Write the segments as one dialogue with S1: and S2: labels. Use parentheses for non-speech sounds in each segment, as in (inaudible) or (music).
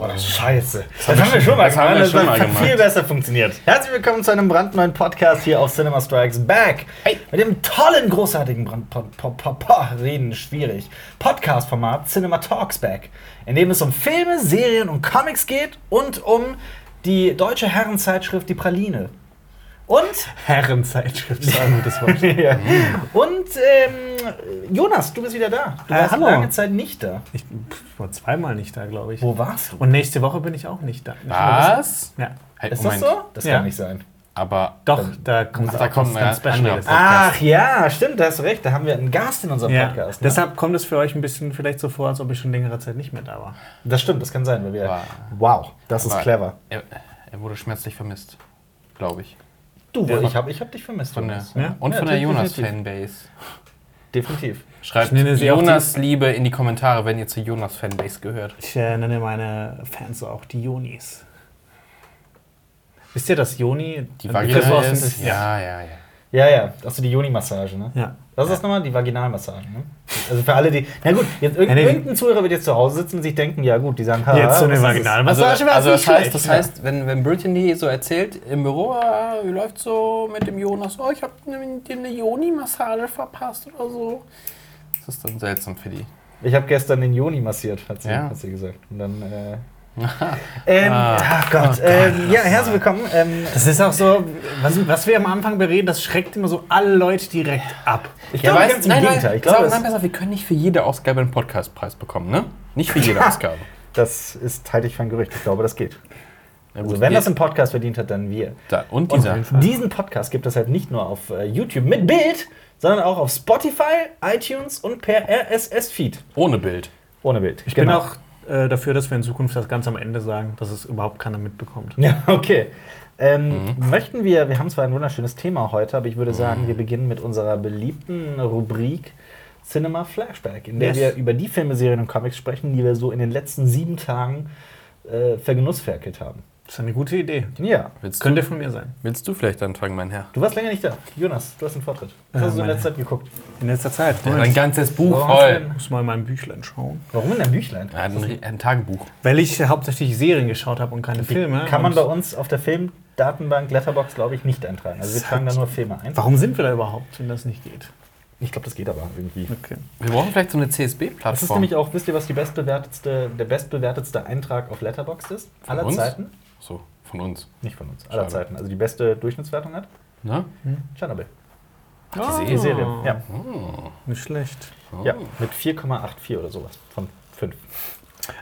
S1: Scheiße. Das, das haben wir schon mal
S2: das haben
S1: gemacht.
S2: wir
S1: Das
S2: schon
S1: hat
S2: mal gemacht.
S1: viel besser funktioniert. Herzlich willkommen zu einem brandneuen Podcast hier auf Cinema Strikes Back.
S2: Hey.
S1: Mit dem tollen, großartigen Brand po, po, po, po, Reden schwierig. Podcast-Format Cinema Talks Back, in dem es um Filme, Serien und Comics geht und um die deutsche Herrenzeitschrift Die Praline. Und
S3: Herrenzeitschrift, so ein gutes
S2: (laughs)
S3: Wort.
S1: Ja. Und ähm, Jonas, du bist wieder da. Du
S3: Äh,
S1: warst
S3: hallo.
S1: lange Zeit nicht da.
S3: Ich pff, war zweimal nicht da, glaube ich.
S1: Wo warst du?
S3: Und nächste Woche bin ich auch nicht da.
S2: Was?
S3: Ja.
S2: Hey,
S1: ist
S2: Moment,
S1: das so? Das
S3: Ja.
S1: kann nicht sein.
S2: Aber
S3: Doch, da kommt
S2: Ach, da kommt ein anderer
S3: Speciales.
S2: Podcast.
S1: Ach ja, stimmt, da hast du recht. Da haben wir einen Gast in unserem
S3: Ah, Ja.
S1: Podcast. ne?
S3: Deshalb kommt es für euch ein bisschen vielleicht so vor, als ob ich schon längere Zeit nicht mehr da war.
S1: das stimmt, das kann sein. Weil wir,
S2: Wow.
S1: wow, das ist
S2: Aber
S1: clever.
S2: Er, er wurde schmerzlich vermisst, glaube ich.
S1: Du,
S3: Ja.
S1: ich habe ich hab dich vermisst.
S2: Von der,
S1: Jonas.
S3: Ja.
S2: Und von
S1: Ja,
S2: der
S1: definitiv.
S2: Jonas-Fanbase.
S1: Definitiv.
S2: Schreibt
S3: Ich nenne sie auch die-
S2: Jonas-Liebe in die Kommentare, wenn ihr zur Jonas-Fanbase gehört.
S3: Ich äh, nenne meine Fans so auch die Jonis. Wisst ihr, dass Joni äh,
S2: Die
S3: ein
S2: Vagina
S3: Begriff aus dem-
S2: ist, ja, ja, ja.
S1: Ja, ja, hast du die Joni-Massage, ne?
S3: Ja.
S1: Was ist das nochmal? Die Vaginalmassage, ne? Also für alle, die. Na gut, jetzt irgend,
S3: Ja, nee.
S1: irgendein Zuhörer wird jetzt zu Hause sitzen und sich denken, ja gut, die sagen, ha,
S3: Jetzt so eine
S1: was ist das?
S3: Vaginalmassage wäre
S2: also
S3: nicht
S2: das heißt, das
S3: schlecht.
S2: heißt, wenn, wenn Brittany so erzählt im Büro, äh, wie läuft so mit dem Jonas? Oh, ich habe dir eine Joni-Massage verpasst oder so. Das ist dann seltsam für die.
S1: Ich habe gestern den Joni massiert, hat sie,
S2: Ja.
S1: hat sie gesagt. Und dann. Äh, ähm, ach Gott.
S3: Oh Gott.
S1: Ähm, ja, herzlich willkommen. Ähm,
S3: Das ist auch so, was, was wir am Anfang bereden, das schreckt immer so alle Leute direkt ab.
S1: ich glaube
S2: weißt-
S1: ganz im Gegenteil. Ich glaube,
S2: sag- nein,
S1: das,
S2: pass auf, wir können nicht für jede Ausgabe einen Podcastpreis bekommen, ne? Nicht für
S1: (laughs)
S2: jede Ausgabe.
S1: das ist, halte ich für ein Gerücht. Ich glaube, das geht.
S2: Ja,
S1: Also, wenn das
S2: jetzt-
S1: ein Podcast verdient hat, dann wir.
S2: da, und dieser.
S1: Diesen Podcast gibt es halt nicht nur auf äh, YouTube mit Bild, sondern auch auf Spotify, iTunes und per RSS-Feed.
S2: Ohne Bild.
S1: Ohne Bild. Genau.
S3: Ich bin auch äh, dafür, dass wir in Zukunft das ganz am Ende sagen, dass es überhaupt keiner mitbekommt.
S1: (laughs) Ja, okay. Ähm,
S3: Mhm.
S1: Möchten wir, wir haben zwar ein wunderschönes Thema heute, aber ich würde sagen, wir beginnen mit unserer beliebten Rubrik Cinema Flashback, in der
S3: Yes.
S1: wir über die Filme, Serien und Comics sprechen, die wir so in den letzten sieben Tagen äh, vergenussferkelt haben.
S3: Das ist eine gute Idee.
S1: Ja.
S2: Willst du,
S3: Könnte von mir sein.
S2: willst du vielleicht anfangen, mein Herr?
S1: Du warst länger nicht da. Jonas, du hast einen Vortritt. Was
S3: Ja,
S1: hast du in
S3: meine-
S1: letzter Zeit geguckt?
S3: In letzter Zeit.
S2: Der hat ein ganzes Buch
S1: Warum hast du
S2: voll.
S1: denn-
S3: muss mal in meinem Büchlein schauen.
S1: Warum in der Büchlein?
S2: Er hat ein, Re- ein Tagebuch.
S3: Weil ich hauptsächlich Serien geschaut habe und keine Filme.
S1: Kann man
S3: Und
S1: bei uns auf der Filmdatenbank Letterbox, glaube ich, nicht eintragen. Also wir tragen da nur Filme ein.
S3: Warum sind wir da überhaupt, wenn das nicht geht?
S1: Ich glaube, das geht aber irgendwie.
S3: Okay.
S2: Wir brauchen vielleicht so eine
S1: Das ist
S2: CSB-Plattform.
S1: nämlich auch, wisst ihr, was die bestbewertetste, der bestbewertetste Eintrag auf Letterboxd ist? aller
S2: uns?
S1: Zeiten?
S2: So, von uns.
S1: Nicht von uns, aller
S2: Schade.
S1: Zeiten. Also die beste Durchschnittswertung hat?
S2: Ne?
S1: Tschernobyl.
S3: Hm? Ah,
S1: Die Serie. Ja.
S3: Nicht schlecht.
S1: ja. Mit 4,84 oder sowas. Von 5.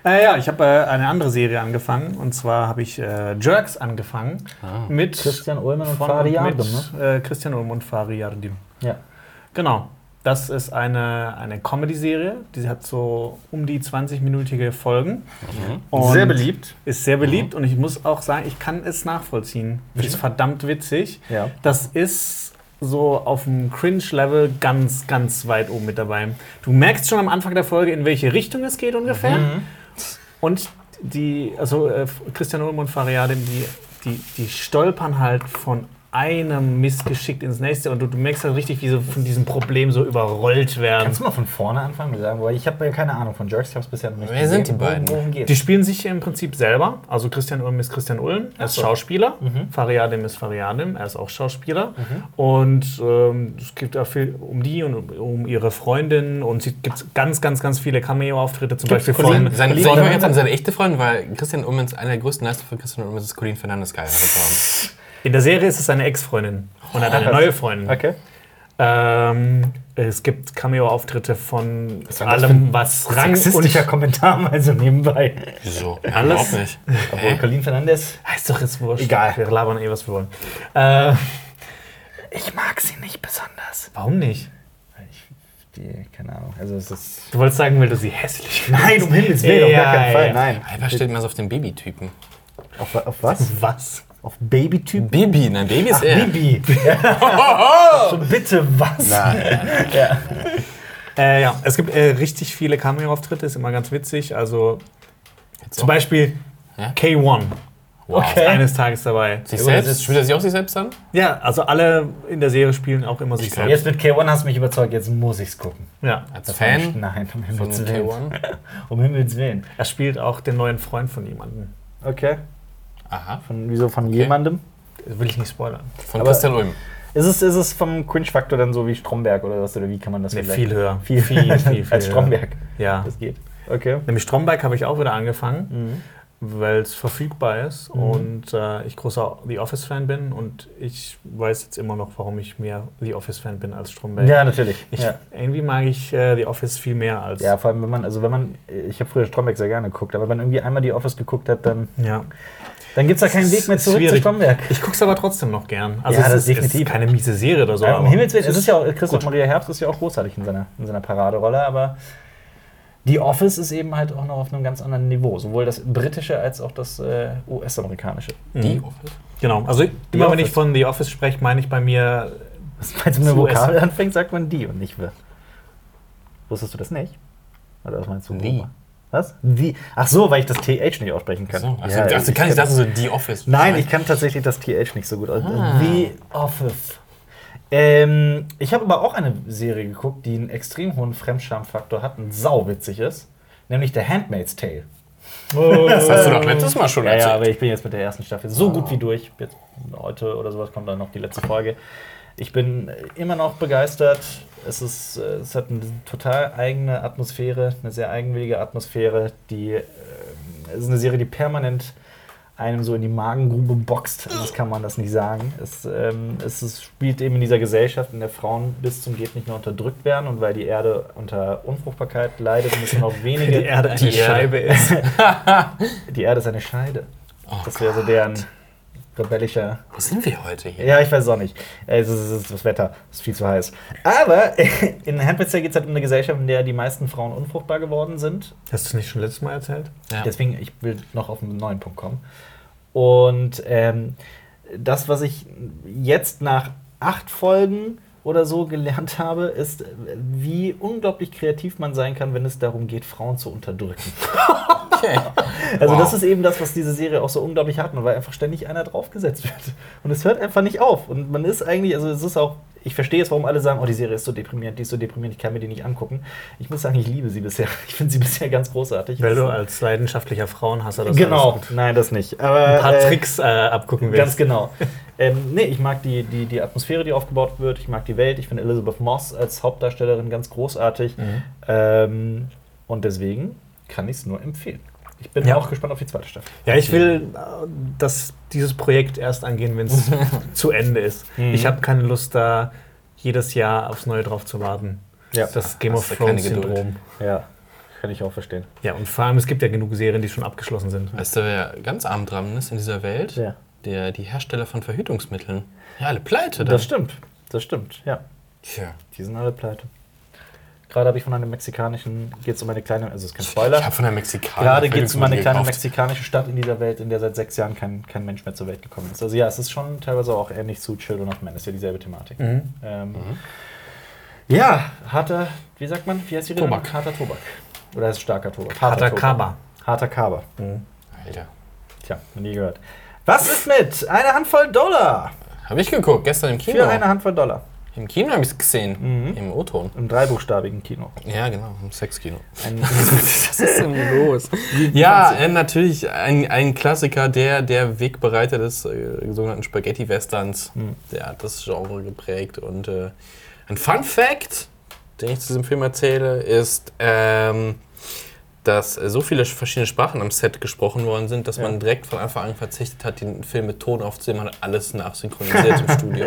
S3: Äh, ja, ich habe äh, eine andere Serie angefangen. Und zwar habe ich äh, Jerks angefangen.
S2: Ah, mhm.
S1: (laughs)
S3: Mit
S1: Christian Ullmann und ne?
S3: von-
S1: Fari Yardem,
S3: mit, äh, Christian Ulm und Fari Yardim.
S1: Ja.
S3: Genau. Das ist eine, eine Comedy-Serie. Die hat so um die 20-minütige Folgen. Und
S1: beliebt.
S3: Ist sehr
S1: Mhm.
S3: beliebt und ich muss auch sagen, ich kann es nachvollziehen. Ist verdammt witzig.
S1: Ja.
S3: Das ist so auf dem Cringe-Level ganz, ganz weit oben mit dabei. Du merkst schon am Anfang der Folge, in welche Richtung es geht ungefähr. Und die, also äh, Christian Ulm und Fariadim, die, die, die stolpern halt von einem Missgeschick ins nächste und du, du merkst halt richtig, wie sie von diesem Problem so überrollt werden.
S1: Kannst du mal von vorne anfangen? Wir sagen, weil ich habe ja keine Ahnung von Jerks, ich habe es bisher noch nicht
S2: Wer sind die beiden?
S1: Worum
S3: Die
S1: geht's?
S3: spielen sich im Prinzip selber. Also Christian Ulm ist Christian Ulm, er ist
S1: so. Mhm.
S3: Schauspieler. Fariadim ist Fariadim, er ist auch Schauspieler. Und ähm, es gibt auch viel um die und um, um ihre Freundin. Und es gibt ganz, ganz, ganz viele Cameo-Auftritte, zum
S1: Gibt's
S3: Beispiel
S1: Colin-
S3: von.
S2: Seine, seine,
S1: Liebe
S2: ich
S1: Leute.
S2: wollte jetzt an seine echte Freundin, weil Christian Ullmanns, einer der größten Leistungen von Christian Ullmanns ist Colin Fernandes geheiratet worden.
S3: In der Serie ist es seine Ex-Freundin und er
S1: (laughs)
S3: hat eine neue Freundin.
S1: Okay.
S3: Ähm, es gibt Cameo-Auftritte von
S1: war das für
S3: allem, was Rang und
S1: Sexistischer Kommentar (laughs) mal so nebenbei.
S2: Wieso?
S3: Alles?
S2: Überhaupt nicht.
S1: Obwohl Colin Fernandes.
S3: Heißt doch jetzt wurscht.
S1: Egal.
S3: Wir labern eh, was wir wollen. Äh,
S1: Ich mag sie nicht besonders.
S3: warum nicht?
S1: Ich, die, keine Ahnung. Also es ist.
S3: Du wolltest sagen, weil du sie hässlich
S1: (laughs)
S3: findest.
S1: Nein, um Himmels Willen, auf gar
S3: Ja,
S1: keinen Fall.
S3: ja.
S1: Nein.
S2: Alba steht mal so auf den Babytypen.
S1: Auf, auf was?
S3: Was?
S1: Auf Babytyp?
S2: Baby, nein, Baby ist er.
S1: (laughs) Bibi. so, bitte was?
S2: Nein.
S3: Äh, ja, es gibt äh, richtig viele Cameo-Auftritte, ist immer ganz witzig. Also zum Beispiel
S2: Ja?
S3: K1
S2: Wow.
S1: Okay.
S3: ist eines Tages dabei.
S2: Sich
S1: Ja, das
S2: selbst?
S1: ist-
S2: Spielt er sich auch sich selbst an?
S3: Ja, also alle in der Serie spielen auch immer sich
S2: glaub-
S3: selbst.
S1: Jetzt mit K1 hast du mich überzeugt, jetzt muss ich's gucken.
S3: Ja.
S2: Als
S1: war nicht-
S2: Fan
S1: Nein, um
S2: von
S1: Himmels Willen.
S2: K1?
S1: Um Himmels Willen.
S3: Er spielt auch den neuen Freund von jemandem.
S1: Okay.
S2: Aha.
S1: Von, wieso von jemandem?
S3: Will ich nicht spoilern.
S2: Von
S1: Aber-
S2: Christian Ulm.
S1: Ist es, ist es vom Cringe-Faktor dann so wie Stromberg oder was? Oder wie kann man das
S3: Nee,
S1: vielleicht-
S3: viel höher.
S1: Viel, viel, (laughs) viel, Als
S3: höher.
S1: Stromberg.
S3: Ja.
S1: Das geht. Okay.
S3: Nämlich Stromberg habe ich auch wieder angefangen,
S1: Mhm.
S3: weil es verfügbar ist und äh, ich großer The Office-Fan bin und ich weiß jetzt immer noch, warum ich mehr The Office-Fan bin als Stromberg.
S1: Ja, natürlich.
S3: Ich,
S1: ja.
S3: Irgendwie mag ich äh, The Office viel mehr als.
S1: ja, vor allem, wenn man, also wenn man, ich habe früher Stromberg sehr gerne geguckt, aber wenn man irgendwie einmal die Office geguckt hat, dann,
S3: ja.
S1: dann gibt es da keinen
S3: Es
S1: Weg mehr
S3: ist
S1: zurück zu
S3: schwierig.
S1: Stromberg.
S3: Ich guck's aber trotzdem noch gern. Also
S1: Ja,
S3: es
S1: das
S3: ist, es ist
S1: definitiv.
S3: keine miese Serie oder so.
S1: Aber um
S3: aber
S1: Himmels Willen, es ist ja auch, Christoph Maria Herbst ist ja auch großartig in seiner, in seiner Paraderolle, aber die Office ist eben halt auch noch auf einem ganz anderen Niveau. Sowohl das britische als auch das äh, US-amerikanische.
S2: Die
S3: Mhm.
S2: Office.
S3: Genau. Also immer wenn ich
S1: Office.
S3: von The Office spreche, meine ich bei mir
S1: (laughs) Falls man mit
S3: So
S1: Vokabel
S3: ist-
S1: anfängt, sagt man die und nicht wir. Wusstest du das nicht? Oder was meinst du?
S2: Die.
S1: Oma? Was? Die. Ach so, weil ich das TH nicht aussprechen
S2: Ach
S1: kann.
S2: so. Ach so,
S1: Ja,
S2: ach so, kann ich das so die Office?
S1: Nein, ich kann tatsächlich das TH nicht so gut aus.
S2: Ah.
S1: The Office. Ähm, ich habe aber auch eine Serie geguckt, die einen extrem hohen Fremdschamfaktor hat und sauwitzig ist. Nämlich The Handmaid's Tale.
S2: Das hast du doch
S3: äh,
S2: letztes Mal schon
S1: Ähm, Ja, ja,
S2: erzählt.
S1: aber ich bin jetzt mit der ersten Staffel so gut wie durch. Jetzt, heute oder sowas kommt dann noch die letzte Folge. Ich bin immer noch begeistert. Es, ist, äh, es hat eine total eigene Atmosphäre, eine sehr eigenwillige Atmosphäre. Die, äh, es ist eine Serie, die permanent einem so in die Magengrube boxt. Also Das kann man das nicht sagen. Es, ähm, es ist, spielt eben in dieser Gesellschaft, in der Frauen bis zum geht nicht mehr unterdrückt werden und weil die Erde unter Unfruchtbarkeit leidet, müssen auch wenige
S3: die Erde eine
S2: Die Erde.
S3: Scheibe ist.
S1: die Erde ist eine Scheide.
S2: Oh
S1: das wäre so deren rebellischer.
S2: Wo sind wir heute hier?
S1: Ja, ich weiß auch nicht. Es ist, es ist das Wetter, es ist viel zu heiß. Aber (laughs) in Handmaid's Tale geht es halt um eine Gesellschaft, in der die meisten Frauen unfruchtbar geworden sind.
S3: Hast du es nicht schon letztes Mal erzählt?
S2: Ja.
S1: (laughs) Deswegen, ich will noch auf einen neuen Punkt kommen. Und ähm, das, was ich jetzt nach acht Folgen oder so gelernt habe, ist, wie unglaublich kreativ man sein kann, wenn es darum geht, Frauen zu unterdrücken.
S2: Okay.
S1: Also
S2: Wow.
S1: das ist eben das, was diese Serie auch so unglaublich hat, weil einfach ständig einer draufgesetzt wird. Und es hört einfach nicht auf. Und man ist eigentlich, also es ist auch, ich verstehe jetzt, warum alle sagen, oh, die Serie ist so deprimierend, die ist so deprimierend, ich kann mir die nicht angucken. Ich muss sagen, ich liebe sie bisher. (laughs) Ich finde sie bisher ganz großartig.
S3: Weil du
S1: Das-
S3: als leidenschaftlicher Frauenhasser das alles
S1: genau,
S3: gut.
S1: nein, das nicht. Aber,
S3: ein paar
S1: äh,
S3: Tricks äh, abgucken
S1: Ganz
S3: willst.
S1: genau. ähm, nee, ich mag die, die, die Atmosphäre, die aufgebaut wird. Ich mag die Welt. Ich finde Elizabeth Moss als Hauptdarstellerin ganz großartig.
S3: Mhm.
S1: Ähm, und deswegen kann ich es nur empfehlen. Ich bin
S3: Ja.
S1: auch gespannt auf die zweite Staffel.
S3: Ja, ich will, äh, dass dieses Projekt erst angehen,
S1: (laughs)
S3: wenn es zu Ende ist.
S1: Mhm.
S3: Ich habe keine Lust, da jedes Jahr aufs Neue drauf zu warten.
S1: Ja.
S3: Das Game
S2: hast
S3: of
S2: du keine
S3: Thrones Syndrom.
S1: Ja, kann ich auch verstehen.
S3: Ja, und vor allem, es gibt ja genug Serien, die schon abgeschlossen sind.
S2: Weißt du, wer ganz arm dran ist in dieser Welt?
S1: Ja.
S2: Der, die Hersteller von Verhütungsmitteln. Ja, alle pleite dann.
S1: Das stimmt, das stimmt, ja.
S2: Tja.
S1: Die sind alle pleite. Gerade habe ich von einem mexikanischen, geht es um eine kleine, also es ist kein
S2: Ich
S1: Spoiler.
S2: habe von einem Mexikaner.
S1: Gerade geht es um eine
S2: Verhütungsmittel
S1: kleine
S2: gekauft.
S1: mexikanische Stadt in dieser Welt, in der seit sechs Jahren kein, kein Mensch mehr zur Welt gekommen ist. Also ja, es ist schon teilweise auch ähnlich zu Children of Men, ist ja dieselbe Thematik. Ähm, Ja, harter, wie sagt man, wie heißt die Rede?
S2: Tobak.
S1: Harter Tobak. Oder heißt es starker Tobak?
S3: Harter
S1: Tobak.
S3: Kaba.
S1: Harter Kaba.
S2: Alter.
S1: Tja, noch nie gehört. Was ist mit einer Handvoll Dollar?
S2: Habe ich geguckt, gestern im
S1: Für Mhm.
S2: Kino.
S1: eine Handvoll Dollar.
S2: Im Kino habe ich es gesehen. Im O-Ton.
S1: Im dreibuchstabigen Kino.
S2: Ja, genau, im Sexkino.
S1: Ein,
S2: Was ist denn los? ja, äh, natürlich ein, ein Klassiker, der, der Wegbereiter des äh, sogenannten Spaghetti-Westerns.
S3: Hm.
S2: Der hat das Genre geprägt. Und äh, ein Fun-Fact, den ich zu diesem Film erzähle, ist, ähm, dass äh, so viele verschiedene Sprachen am Set gesprochen worden sind, dass man direkt von Anfang an verzichtet hat, den Film mit Ton aufzunehmen, hat alles nachsynchronisiert im
S3: (laughs)
S2: Studio.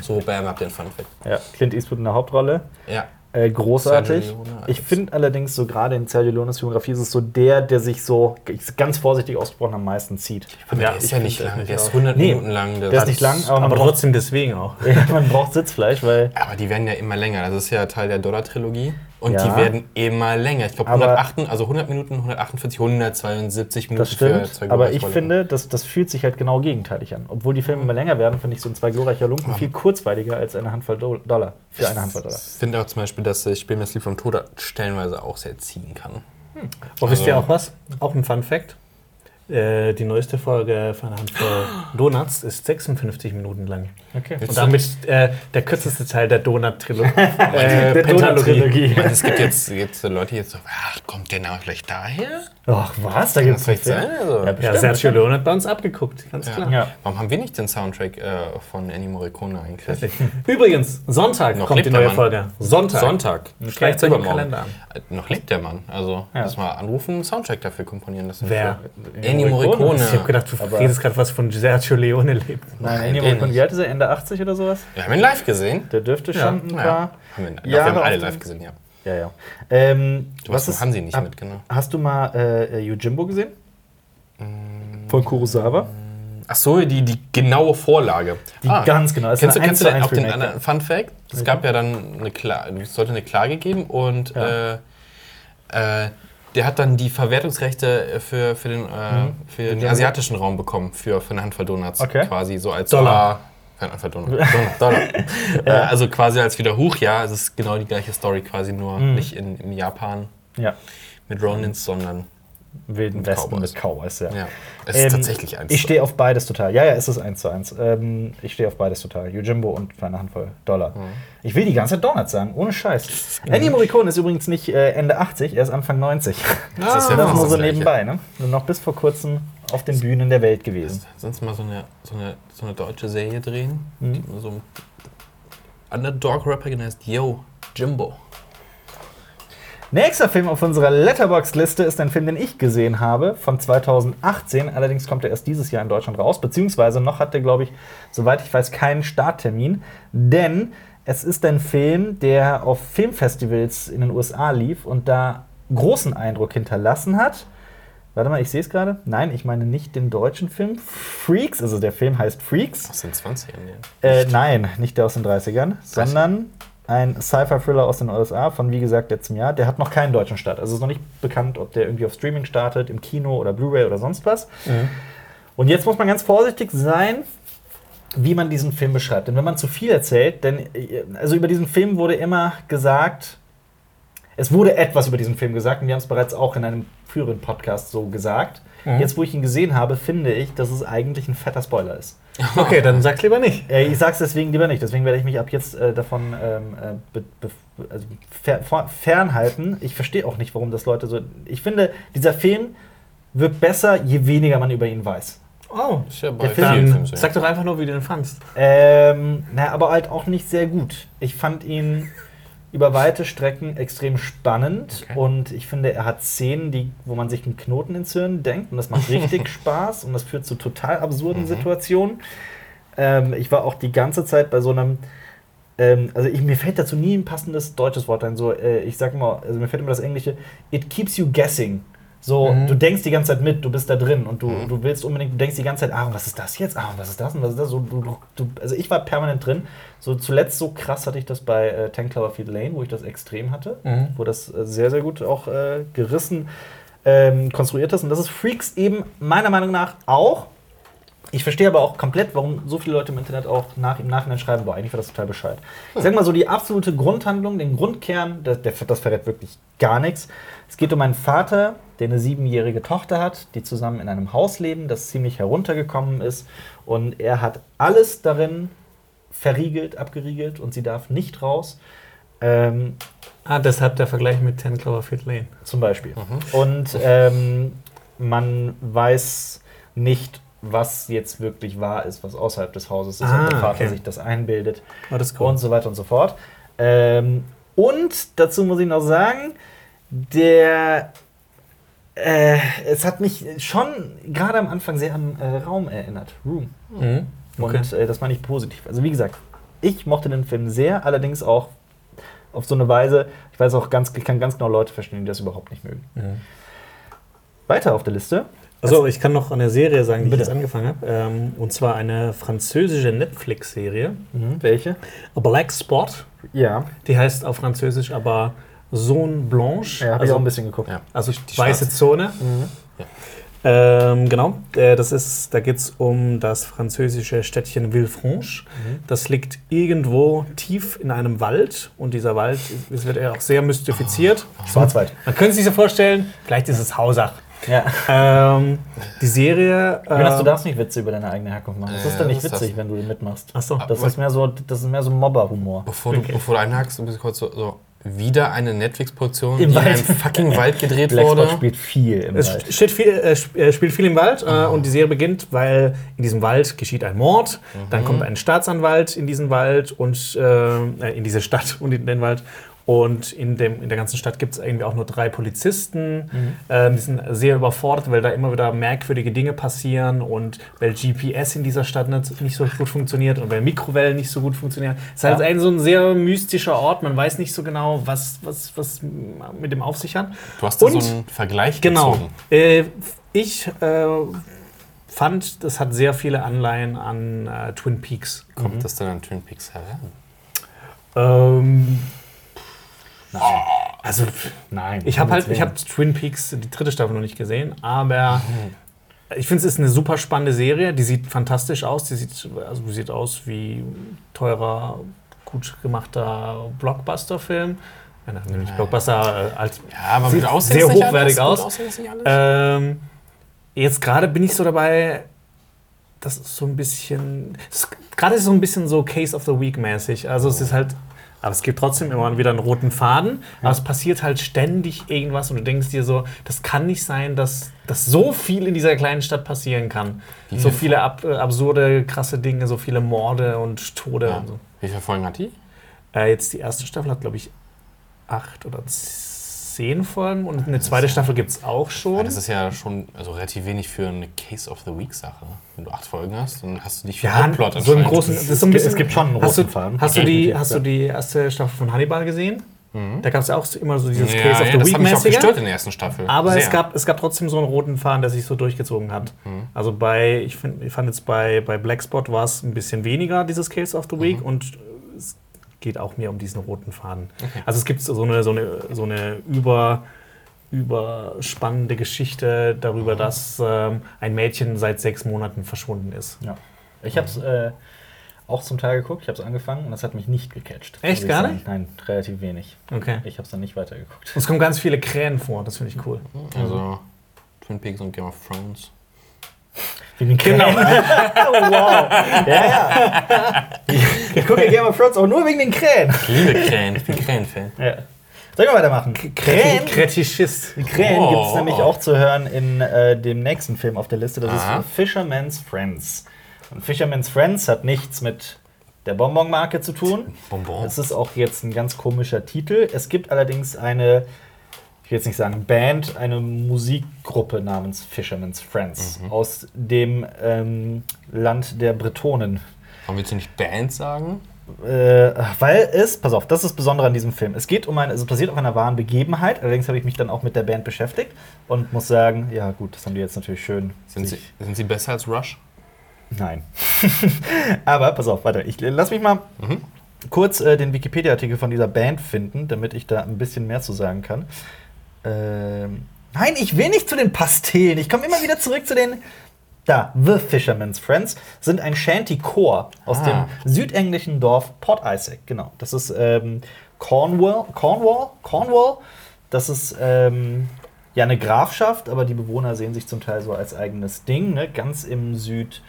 S2: So, bam, habt ihr einen Fun-Fact.
S1: ja, Clint Eastwood in der Hauptrolle.
S2: Ja.
S1: Äh, großartig.
S2: Sergio Leone als-
S1: Ich finde allerdings so gerade in Sergio Leones Filmografie ist es so der, der sich so ich- ganz vorsichtig ausgesprochen am meisten zieht.
S2: Aber
S3: Ja,
S2: der ist
S3: ich
S2: ja
S3: find
S2: nicht
S3: das
S2: lang,
S3: nicht
S2: der ist
S3: auch.
S2: 100
S1: Nee,
S2: Minuten lang.
S1: Der ist nicht lang, aber man,
S3: Aber
S1: braucht,
S3: trotzdem deswegen auch.
S1: (laughs) ja, man braucht Sitzfleisch, weil
S2: Aber die werden ja immer länger. Das ist ja Teil der Dollar-Trilogie. Und
S1: Ja.
S2: die werden immer länger. Ich glaube,
S1: Aber-
S2: 108, also 100 Minuten, 148, 172 Minuten
S1: das stimmt.
S2: zwei
S1: Aber
S2: glorreiche
S1: ich
S2: Rolle.
S1: finde, das, das fühlt sich halt genau gegenteilig an. Obwohl die Filme immer länger werden, finde ich so ein zwei glorreicher Lumpen viel kurzweiliger als eine Handvoll Do Dollar. Für eine Handvoll Dollar.
S2: Ich finde auch zum Beispiel, dass ich Spiel mir das Lied vom Tode stellenweise auch sehr ziehen kann.
S3: Aber wisst ihr
S2: Also-
S3: auch was? Auch ein Fun Fact. Äh, die neueste Folge von Hand für Donuts ist 56 Minuten lang.
S1: Okay.
S3: Und damit äh, der kürzeste Teil (laughs) der Donut-Trilogie.
S2: Der
S3: äh,
S2: Ich
S3: Pentalogie.
S2: meine, es gibt jetzt, jetzt so Leute, die jetzt so, ach, kommt der Name vielleicht daher?
S1: Ach was, da
S2: Kann
S1: gibt's
S2: das vielleicht sein? Also,
S3: Ja, Sergio Leone hat bei uns abgeguckt, ganz
S2: Ja.
S3: klar.
S1: Ja.
S2: Warum haben wir nicht den Soundtrack äh, von Ennio Morricone eigentlich?
S3: Übrigens, Sonntag
S2: Noch
S3: kommt
S2: lebt
S3: die
S2: der
S3: neue
S2: Mann.
S3: Folge. Sonntag.
S2: Sonntag.
S3: Schleicht euch im
S2: Übermorgen.
S3: Kalender an.
S2: Äh, Noch lebt der Mann. Also,
S1: Ja.
S2: lass mal anrufen, einen Soundtrack dafür komponieren lassen.
S3: Wer?
S2: Ennio Morricone.
S3: Ich habe gedacht, du
S1: Aber-
S3: redest gerade was von Sergio Leone lebt.
S1: Nein,
S2: Nein,
S1: Ennio
S2: den
S1: von
S2: nicht.
S1: wie alt ist er? Ende 80 oder sowas?
S2: Wir haben ihn live gesehen.
S1: Der dürfte schon ein
S2: Ja.
S1: paar.
S2: Haben wir, doch, wir
S1: Jahre
S2: haben alle
S1: auf dem-
S2: live gesehen, ja.
S1: Ja, ja. Ähm,
S2: Was haben sie nicht
S1: ab-
S2: mitgenommen?
S1: Hast du mal äh, Yojimbo gesehen?
S2: Mm.
S1: Von Kurosawa?
S2: Ach so, die, die genaue Vorlage. Ah.
S1: Die ganz genau. Das
S2: Kennst du,
S1: ist eine
S2: kennst du denn auch
S1: 1:1
S2: den
S1: Remake.
S2: anderen Fun Fact? Es gab ja dann eine Klage, es sollte eine Klage geben und
S1: Ja.
S2: äh, äh, der hat dann die Verwertungsrechte für, für den, äh, für den
S1: dem-
S2: asiatischen Raum bekommen, für, für eine Handvoll Donuts.
S1: Mhm. Okay.
S2: Quasi so als Ah,
S3: Dollar.
S2: eine Handvoll
S1: (laughs)
S2: Donuts. Donut, Dollar. äh, also quasi als wieder hoch, ja. Es ist genau die gleiche Story, quasi nur
S1: Mhm.
S2: nicht in, in Japan
S1: Ja,
S2: mit Ronins, sondern
S1: Wilden
S2: Mit
S1: Westen
S2: Cowboys.
S1: mit Cowboys, ja.
S2: ja. Es
S1: Ähm,
S2: ist tatsächlich eins.
S1: Ich stehe auf beides total. Ja, ja, es ist eins zu eins. Ähm, ich stehe auf beides total. Yojimbo und für eine Handvoll Dollar.
S2: Mhm.
S1: Ich will die ganze Zeit Donuts sagen, ohne Scheiß. Ennio Morricone ist übrigens nicht äh, Ende 80, er ist Anfang 90.
S2: das ist ja
S1: das
S3: Ah.
S2: fast
S1: nur so
S2: Gleiche.
S1: nebenbei, ne? Und noch bis vor kurzem auf den Bühnen der Welt gewesen.
S2: sonst mal so eine, so eine, so eine deutsche Serie drehen.
S3: Mhm.
S2: Die mit so ein Underdog-Rapper genannt, Yo, Jimbo.
S1: Nächster Film auf unserer Letterbox-Liste ist ein Film, den ich gesehen habe, von 2018. Allerdings kommt er erst dieses Jahr in Deutschland raus, beziehungsweise noch hat er, glaube ich, soweit ich weiß, keinen Starttermin. Denn es ist ein Film, der auf Filmfestivals in den USA lief und da großen Eindruck hinterlassen hat. Warte mal, ich sehe es gerade. Nein, ich meine nicht den deutschen Film. Freaks, also der Film heißt Freaks.
S2: Aus den 20ern, ja.
S1: Äh, nein, nicht der aus den 30ern, sondern ein Sci-Fi-Thriller aus den USA von, wie gesagt, letztem Jahr. Der hat noch keinen deutschen Start. Also ist noch nicht bekannt, ob der irgendwie auf Streaming startet, im Kino oder Blu-ray oder sonst was. Und jetzt muss man ganz vorsichtig sein, wie man diesen Film beschreibt. Denn wenn man zu viel erzählt, denn äh, also über diesen Film wurde immer gesagt, es wurde etwas über diesen Film gesagt und wir haben es bereits auch in einem früheren Podcast so gesagt.
S3: Mhm.
S1: Jetzt, wo ich ihn gesehen habe, finde ich, dass es eigentlich ein fetter Spoiler ist.
S3: Okay, dann sag's lieber nicht.
S1: Äh, ich sag's deswegen lieber nicht. Deswegen werde ich mich ab jetzt äh, davon ähm, äh, be, be, also fer, fer- fernhalten. Ich verstehe auch nicht, warum das Leute so. Ich finde, dieser Film wird besser, je weniger man über ihn weiß.
S3: Oh.
S2: Ist ja bei
S1: Der
S2: vielen
S1: Film-
S2: Filmen
S3: Dann
S2: so.
S3: sag doch einfach nur, wie du den fandst.
S1: Ähm, na, aber halt auch nicht sehr gut. Ich fand ihn über weite Strecken extrem spannend
S2: Okay.
S1: und ich finde, er hat Szenen, die, wo man sich einen Knoten ins Hirn denkt und das macht richtig Spaß und das führt zu total absurden Situationen. Ähm, ich war auch die ganze Zeit bei so einem, ähm, also ich, mir fällt dazu nie ein passendes deutsches Wort ein. So, äh, ich sag mal, also mir fällt immer das Englische, it keeps you guessing. So, du denkst die ganze Zeit mit, du bist da drin und du, du willst unbedingt, du denkst die ganze Zeit, ah, und was ist das jetzt? Ah, und was ist das? Und was ist das? So, du, du, du, also ich war permanent drin. So zuletzt so krass hatte ich das bei äh, 10 Cloverfield Lane, wo ich das extrem hatte, wo das äh, sehr, sehr gut auch äh, gerissen ähm, konstruiert ist. Und das ist Freaks eben meiner Meinung nach auch. Ich verstehe aber auch komplett, warum so viele Leute im Internet auch nach, im Nachhinein schreiben, boah, eigentlich war das total Bescheid. Ich sag mal so, die absolute Grundhandlung, den Grundkern, das, der, das verrät wirklich gar nichts. Es geht um einen Vater, der eine siebenjährige Tochter hat, die zusammen in einem Haus leben, das ziemlich heruntergekommen ist. Und er hat alles darin verriegelt, abgeriegelt und sie darf nicht raus. Ähm,
S3: Ah, deshalb der Vergleich mit 10 Cloverfield Lane.
S1: zum Beispiel.
S3: Mhm.
S1: Und ähm, man weiß nicht, was jetzt wirklich wahr ist, was außerhalb des Hauses ist,
S3: Ah,
S1: ob der Vater
S3: okay.
S1: sich das einbildet
S3: War Ah, das
S1: und so weiter und so fort. Ähm, und dazu muss ich noch sagen, der äh, es hat mich schon gerade am Anfang sehr an äh, Raum erinnert, Room.
S3: Mhm. Okay.
S1: Und äh, das meine ich positiv. Also wie gesagt, ich mochte den Film sehr, allerdings auch auf so eine Weise, ich weiß auch ganz, ich kann ganz genau Leute verstehen, die das überhaupt nicht mögen. Weiter auf der Liste.
S3: Also ich kann noch eine Serie sagen, die
S1: Bitte.
S3: ich jetzt angefangen habe. Ähm, und zwar eine französische Netflix-Serie.
S1: Welche?
S3: Black Spot.
S1: Ja,
S3: Die heißt auf Französisch aber Zone Blanche.
S1: ja habe ich
S3: also
S1: auch ein bisschen geguckt.
S2: Ja.
S3: Also
S2: die
S3: weiße
S2: schwarze.
S3: Zone. Ähm, genau, äh, das ist, da geht es um das französische Städtchen Villefranche. Das liegt irgendwo tief in einem Wald und dieser Wald, es wird ja auch sehr mystifiziert.
S1: Schwarzwald.
S3: Man könnte sich so vorstellen, vielleicht ist es Hausach.
S1: Ja.
S3: Ähm, die Serie.
S1: Jonas, du
S3: ähm,
S1: darfst nicht Witze über deine eigene Herkunft machen. Das
S2: Ja,
S1: ist dann nicht
S2: das ist
S1: witzig,
S2: das.
S1: wenn du mitmachst.
S3: Ach so.
S1: Das ist mehr so, das ist mehr so Mobber-Humor.
S2: Bevor du, bevor du einhackst, ein bisschen kurz so, so wieder eine Netflix-Produktion, die
S1: Im
S2: in
S1: Wald.
S2: einem fucking Wald gedreht
S1: Black Spot
S2: wurde.
S1: spielt viel im
S3: Es
S1: Wald. Ah.
S3: steht viel, äh, sp- äh, spielt viel im Wald äh, und die Serie beginnt, weil in diesem Wald geschieht ein Mord,
S2: Mhm.
S1: Mhm.
S3: dann kommt ein Staatsanwalt in diesen Wald und äh, äh, in diese Stadt und in den Wald. Und in, dem, in der ganzen Stadt gibt es irgendwie auch nur drei Polizisten. Ähm, die sind sehr überfordert, weil da immer wieder merkwürdige Dinge passieren und weil GPS in dieser Stadt nicht, nicht so gut funktioniert und weil Mikrowellen nicht so gut funktionieren. Es ist halt
S1: Ja.
S3: ein so ein sehr mystischer Ort. Man weiß nicht so genau, was, was, was mit dem auf sich hat.
S2: Du hast da
S3: Und-
S2: so einen Vergleich
S3: Genau.
S2: gezogen.
S3: Äh, ich äh, fand, das hat sehr viele Anleihen an äh, Twin Peaks.
S2: Kommt das dann an Twin Peaks heran?
S3: Ähm,
S1: Nein.
S3: also
S1: Nein.
S3: ich habe halt, ich habe Twin Peaks die dritte Staffel noch nicht gesehen, aber ich finde es ist eine super spannende Serie. Die sieht fantastisch aus. Die sieht, also die sieht aus wie teurer, gut gemachter Blockbuster-Film. Äh, nein, Nämlich Blockbuster äh, als
S2: Ja, aber
S3: Sieht
S2: gut aussehen
S3: sehr
S2: ist nicht alles,
S3: hochwertig aus.
S2: Gut aussehen ist nicht alles.
S3: Ähm, jetzt gerade bin ich so dabei, das ist so ein bisschen. es- Gerade ist es so ein bisschen so Case of the Week mäßig. Also es ist halt. Aber es gibt trotzdem immer wieder einen roten Faden. Aber es passiert halt ständig irgendwas und du denkst dir so, das kann nicht sein, dass, dass so viel in dieser kleinen Stadt passieren kann. so
S2: viel-
S3: viele ab, äh, absurde, krasse Dinge, so viele Morde und Tode
S2: ja.
S3: und so.
S2: Wie viele Folgen hat die?
S3: Äh, jetzt die erste Staffel hat, glaube ich, acht oder zehn Folgen und eine zweite Staffel gibt es auch
S2: Ja,
S3: schon.
S2: das ist ja schon also relativ wenig für eine Case of the Week-Sache. Wenn du acht Folgen hast, dann hast du dich für
S3: Ja,
S2: einen Plot
S3: so im großen. Das ist so ein bisschen,
S1: es gibt schon einen
S3: hast du,
S1: roten Faden.
S3: Hast du, die,
S1: Definitiv,
S3: hast du
S1: ja.
S3: die erste Staffel von Hannibal gesehen? Da gab es ja auch so- immer so dieses
S2: Mhm. ja,
S3: Case of
S2: ja,
S3: the
S2: das hat mich auch gestört
S3: Week-mäßige.
S2: in der ersten Staffel.
S3: Aber
S2: Sehr. Mhm.
S3: es gab, es gab trotzdem so einen roten Faden, der sich so durchgezogen hat. Also bei, ich, find, ich fand jetzt bei, bei Blackspot war es ein bisschen weniger, dieses Case of the Week.
S2: Mhm.
S3: Und es geht auch mehr um diesen roten Faden. Also es gibt so eine, so eine, so eine über überspannende Geschichte
S2: Mhm.
S3: darüber, dass ähm, ein Mädchen seit sechs Monaten verschwunden ist.
S1: Ja. Ich habe es äh, auch zum Teil geguckt, ich habe es angefangen und das hat mich nicht gecatcht.
S3: Echt,
S1: muss ich
S3: gar
S1: sagen.
S3: nicht?
S1: Nein, relativ wenig.
S3: Okay.
S1: Ich habe es dann nicht weitergeguckt.
S3: (laughs) Und es kommen ganz viele Krähen vor, das finde ich cool.
S2: Also Twin Peaks und Game of Thrones.
S1: Wie den Krähen. Genau. (laughs) Oh, wow. Ja, ja.
S3: (laughs)
S1: Ich gucke Game of Thrones auch nur wegen den Krähen.
S2: Ich liebe Krähen, ich bin Krähen-Fan.
S1: Ja. Sollen wir weitermachen? Krähen?
S3: Kretischist.
S1: Die Krähen
S2: Oh.
S1: gibt es nämlich auch zu hören in äh, dem nächsten Film auf der Liste. Das
S2: Aha.
S1: ist Fisherman's Friends. Und Fisherman's Friends hat nichts mit der Bonbonmarke zu tun.
S2: Bonbon.
S1: Es ist auch jetzt ein ganz komischer Titel. Es gibt allerdings eine, ich will jetzt nicht sagen Band, eine Musikgruppe namens Fisherman's Friends
S2: Mhm.
S1: aus dem ähm, Land der Bretonen.
S2: Warum willst du nicht Band sagen?
S1: Äh, weil es, pass auf, das ist das Besondere an diesem Film. Es geht um eine, es basiert auf einer wahren Begebenheit. Allerdings habe ich mich dann auch mit der Band beschäftigt und muss sagen, ja gut, das haben die jetzt natürlich schön.
S2: Sind sie,
S1: sich-
S2: sind sie besser als Rush?
S1: Nein. (laughs) Aber pass auf, warte. Ich lass mich mal kurz äh, den Wikipedia-Artikel von dieser Band finden, damit ich da ein bisschen mehr zu sagen kann. Ähm, nein, ich will nicht zu den Pastelen. Ich komme immer wieder zurück zu den. Da, The Fisherman's Friends sind ein Shanty-Chor aus
S2: Ah.
S1: dem südenglischen Dorf Port Isaac. Genau, das ist ähm, Cornwall, Cornwall, Cornwall. Das ist ähm, ja eine Grafschaft, aber die Bewohner sehen sich zum Teil so als eigenes Ding, ne? ganz im Süd,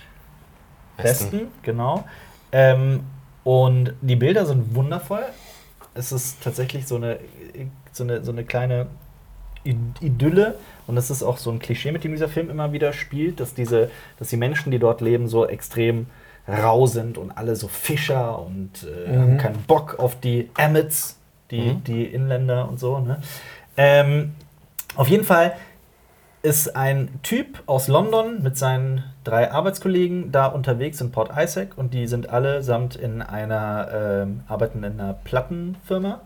S1: Westen, genau. Ähm, und die Bilder sind wundervoll. Es ist tatsächlich so eine, so eine, so eine kleine I- Idylle. Und das ist auch so ein Klischee, mit dem dieser Film immer wieder spielt, dass, diese, dass die Menschen, die dort leben, so extrem rau sind und alle so Fischer und äh, haben keinen Bock auf die Emmets, die,
S2: Mhm.
S1: die Inländer und so. Ne? Ähm, auf jeden Fall ist ein Typ aus London mit seinen drei Arbeitskollegen da unterwegs in Port Isaac und die sind allesamt in einer, ähm, arbeiten in einer Plattenfirma.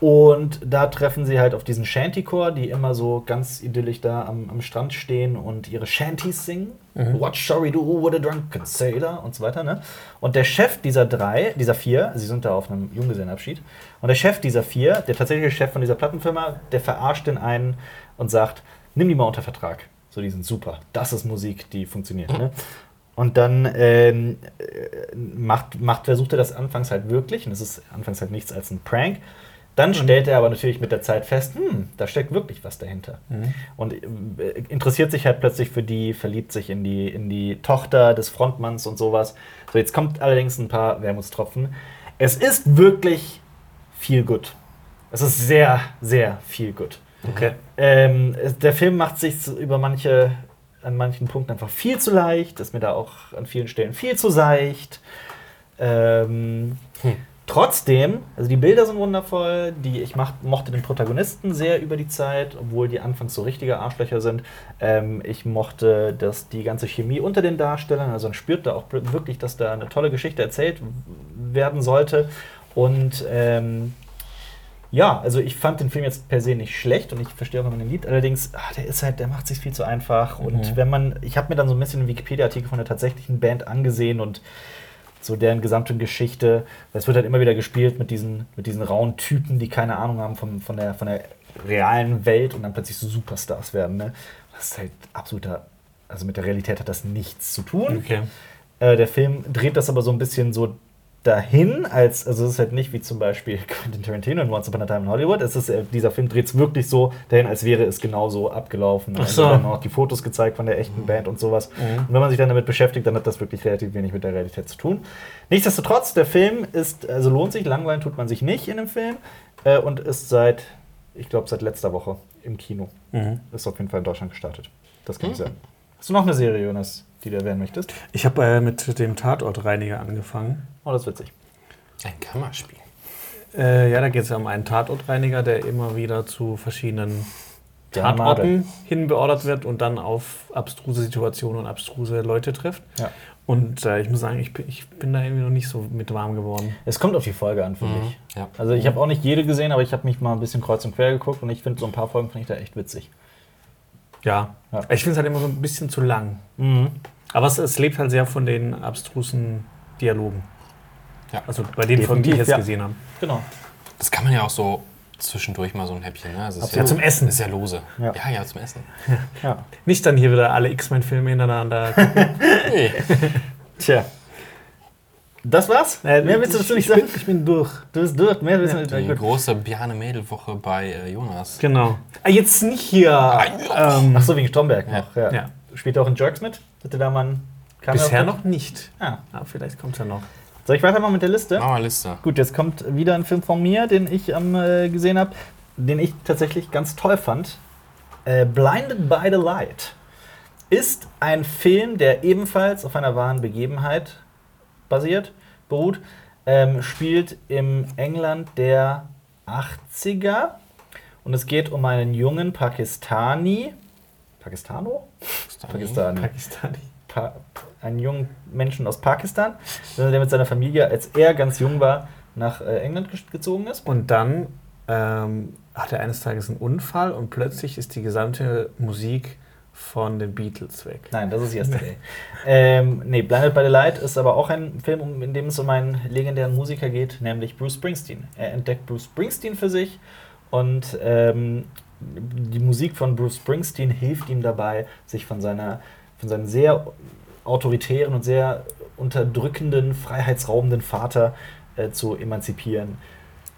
S1: Und da treffen sie halt auf diesen Shantycore, die immer so ganz idyllisch da am, am Strand stehen und ihre Shanties singen. What shall we do with a drunken sailor? Und so weiter, ne? Und der Chef dieser drei, dieser vier, sie sind da auf einem Junggesellenabschied, und der Chef dieser vier, der tatsächliche Chef von dieser Plattenfirma, der verarscht den einen und sagt, nimm die mal unter Vertrag. So, die sind super. Das ist Musik, die funktioniert, ne? Und dann ähm, äh, macht, macht, versucht er das anfangs halt wirklich, und es ist anfangs halt nichts als ein Prank, Dann stellt er aber natürlich mit der Zeit fest, hm, da steckt wirklich was dahinter. Und äh, interessiert sich halt plötzlich für die, verliebt sich in die, in die Tochter des Frontmanns und sowas. So, jetzt kommt allerdings ein paar Wermutstropfen. Es ist wirklich viel gut. Es ist sehr, sehr viel gut.
S3: Okay.
S1: Ähm, es- der Film macht sich über manche, an manchen Punkten einfach viel zu leicht, ist mir da auch an vielen Stellen viel zu seicht. Ähm,
S2: Hm.
S1: Trotzdem, also die Bilder sind wundervoll, die ich mach, mochte den Protagonisten sehr über die Zeit, obwohl die anfangs so richtige Arschlöcher sind. Ähm, ich mochte dass die ganze Chemie unter den Darstellern, also man spürt da auch wirklich, dass da eine tolle Geschichte erzählt werden sollte. Und ähm, ja, also ich fand den Film jetzt per se nicht schlecht und ich verstehe auch, wenn man den liebt. Allerdings, ah, der ist halt, der macht sich viel zu einfach. Und wenn man, ich habe mir dann so ein bisschen einen Wikipedia-Artikel von der tatsächlichen Band angesehen und so deren gesamte Geschichte. Weil Es wird halt immer wieder gespielt mit diesen, mit diesen rauen Typen, die keine Ahnung haben vom, von, der, von der realen Welt und dann plötzlich so Superstars werden. Ne? Das ist halt absoluter, also mit der Realität hat das nichts zu tun.
S3: Okay.
S1: Äh, der Film dreht das aber so ein bisschen so dahin, als, also es ist halt nicht wie zum Beispiel (laughs) Quentin Tarantino in Once Upon a Time in Hollywood. Es ist, äh, dieser Film dreht es wirklich so dahin, als wäre es genauso abgelaufen.
S3: Ach so. Mhm.
S1: Und dann auch die Fotos gezeigt von der echten Band und sowas. Und wenn man sich dann damit beschäftigt, dann hat das wirklich relativ wenig mit der Realität zu tun. Nichtsdestotrotz, der Film ist, also lohnt sich, langweilen tut man sich nicht in dem Film äh, und ist seit, ich glaube, seit letzter Woche im Kino.
S3: Mhm.
S1: Ist auf jeden Fall in Deutschland gestartet. Das kann ich sagen. Hast du noch eine Serie, Jonas, die du erwähnen möchtest?
S3: Ich habe äh, mit dem Tatortreiniger angefangen.
S1: Oh, das ist witzig.
S2: Ein Kammerspiel.
S3: Äh, ja, da geht es ja um einen Tatortreiniger, der immer wieder zu verschiedenen
S1: Der Made.
S3: Tatorten hinbeordert wird und dann auf abstruse Situationen und abstruse Leute trifft.
S1: Ja.
S3: Und äh, ich muss sagen, ich bin, ich bin da irgendwie noch nicht so mit warm geworden.
S1: Es kommt auf die Folge an, finde ich.
S2: Mhm. Ja.
S1: Also ich habe auch nicht jede gesehen, aber ich habe mich mal ein bisschen kreuz und quer geguckt und ich finde so ein paar Folgen finde ich da echt witzig.
S3: Ja.
S1: Ja. Mhm.
S3: Ich finde es halt immer so ein bisschen zu lang. Aber es, es lebt halt sehr von den abstrusen Dialogen.
S2: Ja.
S3: Also bei den Folgen, die ich
S1: Definitiv,
S3: jetzt
S1: ja.
S3: gesehen habe.
S1: Genau.
S2: Das kann man ja auch so zwischendurch mal so ein Häppchen. Ne? Das ist
S3: Ja, zum Essen.
S2: Ist ja lose.
S1: Ja.
S2: ja, ja zum Essen.
S1: Ja.
S3: Nicht dann hier wieder alle X-Men-Filme hintereinander. gucken.
S2: Nee.
S1: Tja. Das war's? Mehr willst du
S3: ich,
S1: dazu nicht
S3: ich
S1: sagen?
S3: bin, ich bin durch.
S1: Du bist durch. Mehr willst du nicht
S2: Die
S1: sagen. Gut.
S2: große Bjane-Mädel-Woche bei äh, Jonas.
S3: Genau. Ah, jetzt nicht hier. Ähm,
S1: Ach so, wegen Stromberg
S2: Ja.
S1: noch. Ja.
S3: Ja.
S1: Spielt er auch in Jerks mit? Bitte da mal einen Kamera-
S3: bisher noch nicht.
S1: Ah.
S3: Ah, vielleicht kommt er noch.
S1: Soll ich weitermachen mit der Liste?
S2: Mach mal Liste.
S1: Gut, jetzt kommt wieder ein Film von mir, den ich am, äh, gesehen habe, den ich tatsächlich ganz toll fand. Äh, Blinded by the Light ist ein Film, der ebenfalls auf einer wahren Begebenheit basiert, beruht, ähm, spielt im England der 80er und es geht um einen jungen Pakistani. Pakistano?
S3: Hm.
S1: Pakistani
S3: Pakistani.
S1: pa einen jungen Menschen aus Pakistan, äh, der mit seiner Familie, als er ganz jung war, nach äh, England ges- gezogen ist.
S3: Und dann ähm, hat er eines Tages einen Unfall und plötzlich ist die gesamte Musik von den Beatles weg.
S1: Nein, das ist Yesterday. ähm, nee, Blinded by the Light ist aber auch ein Film, um- in dem es um einen legendären Musiker geht, nämlich Bruce Springsteen. Er entdeckt Bruce Springsteen für sich und ähm, die Musik von Bruce Springsteen hilft ihm dabei, sich von seiner von seinem sehr autoritären und sehr unterdrückenden, freiheitsraubenden Vater äh, zu emanzipieren,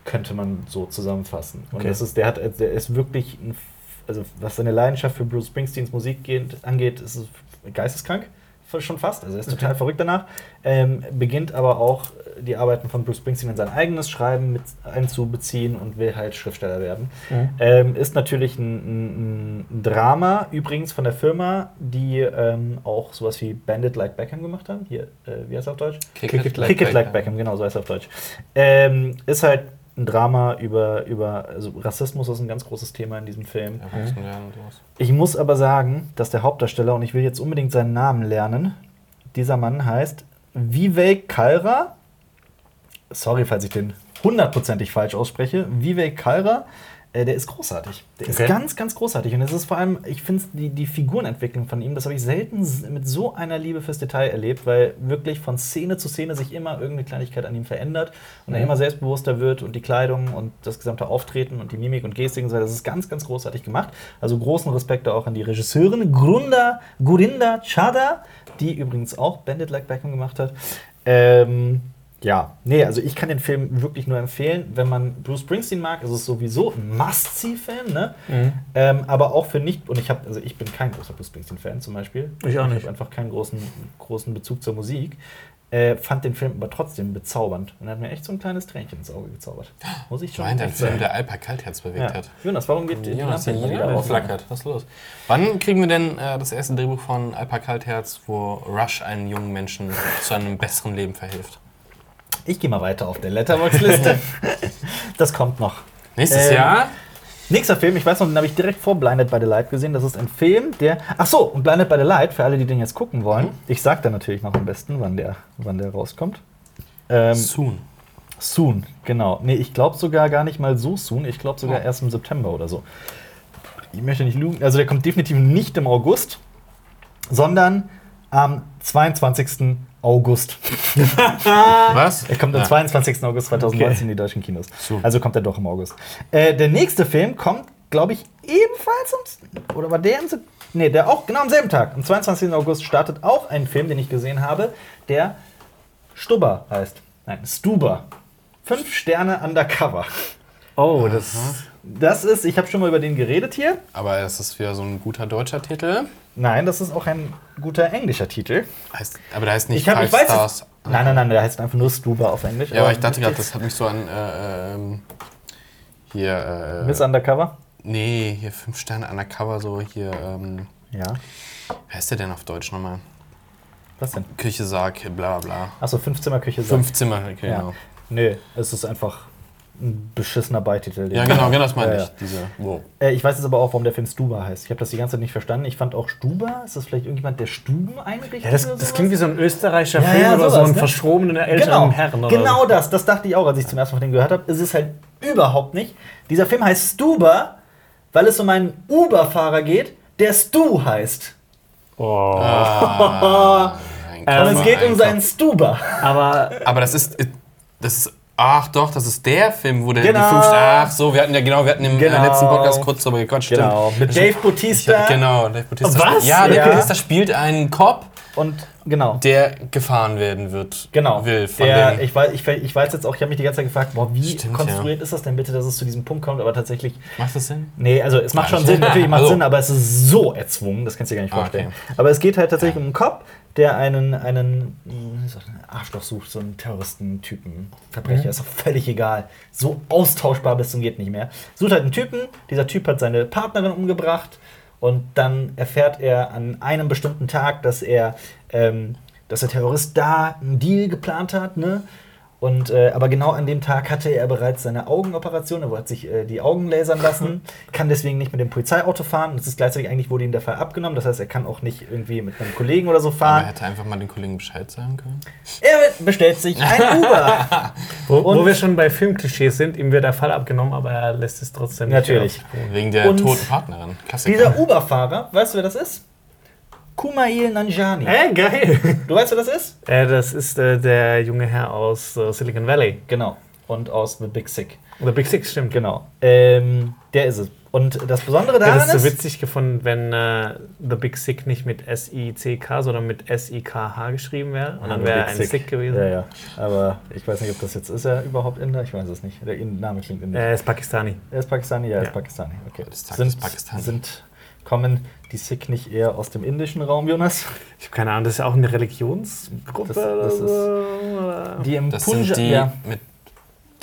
S1: könnte man so zusammenfassen. Und
S3: Okay.
S1: das ist, der hat, äh, der ist wirklich ein, also was seine Leidenschaft für Bruce Springsteens Musik geht, angeht, ist es geisteskrank schon fast. Also er ist total verrückt danach. Ähm, beginnt aber auch äh, die Arbeiten von Bruce Springsteen in sein eigenes Schreiben mit einzubeziehen und will halt Schriftsteller werden. Ähm, ist natürlich ein, ein, ein Drama, übrigens von der Firma, die ähm, auch sowas wie Bandit Like Beckham gemacht haben. Hier, äh, wie heißt er auf Deutsch?
S3: Kick it
S1: Kick it like Beckham, genau, so heißt er auf Deutsch. Ähm, ist halt ein Drama über, über also Rassismus ist ein ganz großes Thema in diesem Film.
S2: Ja, was ist denn da denn los?
S1: Ich muss aber sagen, dass der Hauptdarsteller, und ich will jetzt unbedingt seinen Namen lernen, dieser Mann heißt Vivek Kalra. Sorry, falls ich den hundertprozentig falsch ausspreche. Vivek Kalra, äh, der ist großartig. Der ist
S3: Okay.
S1: ganz, ganz großartig. Und es ist vor allem, ich finde die, die Figurenentwicklung von ihm, das habe ich selten s- mit so einer Liebe fürs Detail erlebt, weil wirklich von Szene zu Szene sich immer irgendeine Kleinigkeit an ihm verändert und er immer selbstbewusster wird und die Kleidung und das gesamte Auftreten und die Mimik und Gestik und so, das ist ganz, ganz großartig gemacht. Also großen Respekt da auch an die Regisseurin Grunda, Gurinda Chada, die übrigens auch Bandit Like Beckham gemacht hat. Ähm, Ja, nee, also ich kann den Film wirklich nur empfehlen. Wenn man Bruce Springsteen mag, ist es sowieso ein Must-See-Film, ne?
S3: Mhm.
S1: Ähm, aber auch für nicht, und ich habe, also ich bin kein großer Bruce Springsteen-Fan zum Beispiel.
S3: Ich auch
S1: Ich
S3: nicht.
S1: habe einfach keinen großen, großen Bezug zur Musik. Äh, fand den Film aber trotzdem bezaubernd und hat mir echt so ein kleines Tränchen ins Auge gezaubert. Muss ich
S2: Ich
S1: schon
S2: meine, ein
S1: echt
S2: Film,
S1: sagen.
S2: der Alper Kaltherz bewegt
S1: ja.
S2: hat.
S1: Jonas, warum geht
S2: Jonas, der
S1: Jonas mal
S2: jeder
S1: wieder auf Lack?
S2: aufflackert. Was ist los? Wann kriegen wir denn äh, das erste Drehbuch von Alper Kaltherz, wo Rush einen jungen Menschen zu einem besseren Leben verhilft?
S1: Ich gehe mal weiter auf
S2: (laughs)
S1: der Letterbox-Liste. das kommt noch.
S2: Nächstes
S1: Ähm,
S2: Jahr?
S1: Nächster Film, ich weiß noch, den habe ich direkt vor Blinded by the Light gesehen. Das ist ein Film, der. Ach so, und Blinded by the Light, für alle, die den jetzt gucken wollen. Ich sag dann natürlich noch am besten, wann der, wann der rauskommt. Ähm,
S2: Soon.
S1: soon, genau. Nee, ich glaube sogar gar nicht mal so soon. Ich glaube sogar
S2: Oh.
S1: erst im September oder so. Ich möchte nicht lügen. Also, der kommt definitiv nicht im August, sondern am 22. August.
S2: Was?
S1: Er kommt am
S2: Ah.
S1: 22. August 2019 in die deutschen Kinos.
S2: So.
S1: Also kommt er doch im August. Äh, der nächste Film kommt, glaube ich, ebenfalls am. Oder war der am. Sep- Nee, der auch genau am selben Tag. Am 22. August startet auch ein Film, den ich gesehen habe, der Stubber heißt. Nein, Stuber. Fünf Sterne undercover.
S3: Oh, das.
S1: Das ist, ich habe schon mal über den geredet hier.
S2: Aber es ist wieder so ein guter deutscher Titel.
S1: Nein, das ist auch ein guter englischer Titel.
S2: Heißt, aber der heißt nicht
S1: Ich, hab, ich weiß. es-
S2: Stars.
S1: Nein, nein, nein, der heißt einfach nur Stuber auf Englisch.
S2: Ja, aber ich dachte gerade,
S1: (laughs)
S2: das hat mich so an äh, ähm, hier. Äh,
S1: Miss Undercover?
S2: nee, hier fünf Sterne undercover, so hier. Ähm,
S1: Ja.
S2: wie heißt der denn auf Deutsch nochmal?
S1: Was denn?
S2: Küche Sarg, bla bla bla.
S1: Achso, Fünfzimmerküche. sagt-
S2: Fünf Zimmer, okay,
S1: Ja.
S2: genau.
S1: Nö, es ist einfach ein beschissener Beititel. den-
S2: Ja, genau, genau, das meine
S1: Ja,
S2: ich.
S1: ja.
S2: Diese. Wow.
S1: Äh, ich weiß jetzt aber auch, warum der Film Stuba heißt. Ich habe das die ganze Zeit nicht verstanden. Ich fand auch Stuba, ist das vielleicht irgendjemand, der Stuben einrichtet?
S3: Ja, das,
S1: oder
S3: das
S1: sowas?
S3: klingt wie so ein österreichischer
S1: Ja,
S3: Film
S1: ja,
S3: oder so
S1: sowas,
S3: einen
S1: ne?
S3: verschrobenen älteren
S1: genau,
S3: Herren. Oder
S1: genau das. Das dachte ich auch, als ich zum ersten Mal von dem gehört habe. Ist es halt überhaupt nicht. Dieser Film heißt Stuba, weil es um einen Uber-Fahrer geht, der Stu heißt.
S3: So. Oh.
S2: Ah, ein
S1: Und
S2: Koffer,
S1: es geht um
S2: ein
S1: seinen Stuba.
S3: Aber
S2: Aber das ist. Das ist. Ach doch, das ist der Film, wo der
S1: Genau.
S2: die fünf. Ach so, wir hatten ja genau, wir hatten im
S1: Genau.
S2: äh, letzten Podcast kurz drüber gequatscht. stimmt.
S1: Mit Dave
S2: Genau, Ich hab,
S1: Bautista
S2: genau, Dave Bautista.
S3: Was?
S2: spielt- Ja, Dave
S1: Ja.
S2: Bautista spielt einen Cop,
S1: und genau.
S2: der gefahren werden wird.
S1: Genau.
S2: Will von
S1: der,
S2: dem.
S1: ich, weiß, ich, ich weiß jetzt auch, ich habe mich die ganze Zeit gefragt, boah, wie
S2: Stimmt,
S1: konstruiert ist das denn bitte, dass es zu diesem Punkt kommt, aber tatsächlich.
S2: Macht das Sinn?
S1: Nee, also es macht
S2: Ja,
S1: schon Sinn,
S2: (laughs)
S1: natürlich macht
S2: Also.
S1: Sinn, aber es ist so erzwungen, das kannst du dir gar nicht
S2: Ah,
S1: vorstellen.
S2: okay.
S1: Aber es geht halt tatsächlich um einen Cop, der einen, einen mh, so einen Arschloch sucht, so einen Terroristentypen, Verbrecher,
S2: Mhm.
S1: ist doch völlig egal. So austauschbar bis zum geht nicht mehr. Sucht halt einen Typen, dieser Typ hat seine Partnerin umgebracht und dann erfährt er an einem bestimmten Tag, dass er, ähm, dass der Terrorist da einen Deal geplant hat, ne? Und, äh, aber genau an dem Tag hatte er bereits seine Augenoperation, er hat sich äh, die Augen lasern lassen, kann deswegen nicht mit dem Polizeiauto fahren. Das ist gleichzeitig eigentlich, wurde ihm der Fall abgenommen. Das heißt, er kann auch nicht irgendwie mit einem Kollegen oder so
S2: Aber
S1: fahren.
S2: er hätte einfach mal den Kollegen Bescheid sagen können.
S1: Er bestellt sich ein Uber.
S3: wo,
S1: Und-
S3: wo wir schon bei Filmklischees sind, ihm wird der Fall abgenommen, aber er lässt es trotzdem
S1: Natürlich.
S2: Wegen der
S1: Und
S2: toten Partnerin. Klassiker.
S1: Dieser Uber-Fahrer, weißt du, wer das ist? Kumail Nanjiani.
S3: Äh, geil.
S1: Du weißt, wer das ist?
S3: (laughs) äh, das ist äh, der junge Herr aus äh, Silicon Valley.
S1: Genau. Und aus The Big Sick.
S3: Oder Big Six, stimmt.
S1: Genau. Ähm, der ist es. Und das Besondere
S3: Ich
S1: daran
S3: hätte es so
S1: ist,
S3: witzig gefunden, wenn äh, The Big Sick nicht mit S-I-C-K, sondern mit S-I-K-H geschrieben wäre. Und dann wäre er ein Sick, gewesen.
S1: Ja, ja. Aber ich weiß nicht, ob das jetzt ist er überhaupt Inder. Ich weiß es nicht. Der Name klingt Inder.
S3: Äh, Er ist Pakistani.
S1: Er ist Pakistani, ja, er ist
S3: Ja.
S1: Pakistani. Okay.
S2: Des Tages
S1: sind,
S2: Pakistani.
S1: sind kommen die Sikh nicht eher aus dem indischen Raum, Jonas?
S3: Ich habe keine Ahnung, das ist ja auch eine Religionsgruppe.
S1: Das- das
S3: oder
S1: ist-
S3: so, oder?
S1: Die im
S2: das
S1: Punjab-
S2: sind die
S1: ja.
S2: mit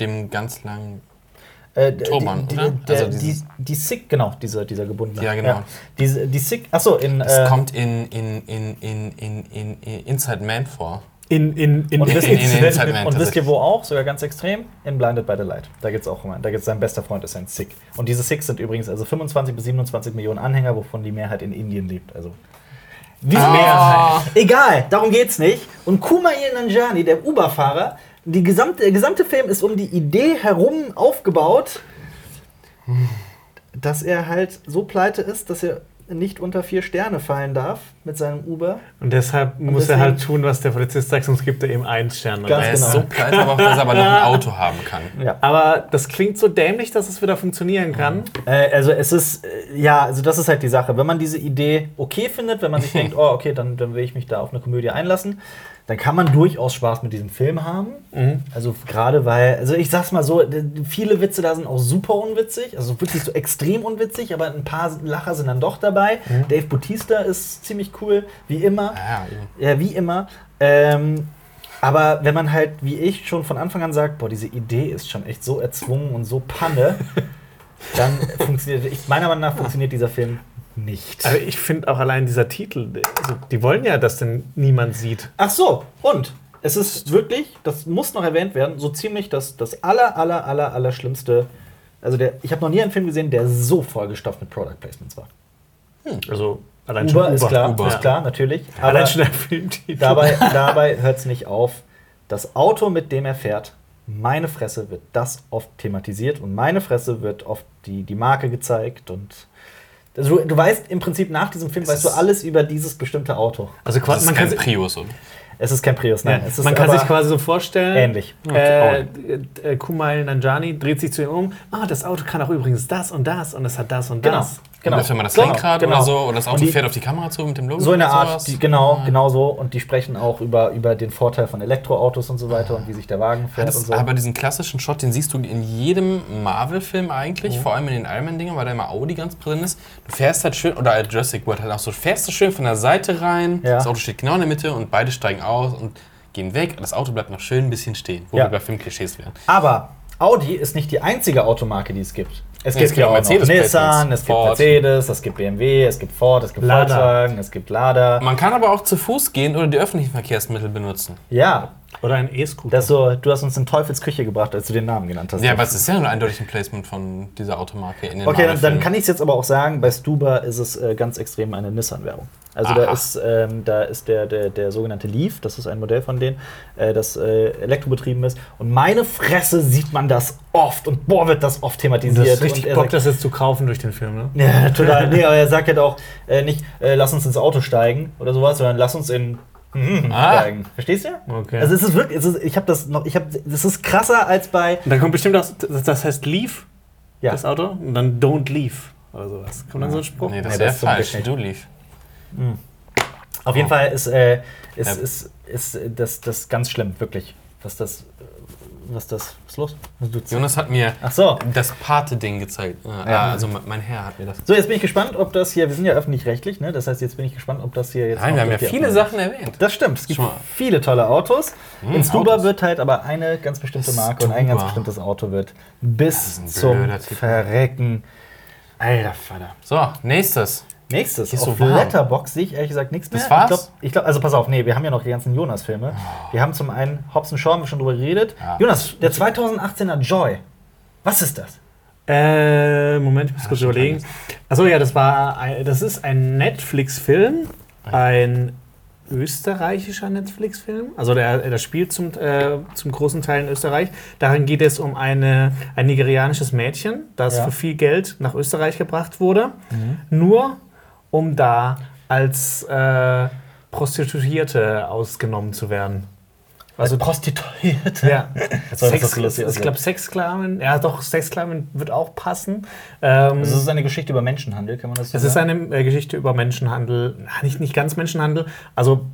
S2: dem ganz langen.
S1: Äh, d-
S2: Turban,
S1: die,
S2: oder?
S1: die, der-
S2: Also
S1: die,
S2: dieses-
S1: die Sikh, genau, dieser, dieser gebundene.
S2: Ja, genau.
S1: Die, die Sikh, achso, in.
S2: Das
S1: äh,
S2: kommt in, in, in, in, in, in, in Inside Man vor.
S3: In, in, in,
S1: und wisst,
S2: in- in- Inside Man
S1: und wisst ihr
S2: tatsächlich.
S1: wo auch, sogar ganz extrem? In Blinded by the Light. Da geht es auch um einen. Da geht sein bester Freund ist ein Sikh. Und diese Sikhs sind übrigens also 25 bis 27 Millionen Anhänger, wovon die Mehrheit in Indien lebt. Also. Diese
S2: Ah.
S1: Mehrheit. Egal, darum geht's nicht. Und Kumail Nanjiani, der Uber-Fahrer, die gesamte, der gesamte Film ist um die Idee herum aufgebaut, dass er halt so pleite ist, dass er nicht unter vier Sterne fallen darf mit seinem Uber.
S3: Und deshalb muss
S1: deswegen-
S3: er halt tun, was der Polizist sagt, sonst gibt er ihm einen Stern.
S1: Ganz
S2: Er
S1: genau.
S2: ist so pleite, aber auch, dass er aber noch
S1: (laughs)
S2: ein Auto haben kann.
S1: Ja.
S3: Aber das klingt so dämlich, dass es wieder funktionieren kann.
S1: Äh, also es ist, äh, ja, also das ist halt die Sache. Wenn man diese Idee okay findet, wenn man sich denkt, oh, okay, dann, dann will ich mich da auf eine Komödie einlassen, dann kann man durchaus Spaß mit diesem Film haben. Also gerade weil, also ich sag's mal so, d- viele Witze da sind auch super unwitzig, also wirklich so extrem unwitzig, aber ein paar Lacher sind dann doch dabei. Dave Bautista ist ziemlich cool, wie immer.
S2: Ah, ja.
S1: Ja, wie immer. Ähm, aber wenn man halt, wie ich, schon von Anfang an sagt, boah, diese Idee ist schon echt so erzwungen und so
S3: (laughs)
S1: Panne, dann funktioniert, ich, meiner Meinung nach funktioniert dieser Film nicht.
S3: Aber ich finde auch allein dieser Titel, also die wollen ja, dass denn niemand sieht.
S1: Ach so, und es ist wirklich, das muss noch erwähnt werden, so ziemlich das, das aller, aller, aller, aller schlimmste. Also der, ich habe noch nie einen Film gesehen, der so vollgestopft mit Product Placements war.
S3: Also allein
S1: Uber,
S3: schon
S1: ist klar,
S2: Uber.
S1: ist klar, natürlich.
S3: Allein
S1: Aber
S3: schon der Filmtitel.
S1: dabei, dabei hört es nicht auf. Das Auto, mit dem er fährt, meine Fresse wird das oft thematisiert und meine Fresse wird oft die, die Marke gezeigt und also du, du weißt im Prinzip nach diesem Film, weißt du
S2: ist-
S1: alles über dieses bestimmte Auto.
S3: Also
S2: Das
S3: quasi,
S2: ist
S3: man kann,
S2: kein
S3: sich,
S2: Prius. Und
S1: Es ist kein Prius, nein.
S3: ja,
S1: es ist
S3: man kann sich
S1: aber-
S3: quasi so vorstellen.
S1: Ähnlich. oh.
S3: Äh, äh, Kumail Nanjani dreht sich zu ihm um. Ah, das Auto kann auch übrigens das und das und es hat das und das.
S1: Genau.
S2: Das wenn man das
S1: Genau,
S2: Lenkrad
S1: genau.
S2: oder so und das Auto
S1: Und die-
S2: fährt auf die Kamera zu mit dem Logo.
S1: So in der
S2: und
S1: Art,
S2: sowas.
S1: die, genau, genau so. Und die sprechen auch über, über den Vorteil von Elektroautos und so weiter und wie sich der Wagen
S2: Ja,
S1: fährt
S2: das,
S1: und so.
S2: Aber diesen klassischen Shot, den siehst du in jedem Marvel-Film
S1: Mhm.
S2: eigentlich, vor allem in den Iron Man-Dingern, weil da immer Audi ganz drin ist. Du fährst halt schön, oder halt Jurassic World halt auch so, fährst du schön von der Seite rein,
S1: Ja.
S2: das Auto steht genau in der Mitte und beide steigen aus und gehen weg. Das Auto bleibt noch schön ein bisschen stehen, wo
S1: Ja.
S2: wir bei Filmklischees wären.
S1: Aber Audi ist nicht die einzige Automarke, die es gibt. Es
S2: Nee,
S1: gibt
S2: es gibt
S1: ja
S2: auch
S1: auch noch
S2: Mercedes-Benz,
S1: Nissan, es gibt
S2: Ford.
S1: Mercedes, es gibt BMW, es gibt Ford, es gibt
S3: Lada.
S1: Volkswagen, es gibt Lada.
S2: Man kann aber auch zu Fuß gehen oder die öffentlichen Verkehrsmittel benutzen.
S1: Ja,
S3: Oder ein E-Scooter.
S1: das so, du hast uns in Teufelsküche gebracht, als du den Namen genannt hast.
S2: Ja, genau aber es ist ja nur eindeutig ein Placement von dieser Automarke in den
S1: Okay, dann, dann
S2: Marvel-Filmen.
S1: kann ich es jetzt aber auch sagen, bei Stuba ist es äh, ganz extrem eine Nissan-Werbung. Also da
S2: Aha.
S1: ist, ähm, da ist der, der, der sogenannte Leaf, das ist ein Modell von denen, äh, das äh, elektrobetrieben ist. Und meine Fresse sieht man das oft und boah, wird das oft thematisiert.
S3: Das ist
S1: und
S3: richtig
S1: er
S3: Bock,
S1: sagt,
S3: das jetzt zu kaufen durch den Film, ne?
S2: (laughs)
S1: ja, total. Nee, aber er sagt halt auch äh, nicht, äh, lass uns ins Auto steigen oder sowas, sondern lass uns in hm,
S2: Ah.
S1: steigen. Verstehst du?
S3: Okay.
S1: Also es ist wirklich, es ist, ich habe das noch, ich habe, das ist krasser als bei
S3: Und dann kommt bestimmt auch, das das heißt Leave,
S1: ja.
S3: das Auto, und dann Don't Leave oder sowas. Kommt dann so ein Spruch?
S2: Nee, das
S1: Nee,
S2: wäre
S1: das ist so ein
S2: falsch.
S1: Geschenk.
S2: Du lief.
S1: Auf jeden Fall ist, äh, ist,
S2: Oh. Ja.
S1: ist, ist, äh, das, das ganz schlimm, wirklich. Was das. äh, Was das. Was ist los? Was du
S2: Jonas hat mir
S1: Ach so.
S2: das Pate-Ding gezeigt. Ah,
S1: Ja.
S2: Also mein mein Herr hat mir das
S1: So, jetzt bin ich gespannt, ob das hier. Wir sind ja öffentlich-rechtlich, ne? Das heißt, jetzt bin ich gespannt, ob das hier jetzt.
S2: Nein,
S1: noch
S2: wir haben ja
S1: durch die
S2: viele
S1: Aufnahme-
S2: Sachen erwähnt.
S1: Das stimmt. Es gibt
S2: Schon mal. Hm,
S1: viele tolle Autos. In Stuba
S2: Autos.
S1: wird halt aber eine ganz bestimmte Marke und ein ganz
S2: Stuba.
S1: bestimmtes Auto wird
S2: ist
S1: bis
S2: ein
S1: zum
S2: blöder Titel.
S1: Verrecken. Alter Vater.
S2: So, nächstes.
S1: Nächstes.
S2: Hier ist so
S1: auf
S2: warm.
S1: Letterbox sehe ich ehrlich gesagt nichts mehr.
S2: Das war's? Oh.
S1: Ich glaub, ich glaub, also pass auf, nee, wir haben ja noch die ganzen Jonas-Filme. Wir haben zum einen Hobbs und Shaw, haben wir schon drüber geredet.
S2: Ja.
S1: Jonas, der 2018er Joy. Was ist das?
S3: Äh, Moment, ich muss kurz überlegen. Achso, ja, das war, ein- das ist ein Netflix-Film, ein österreichischer Netflix-Film. Also der, der spielt zum, äh, zum großen Teil in Österreich. Darin geht es um eine, ein nigerianisches Mädchen, das
S1: Ja. Mhm.
S3: für viel Geld nach Österreich gebracht wurde, nur um da als äh, Prostituierte ausgenommen zu werden.
S2: Äh.
S3: Also
S1: Prostituierte.
S3: ja.
S1: soll das
S3: Sex,
S1: so lustig
S3: ich glaube, Sexklamen, ja doch, Sexklamen wird auch passen. Ähm,
S1: Das ist eine Geschichte über Menschenhandel, kann man das so
S3: es ist
S1: sagen?
S3: eine äh, Geschichte über Menschenhandel, Na, nicht, nicht ganz Menschenhandel, also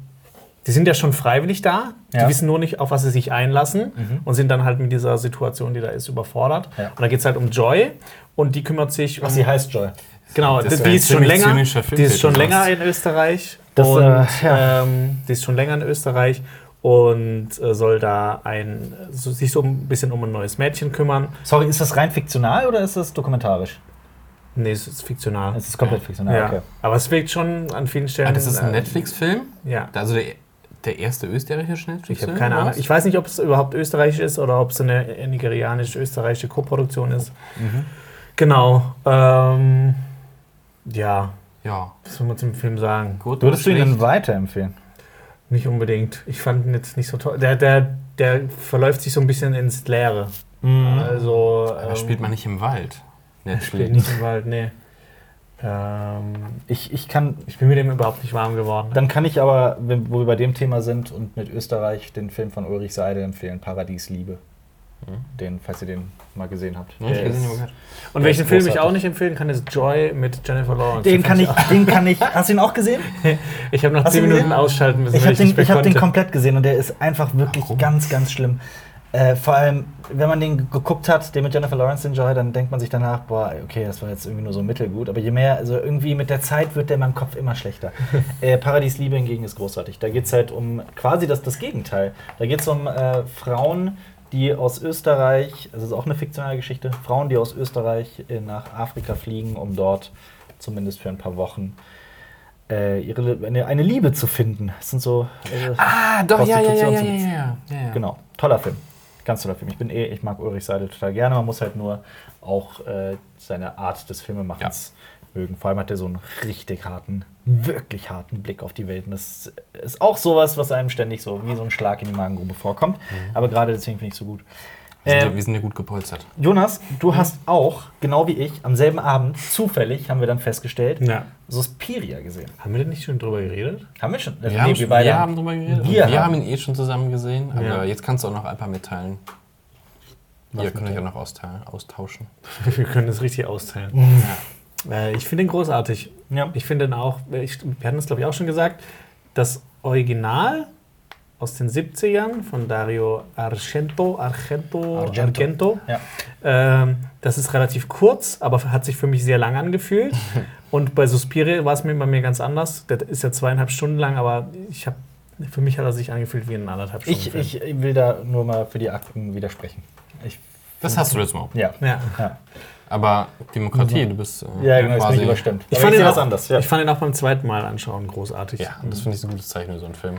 S3: die sind ja schon freiwillig da, die
S1: Ja.
S3: wissen nur nicht, auf was sie sich einlassen
S2: Mhm.
S3: und sind dann halt mit dieser Situation, die da ist, überfordert.
S1: Ja.
S3: Und da geht es halt um Joy und die kümmert sich um,
S1: Ach, sie heißt Joy.
S3: genau,
S2: Das
S3: die,
S2: ist
S3: die
S2: ein
S3: ist schon
S2: ziemlich
S3: länger,
S2: zynischer Film,
S3: die ist schon
S2: den du
S3: länger
S2: machst.
S3: in Österreich
S1: Das,
S3: und
S1: äh, ja.
S3: ähm, die ist schon länger in Österreich und äh, soll da ein, so, sich so ein bisschen um ein neues Mädchen kümmern.
S1: Sorry, ist das rein fiktional oder ist das dokumentarisch?
S3: Nee, es ist fiktional.
S1: Es ist komplett fiktional,
S3: ja.
S1: okay.
S3: Aber es wirkt schon an vielen Stellen.
S2: Ah, das ist ein
S1: Ähm,
S3: äh,
S2: Netflix-Film.
S3: Ja.
S2: Also der, der erste österreichische
S3: Ich
S2: Netflix-Film.
S3: habe keine
S2: oder
S3: Ahnung.
S2: was?
S3: Ich weiß nicht, ob es überhaupt österreichisch ist oder ob es eine nigerianisch-österreichische Koproduktion ist.
S1: Mhm.
S3: Genau. Ähm, ja,
S2: ja,
S3: was soll man zum Film sagen?
S2: gut.
S1: Würdest du ihn
S2: schlecht.
S1: denn weiterempfehlen?
S3: Nicht unbedingt. Ich fand ihn jetzt nicht so toll. Der, der, der verläuft sich so ein bisschen ins Leere.
S1: Mhm.
S3: Also.
S2: Aber spielt man nicht im Wald.
S3: spielt
S2: Netflix.
S3: nicht im Wald, nee. Ähm,
S1: Ich, ich kann.
S3: ich bin mit dem überhaupt nicht warm geworden.
S1: Dann kann ich aber, wenn- wo wir bei dem Thema sind und mit Österreich, den Film von Ulrich Seidel empfehlen: Paradiesliebe. Den, falls ihr den mal gesehen habt.
S2: Hm?
S3: Der
S2: Ich weiß
S3: ist-
S2: nicht, ob ich-
S3: Und welchen
S2: ist
S3: Film ich
S2: großartig.
S3: auch nicht empfehlen kann, ist Joy mit Jennifer Lawrence.
S1: Den
S3: Den
S1: kann ich,
S3: fand
S1: den kann ich. Hast du ihn auch gesehen?
S3: Ich, ich habe noch
S1: Hast du
S3: 10
S1: ihn
S3: Minuten
S1: gesehen?
S3: ausschalten müssen,
S1: Ich
S3: weil
S1: habe
S3: ich nicht
S1: den,
S3: mehr
S1: ich hab den
S3: konnte.
S1: komplett gesehen und der ist einfach wirklich
S2: Warum?
S1: ganz, ganz schlimm. Äh, vor allem, wenn man den geguckt hat, den mit Jennifer Lawrence den Joy, dann denkt man sich danach, boah, okay, das war jetzt irgendwie nur so mittelgut. Aber je mehr, also irgendwie mit der Zeit wird der in meinem Kopf immer schlechter. äh, Paradiesliebe hingegen ist großartig. Da geht es halt um quasi das, das Gegenteil. Da geht es um äh, Frauen, die aus Österreich, also das ist auch eine fiktionale Geschichte, Frauen, die aus Österreich äh, nach Afrika fliegen, um dort zumindest für ein paar Wochen äh, ihre, Li- eine, eine Liebe zu finden. Das sind so. Äh,
S2: Ah, doch, ja, ja, ja, ja, ja,
S1: Prostitution
S2: ja, ja, ja.
S1: Genau. Toller Film. Ganz toller Film. Ich bin eh, ich mag Ulrich Seidel total gerne. Man muss halt nur auch äh, seine Art des Filmemachens mögen. Vor allem hat er so einen richtig harten, wirklich harten Blick auf die Welt. Und das ist auch sowas, was einem ständig so wie so ein Schlag in die Magengrube vorkommt. Aber gerade deswegen finde ich es so gut.
S2: Mhm. Wir sind, Mhm.
S1: Ähm,
S2: ja, wir sind ja gut gepolstert.
S1: Jonas, du hast auch, genau wie ich, am selben Abend, zufällig haben wir dann festgestellt,
S3: Ja.
S1: Suspiria gesehen.
S3: Haben wir denn nicht schon drüber geredet?
S1: Haben wir schon?
S2: Also Wir, haben, schon- wir haben drüber geredet. und
S1: Wir
S2: wir
S1: haben-
S2: haben ihn eh schon zusammen gesehen, aber
S3: Ja.
S2: jetzt kannst du auch noch Alpa mitteilen.
S1: Was
S2: Ihr könnt euch
S1: mitteilen?
S2: ja noch austeilen, austauschen.
S3: (laughs) Wir können das richtig austeilen. Äh, ich finde den großartig.
S1: Ja.
S3: Ich finde den auch, äh, ich, wir hatten es glaube ich auch schon gesagt, das Original aus den 70ern von Dario Argento, Argento,
S1: Argento.
S3: Argento,
S1: Ja.
S3: Ähm, das ist relativ kurz, aber hat sich für mich sehr lang (laughs) angefühlt. Und bei Suspiria war es mir bei mir ganz anders. Der ist ja zweieinhalb Stunden lang, aber ich habe für mich hat er sich angefühlt wie ein anderthalb Stunden.
S1: Ich,
S3: Film.
S1: ich will da nur mal für die Akten widersprechen. Ich,
S2: Das hast du jetzt mal.
S1: ja.
S3: ja.
S1: Ja,
S2: Aber Demokratie, du bist äh,
S1: ja genau, ist nicht überstimmt.
S3: Ich
S1: Aber
S3: fand,
S1: sehe
S3: ihn
S1: das
S3: auch,
S1: anders. Ja.
S3: ich fand ihn auch beim zweiten Mal anschauen großartig.
S2: Ja, und das finde ich so ein gutes Zeichen für so einen Film.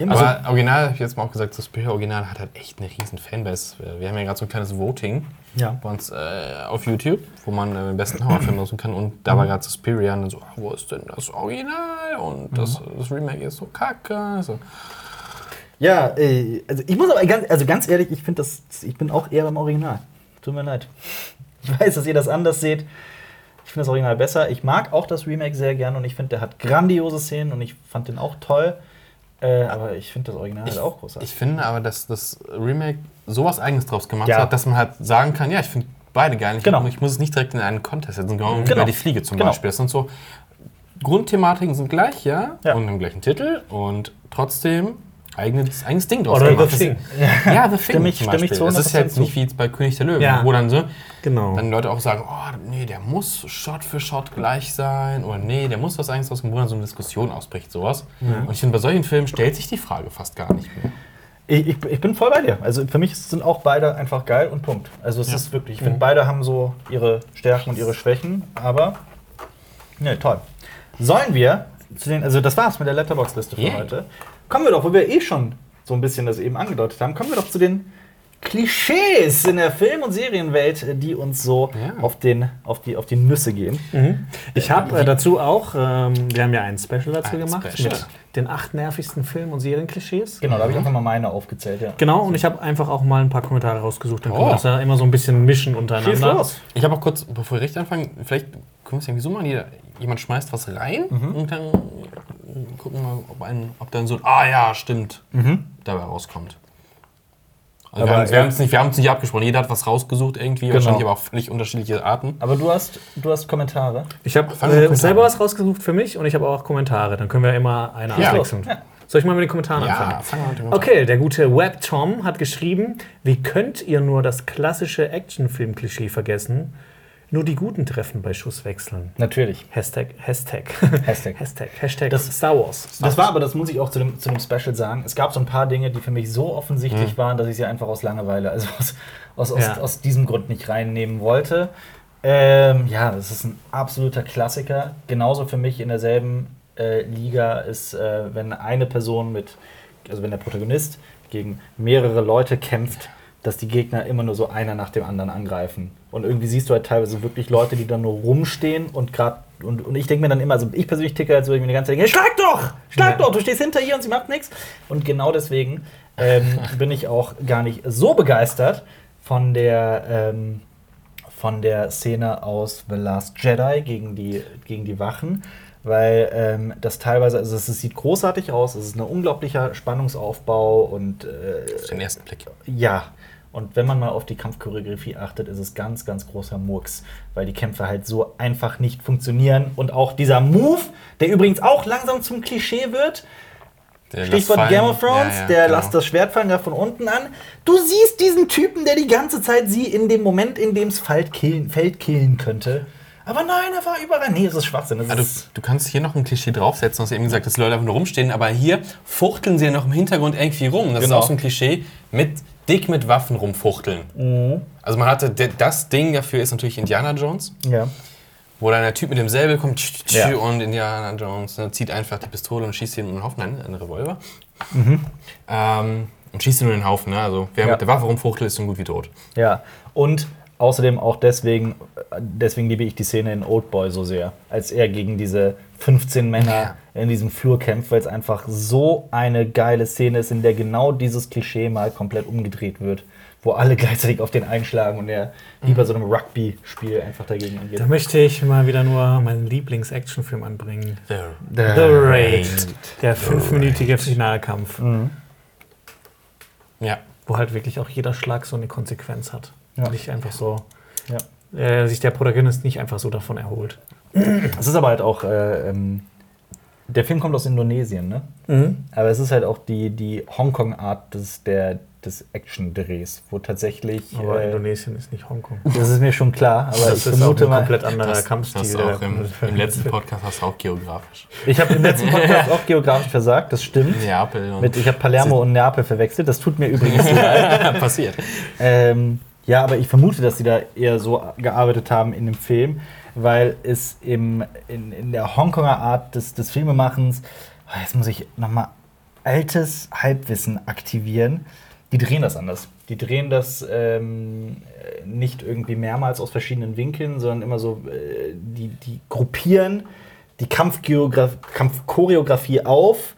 S1: Also,
S2: Aber Original, habe ich jetzt mal auch gesagt, Suspiria Original hat halt echt eine riesen Fanbase. Äh, Wir haben ja gerade so ein kleines Voting
S1: ja.
S2: bei uns äh, auf YouTube, wo man äh, den besten Horrorfilm aussuchen kann. Und da war gerade Suspiria und dann so, ah, wo ist denn das Original? Und das, das Remake ist so kacke. So.
S1: ja, äh, also ich muss aber ganz, also ganz ehrlich, ich finde das, ich bin auch eher beim Original. Tut mir leid. Ich weiß, dass ihr das anders seht. Ich finde das Original besser. Ich mag auch das Remake sehr gern und ich finde, der hat grandiose Szenen und ich fand den auch toll. Äh, aber ich finde das Original halt auch großartig.
S2: Ich finde aber, dass das Remake sowas Eigenes draus gemacht
S1: Ja.
S2: hat, dass man halt sagen kann, ja, ich finde beide geil. Ich,
S1: Genau.
S2: ich muss es nicht direkt in einen Contest setzen, genau, wie
S1: Genau.
S2: bei Die Fliege zum
S1: Genau.
S2: Beispiel. Das sind so, Grundthematiken sind gleich, ja,
S1: Ja.
S2: und im gleichen Titel und trotzdem eigenes, eigenes Ding draus
S3: Oder
S2: gemacht.
S3: The Thing.
S2: Ja, The Thing
S1: Stimme ich-
S2: zum
S1: stimme ich
S2: Beispiel.
S1: zu
S2: Das ist ja
S1: 100%
S2: jetzt
S1: zu.
S2: nicht wie jetzt bei König der Löwen,
S3: Ja.
S2: wo dann so,
S3: Genau.
S2: dann Leute auch sagen, oh, nee, der muss Shot für Shot gleich sein oder nee, der muss was eigenes draus machen, wo dann so eine Diskussion ausbricht, sowas. Und ich finde, bei solchen Filmen stellt sich die Frage fast gar nicht mehr.
S1: Ich, ich, ich bin voll bei dir. Also für mich sind auch beide einfach geil und Punkt. Also es ist wirklich, ich finde, beide haben so ihre Stärken und ihre Schwächen, aber ne, toll. Sollen wir zu den, also das war's mit der Letterbox-Liste für
S2: Yay.
S1: heute. Kommen wir doch, wo wir eh schon so ein bisschen das eben angedeutet haben, kommen wir doch zu den Klischees in der Film- und Serienwelt, die uns so
S2: Ja.
S1: auf, den, auf, die, auf die Nüsse gehen.
S3: Ich habe äh, dazu auch, ähm, wir haben ja ein Special dazu
S2: Ein
S3: gemacht
S2: Special.
S3: mit den acht nervigsten Film- und Serienklischees.
S1: Genau, da habe ich einfach mal meine aufgezählt, ja.
S3: Genau, und ich habe einfach auch mal ein paar Kommentare rausgesucht. Dann können
S2: Oh.
S3: wir das ja immer so ein bisschen mischen untereinander.
S1: Schieß los.
S2: Ich habe auch kurz, bevor wir richtig anfangen, vielleicht können wir es irgendwie so machen, jeder, jemand schmeißt was rein
S1: Mhm.
S2: und dann gucken wir, ob, ein, ob dann so ein Ah ja, stimmt, dabei rauskommt. Also
S1: Mhm. Aber
S2: wir haben uns- wir haben es
S1: ja. Genau.
S2: nicht, wir haben es nicht abgesprochen, jeder hat was rausgesucht irgendwie, wahrscheinlich aber auch völlig unterschiedliche Arten.
S1: Aber du hast, du hast Kommentare.
S3: Ich habe
S2: Fang mit
S3: äh,
S2: Kommentaren
S3: selber
S2: an.
S3: was rausgesucht für mich und ich habe auch Kommentare. Dann können wir immer eine
S2: Ja.
S3: abwechseln.
S1: Ja.
S3: Soll ich mal mit den Kommentaren anfangen?
S2: Ja, fangen wir mit dem
S3: Okay, der gute Web Tom hat geschrieben, wie könnt ihr nur das klassische Actionfilm-Klischee vergessen? Nur die Guten treffen bei Schusswechseln.
S1: Natürlich.
S3: Hashtag, Hashtag. (laughs)
S1: Hashtag.
S3: Hashtag, Hashtag
S1: Das-
S3: Star Wars.
S1: Das war aber, das muss ich auch zu dem, zu dem Special sagen. Es gab so ein paar Dinge, die für mich so offensichtlich waren, dass ich sie einfach aus Langeweile, also aus, aus, aus,
S3: Ja.
S1: aus diesem Grund nicht reinnehmen wollte. Ähm, ja, das ist ein absoluter Klassiker. Genauso für mich in derselben äh, Liga ist, äh, wenn eine Person mit, also wenn der Protagonist gegen mehrere Leute kämpft, dass die Gegner immer nur so einer nach dem anderen angreifen. Und irgendwie siehst du halt teilweise wirklich Leute, die dann nur rumstehen und gerade. Und, und ich denke mir dann immer, also ich persönlich ticke, als würde ich mir die ganze Zeit denken, hey, schlag doch! Schlag
S3: Ja.
S1: doch! Du stehst hinter ihr und sie macht nichts. Und genau deswegen
S3: (laughs)
S1: ähm, bin ich auch gar nicht so begeistert von der, ähm, von der Szene aus The Last Jedi gegen die, gegen die Wachen, weil ähm, das teilweise, also es sieht großartig aus, es ist ein unglaublicher Spannungsaufbau und äh,
S2: Auf den ersten Blick.
S1: ja. Und wenn man mal auf die Kampfchoreografie achtet, ist es ganz, ganz großer Murks, weil die Kämpfe halt so einfach nicht funktionieren. Und auch dieser Move, der übrigens auch langsam zum Klischee wird,
S2: Der
S1: Stichwort
S2: Lass
S1: Game of
S2: fallen.
S1: Thrones,
S2: Ja, ja,
S1: der
S2: genau.
S1: lasst das Schwert fallen da von unten an. Du siehst diesen Typen, der die ganze Zeit sie in dem Moment, in dem es Feld killen, Feld killen könnte. Aber nein, er war überall. Nee, das ist Schwachsinn. Das
S2: Ah, du,
S1: ist,
S2: du kannst hier noch ein Klischee draufsetzen, du hast eben gesagt, dass die Leute einfach nur rumstehen, aber hier fuchteln sie ja noch im Hintergrund irgendwie rum. Das
S1: Genau.
S2: ist auch so ein Klischee, mit dick mit Waffen rumfuchteln.
S1: Mhm.
S2: Also man hatte de- das Ding dafür ist natürlich Indiana Jones,
S1: ja.
S2: wo dann der Typ mit dem Säbel kommt tsch, tsch,
S1: Ja.
S2: und Indiana Jones ne, zieht einfach die Pistole und schießt ihn in den Haufen, nein, einen Revolver. Ähm, und schießt ihn nur in den Haufen. Ne? Also wer
S1: Mhm. Ja.
S2: mit der Waffe rumfuchtelt, ist so gut wie tot.
S1: Ja, und außerdem auch deswegen, deswegen liebe ich die Szene in Oldboy so sehr, als er gegen diese 15 Männer in diesem Flur kämpft, weil es einfach so eine geile Szene ist, in der genau dieses Klischee mal komplett umgedreht wird, wo alle (laughs) gleichzeitig auf den einschlagen und er wie bei so einem Rugby-Spiel einfach dagegen angeht.
S3: Da möchte ich mal wieder nur meinen Lieblings-Actionfilm anbringen.
S2: Ja.
S3: The Raid. Der fünfminütige Finalkampf,
S1: Mhm.
S3: wo halt wirklich auch jeder Schlag so eine Konsequenz hat.
S1: Ja.
S3: Nicht einfach so.
S1: Ja.
S3: Äh, sich der Protagonist nicht einfach so davon erholt.
S1: Es ist aber halt auch, äh, ähm, der Film kommt aus Indonesien, ne? Aber es ist halt auch die, die Hongkong-Art des, der- des Action-Drehs, wo tatsächlich.
S3: Aber
S1: äh,
S3: Indonesien ist nicht Hongkong.
S1: Das ist mir schon klar, aber ich
S3: Das ist auch
S1: vermute
S3: ein
S1: mal.
S3: komplett anderer Kampfstil.
S2: Hast du
S3: der
S2: auch im,
S3: da-
S2: im letzten Podcast hast du auch
S1: (laughs)
S2: geografisch.
S1: Ich habe im letzten Podcast auch geografisch versagt, das
S3: (laughs)
S1: stimmt.
S2: Neapel und
S1: Mit, ich habe Palermo und Neapel verwechselt, das tut mir übrigens
S2: (laughs)
S1: leid.
S2: passiert.
S1: Ähm, ja, aber ich vermute, dass sie da eher so gearbeitet haben in dem Film, weil es im, in, in der Hongkonger Art des, des Filmemachens, Ah, jetzt muss ich nochmal altes Halbwissen aktivieren. Die drehen das anders. Die drehen das ähm, äh, nicht irgendwie mehrmals aus verschiedenen Winkeln, sondern immer so, äh, die, die gruppieren die Kampfgeograf- Kampfchoreografie auf.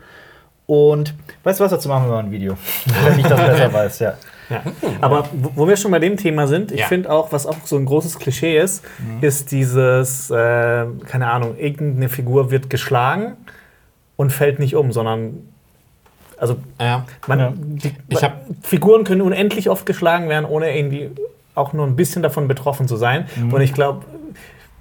S1: Und weißt du was, dazu machen wir mal ein Video. (laughs) Wenn ich das besser weiß, ja.
S3: Ja. Aber wo wo wir schon bei dem Thema sind,
S2: Hm,
S3: ich
S2: Ja. Mhm.
S3: finde auch, was auch so ein großes Klischee ist, ist dieses, äh, keine Ahnung, irgendeine Figur wird geschlagen und fällt nicht um, sondern also
S2: Ah Ja.
S3: man,
S1: Ja.
S3: die,
S2: Ich hab-
S3: Figuren können unendlich oft geschlagen werden, ohne irgendwie auch nur ein bisschen davon betroffen zu sein.
S2: Mhm.
S3: Und ich glaube,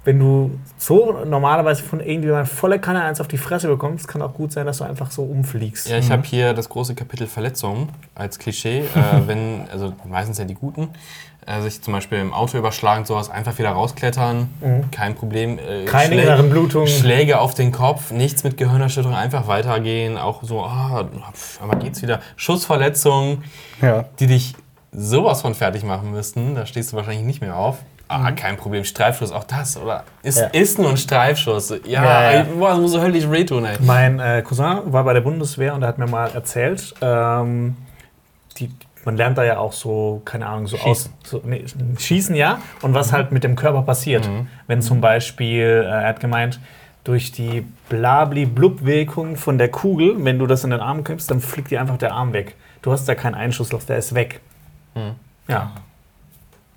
S3: wenn du so normalerweise von irgendjemandem volle Kanne eins auf die Fresse bekommst, kann auch gut sein, dass du einfach so umfliegst.
S2: Ja, ich habe hier das große Kapitel Verletzungen als Klischee, äh, wenn, also meistens ja die Guten, äh, sich zum Beispiel im Auto überschlagen, sowas, einfach wieder rausklettern, kein Problem. Äh,
S3: Keine
S2: Schlä-
S3: inneren Blutungen.
S2: Schläge auf den Kopf, nichts mit Gehirnerschütterung, einfach weitergehen, auch so, ah, pf, aber geht's wieder. Schussverletzungen,
S1: Ja.
S2: die dich sowas von fertig machen müssten, da stehst du wahrscheinlich nicht mehr auf. Ah, kein Problem, Streifschuss, auch das, oder? Ist,
S1: Ja.
S2: ist nur ein Streifschuss. Ja,
S1: Ja, ja.
S2: Boah, das muss so höllisch wehtun, ey.
S3: Mein äh, Cousin war bei der Bundeswehr und er hat mir mal erzählt, ähm, die, man lernt da ja auch so, keine Ahnung, so
S1: Schießen.
S3: aus. So, nee, Schießen, ja. Und
S2: Mhm.
S3: was halt mit dem Körper passiert. Wenn zum Beispiel, äh, er hat gemeint, durch die Blabli-Blub-Wirkung von der Kugel, wenn du das in den Arm kippst, dann fliegt dir einfach der Arm weg. Du hast da keinen Einschussloch, der ist weg.
S2: Mhm.
S3: Ja.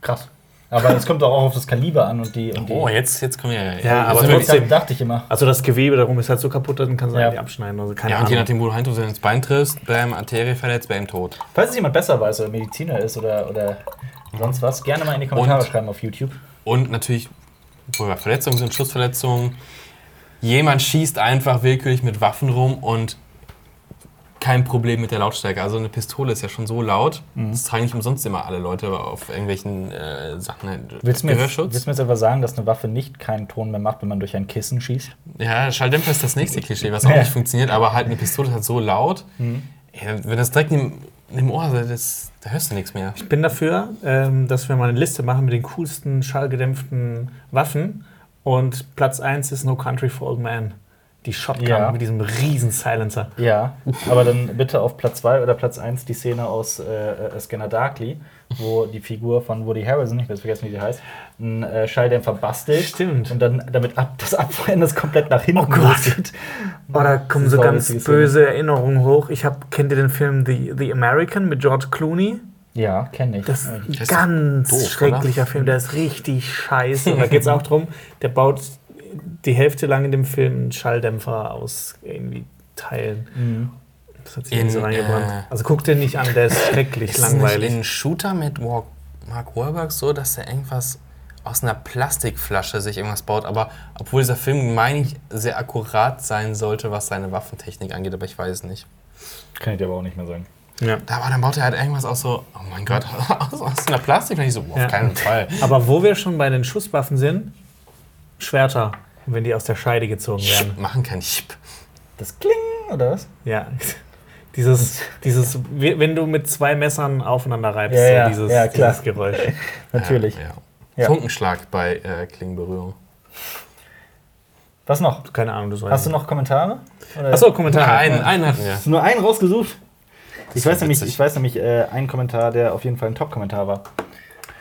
S1: Krass. Aber es kommt doch auch auf das Kaliber an und die. Und die
S2: Oh, jetzt, jetzt kommen wir.
S3: Ja,
S1: aber
S3: aber
S2: sind wir-
S1: trotzdem dachte ich immer.
S3: Also das Gewebe darum ist halt so kaputt, dann kannst du
S1: Ja.
S3: ja. abschneiden. Also keine
S2: Ja, und je
S3: Ahnung.
S2: nachdem, wo du reintust, wenn du ins Bein triffst, bam, Arterie verletzt, bam, tot.
S1: Falls es jemand besser weiß oder Mediziner ist oder, oder sonst was, gerne mal in die Kommentare
S2: Und-
S1: schreiben auf YouTube.
S2: Und natürlich, wo wir Verletzungen sind, Schussverletzungen. Jemand schießt einfach willkürlich mit Waffen rum und kein Problem mit der Lautstärke. Also eine Pistole ist ja schon so laut,
S1: Mhm.
S2: das tragen nicht umsonst immer alle Leute auf irgendwelchen äh, Sachen. äh,
S1: Willst du, mir jetzt,
S2: Gehörschutz?
S1: willst du mir jetzt aber sagen, dass eine Waffe nicht keinen Ton mehr macht, wenn man durch ein Kissen schießt?
S2: Ja, Schalldämpfer ist das nächste Klischee, was auch
S1: Ja. Mhm.
S2: nicht funktioniert, aber halt eine Pistole ist halt so laut, ey, wenn das direkt im, im Ohr ist, das, da hörst du nichts mehr.
S3: Ich bin dafür, ähm, dass wir mal eine Liste machen mit den coolsten schallgedämpften Waffen. Und Platz 1 ist No Country for Old Man. Die Shotgun
S1: Ja.
S3: mit diesem riesen Silencer.
S1: Ja. aber dann bitte auf Platz 2 oder Platz 1 die Szene aus äh, äh, Scanner Darkly, wo die Figur von Woody Harrison, ich weiß vergessen, wie die heißt, einen äh, Schalldämpfer bastelt.
S3: Stimmt.
S1: Und dann damit ab, das Abfeuern das komplett nach hinten
S3: Gott.
S1: losgeht.
S3: Oh, da kommen
S1: Das
S3: so
S1: war eine
S3: ganz
S1: lustige Szene.
S3: böse Erinnerungen hoch. Ich hab, kennt ihr den Film The, The American mit George Clooney?
S1: Ja, kenne ich.
S3: Das ist ein
S2: Das ist
S3: ganz
S2: doof, oder?
S3: schrecklicher Film, der ist richtig scheiße. Und da geht es auch drum, der baut die Hälfte lang in dem Film einen Schalldämpfer aus irgendwie Teilen. Das hat sich in,
S2: In,
S3: so reingebrannt.
S2: äh,
S3: also guck dir nicht an, der ist schrecklich
S2: Ist
S3: langweilig.
S2: nicht in Shooter mit Wa- Mark Wahlberg so, dass er irgendwas aus einer Plastikflasche sich irgendwas baut, aber obwohl dieser Film, meine ich, sehr akkurat sein sollte, was seine Waffentechnik angeht, aber ich weiß es nicht.
S1: Kann ich dir aber auch nicht mehr sagen.
S3: ja.
S2: Da- Aber dann baut er halt irgendwas aus so, oh mein Gott, (laughs) aus, aus einer Plastik. Und ich so, boah, auf
S3: Ja.
S2: keinen
S1: (laughs)
S2: Fall.
S3: Aber wo wir schon bei den Schusswaffen sind, Schwerter, wenn die aus der Scheide gezogen werden.
S2: Machen kann ich.
S1: Das Kling, oder was?
S3: Ja. (laughs) Dieses, dieses, we- wenn du mit zwei Messern aufeinander reibst,
S1: Ja,
S3: so
S1: ja,
S3: dieses,
S1: ja, klar.
S3: dieses Geräusch.
S1: Natürlich.
S2: Ja,
S1: Ja.
S2: ja. Funkenschlag bei äh, Klingenberührung.
S1: Was noch?
S3: Keine Ahnung, das war
S1: Hast du noch Kommentare? Oder-
S3: Achso, Kommentar.
S2: Einen, einen hatten wir.
S1: Hast du nur einen rausgesucht? Ich
S2: war
S1: weiß, nämlich,
S2: witzig.
S1: ich weiß nämlich äh, einen Kommentar, der auf jeden Fall ein Top-Kommentar war.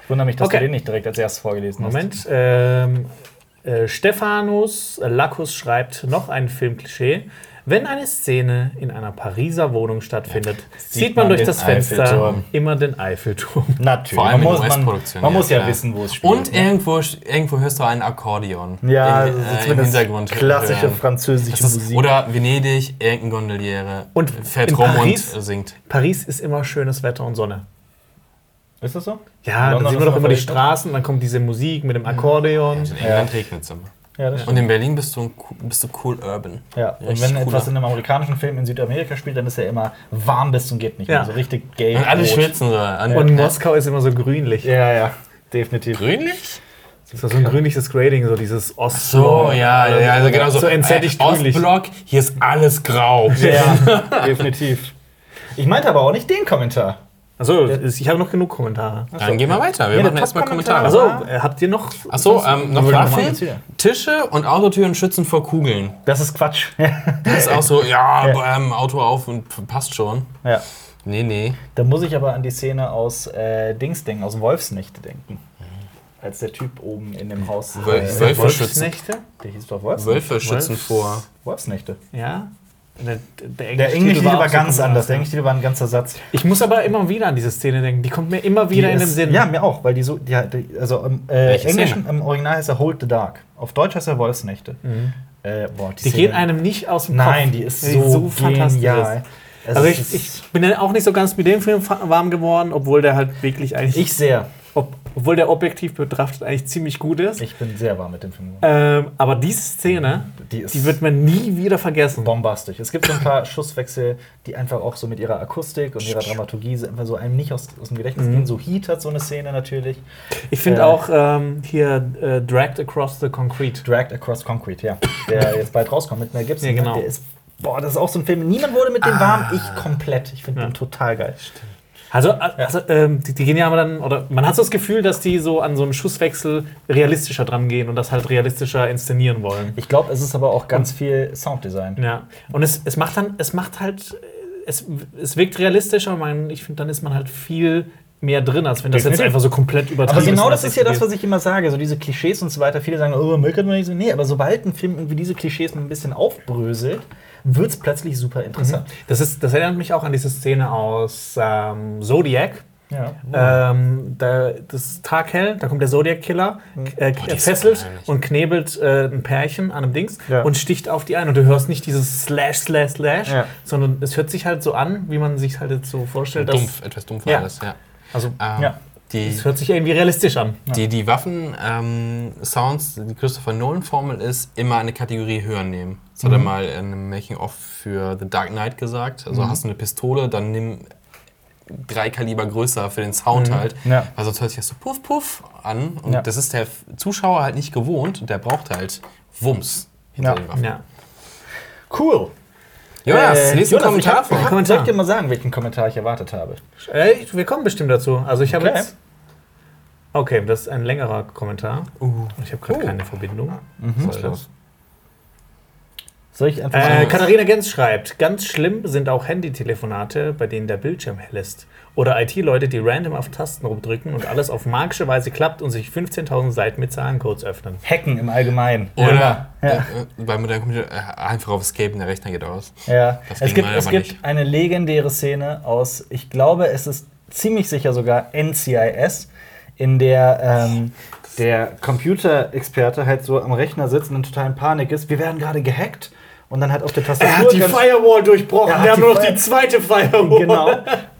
S1: Ich wundere mich, dass
S3: Okay.
S1: du den nicht direkt als erstes vorgelesen
S3: Moment. Ähm, äh, Stephanus Lacus schreibt noch ein Filmklischee. Wenn eine Szene in einer Pariser Wohnung stattfindet, sieht man
S1: man
S3: durch
S1: den
S3: das Fenster
S2: Eiffelturm.
S3: immer den Eiffelturm.
S1: (laughs) hast. Natürlich.
S2: Vor allem
S1: man
S2: in
S1: muss, man,
S2: US-Produktionen.
S1: man muss ja,
S2: klar.
S1: wissen, wo es spielt. ne?
S2: Und irgendwo, irgendwo hörst du einen Akkordeon.
S1: ja,
S2: Im- äh,
S1: das ist
S2: im
S1: zumindest
S2: Hintergrund.
S1: klassische
S2: hören.
S1: französische
S2: Das ist,
S1: Musik.
S2: oder Venedig, irgendein Gondoliere
S3: Und
S2: fährt
S3: in
S2: rum
S3: Paris?
S2: und singt.
S3: Paris ist immer schönes Wetter und Sonne.
S1: ist das so?
S3: Ja,
S1: London
S3: dann sieht
S1: ist
S3: man doch
S1: noch
S3: immer die
S1: verrückt.
S3: Straßen, dann kommt diese Musik mit dem Akkordeon.
S2: Und in England regnet es immer.
S1: Ja, das
S2: Und
S1: stimmt.
S2: in Berlin bist du, ein, cool- bist du cool urban.
S1: Ja, und
S2: Richtig
S1: wenn etwas
S2: cooler.
S1: in einem amerikanischen Film in Südamerika spielt, dann ist er immer warm bis zum geht nicht
S3: Ja.
S1: mehr. So richtig gay.
S2: Und alle
S1: rot.
S2: schwitzen so. An, Ne?
S3: Und
S2: äh,
S3: Moskau ist immer so grünlich.
S1: Ja, ja, definitiv.
S2: Grünlich?
S3: Das ist so ein grünliches Grading, so dieses Ost.
S2: So, ja, ja, also genau so.
S3: So entsättigt
S2: äh,
S3: grünlich.
S2: Ostblock, hier ist alles (laughs) grau.
S1: Ja, (laughs) definitiv. Ich meinte aber auch nicht den Kommentar.
S3: Also, ich habe noch genug Kommentare.
S2: Dann gehen wir weiter. Wir
S1: Ja, der
S2: machen erstmal
S1: Top-Kommentar.
S2: Kommentare.
S3: Also,
S1: Ah.
S3: äh, habt ihr noch.
S2: Achso, ähm, noch
S1: Würde ich noch mal
S2: Waffen,
S1: interessieren.
S2: Tische und Autotüren schützen vor Kugeln.
S1: Das ist Quatsch. (laughs)
S2: Das ist auch so, ja, ähm, Auto auf und p- passt schon.
S1: ja.
S2: Nee, nee.
S1: Da muss ich aber an die Szene aus äh, Dings denken, aus dem Wolfsnicht denken. Als der Typ oben in dem Haus. Äh,
S2: Wöl-
S1: der
S2: Wölfe schützen.
S3: Wolfsnächte?
S1: hieß doch Wolfs
S2: Wölfe schützen
S3: Wolfs-
S2: vor.
S1: Wolfsnächte.
S3: Ja. Der, der,
S1: Der englische Titel war ganz anders. Der
S3: denke
S1: englische Titel war ein ganzer Satz.
S3: Ich muss aber immer wieder an diese Szene denken. Die kommt mir immer
S1: Die
S3: wieder in
S1: ist-
S3: den Sinn.
S1: Ja, mir auch, weil die so. Die, hat- die, also im äh,
S2: Welche
S1: Englischen,
S2: Szene?
S1: im Original heißt er Hold the Dark. Auf Deutsch heißt er Wolfsnächte. Äh, boah,
S3: Mhm. die
S1: Szene-
S3: geht einem nicht aus dem Kopf.
S1: Nein, die ist so,
S3: fantastisch.
S1: genial. Es
S3: Also
S1: ist-
S3: ich, ich bin ja auch nicht so ganz mit dem Film fa- warm geworden, obwohl der halt wirklich eigentlich,
S1: ich sehr.
S3: ob, obwohl der objektiv betrachtet eigentlich ziemlich gut ist.
S1: Ich bin sehr warm mit dem Film. geworden.
S3: Ähm, aber diese Szene,
S1: Die ist
S3: die wird man nie wieder vergessen.
S1: bombastisch. Es gibt so ein paar (laughs) Schusswechsel, die einfach auch so mit ihrer Akustik und ihrer Dramaturgie so einfach so einem nicht aus, aus dem Gedächtnis
S3: Mhm.
S1: gehen. So Heat hat so eine Szene natürlich.
S3: Ich finde
S1: Äh.
S3: auch ähm, hier äh, Dragged Across the Concrete.
S1: Dragged Across Concrete, ja.
S3: (laughs)
S1: Der jetzt bald rauskommt mit Mel Gibson.
S3: Ja, genau. Ah.
S1: Der ist, boah, das ist auch so ein Film. Niemand wurde mit dem warm, ich komplett. Ich finde den total geil.
S3: Also, also ähm, die, die gehen ja aber dann, oder man hat so das Gefühl, dass die so an so einen Schusswechsel realistischer dran gehen und das halt realistischer inszenieren wollen.
S1: Ich glaube, es ist aber auch ganz viel Sounddesign.
S3: Ja. Und es, es macht dann, es macht halt, äh, es, es wirkt realistischer, man, ich finde, dann ist man halt viel mehr drin, als wenn das jetzt
S1: Definitiv.
S3: einfach so komplett übertrieben
S1: Aber genau
S3: und
S1: das ist ja das,
S3: explodiert.
S1: was ich immer sage. So diese Klischees und so weiter. Viele sagen, oh, Mel kann man nicht so. Nee, aber sobald ein Film irgendwie diese Klischees mal ein bisschen aufbröselt, wird es plötzlich super interessant.
S3: Das, ist, das erinnert mich auch an diese Szene aus ähm, Zodiac.
S1: Ja.
S3: Ähm, da, das ist taghell, da kommt der Zodiac-Killer,
S1: Hm.
S3: äh,
S2: Oh, die ist
S3: fesselt
S2: so gefährlich.
S3: und knebelt äh, ein Pärchen an einem Dings
S1: Ja.
S3: und sticht auf die ein. Und du hörst nicht dieses Slash, Slash, Slash,
S1: Ja.
S3: sondern es hört sich halt so an, wie man sich halt jetzt so vorstellt. Dass,
S2: Dumpf, etwas dumpf ja. alles, ja.
S3: Also,
S2: Ähm,
S1: Ja.
S2: Die,
S3: es hört sich irgendwie realistisch an.
S2: die, die Waffen-Sounds, die Christopher Nolan-Formel ist, immer eine Kategorie höher nehmen. Das
S1: Mhm.
S2: hat er mal in einem Making-of für The Dark Knight gesagt.
S1: Mhm.
S2: Also hast du eine Pistole, dann nimm drei Kaliber größer für den Sound halt.
S1: Ja.
S2: Weil sonst hört sich das so puff puff an. Und
S1: Mhm. Ja.
S2: das ist der Zuschauer halt nicht gewohnt. Der braucht halt Wumms hinter
S1: Ja.
S2: den Waffen.
S3: Ja.
S1: Cool.
S2: Jonas,
S1: Äh,
S2: nächsten
S1: Jonas,
S2: Kommentar Ah.
S1: Ich, hab,
S2: vor.
S1: ich hab,
S3: Kommentar.
S1: (laughs) soll ich dir mal sagen, welchen Kommentar ich erwartet habe?
S3: Äh, ich- wir kommen bestimmt dazu. Also, ich habe
S1: Okay.
S3: jetzt. Okay, das ist ein längerer Kommentar.
S2: Uh.
S3: Ich habe gerade
S2: Oh.
S3: keine Verbindung.
S2: Was ist das?
S1: Soll ich einfach
S3: Äh,
S1: sagen?
S3: Katharina Gens schreibt, ganz schlimm sind auch Handytelefonate, bei denen der Bildschirm hell ist. Oder IT-Leute, die random auf Tasten rumdrücken und alles auf magische Weise klappt und sich 15.000 Seiten mit Zahlencodes öffnen.
S1: Hacken im Allgemeinen.
S2: Oder
S1: Ja.
S2: äh, äh, bei modernen Computer äh, einfach auf Escape und der Rechner geht aus.
S1: Ja.
S2: Das
S1: Es
S2: ging
S1: gibt,
S2: leider
S1: es
S2: aber
S1: gibt
S2: nicht.
S1: eine legendäre Szene aus, ich glaube, es ist ziemlich sicher sogar NCIS, in der ähm, der Computerexperte halt so am Rechner sitzt und in totalen Panik ist. Wir werden gerade gehackt. und dann hat auf der Tastatur.
S3: Er hat die
S1: ganz-
S3: Firewall durchbrochen.
S1: Er hat
S3: Wir haben
S1: die
S3: nur noch
S1: Fire-
S3: die zweite Firewall.
S1: Genau.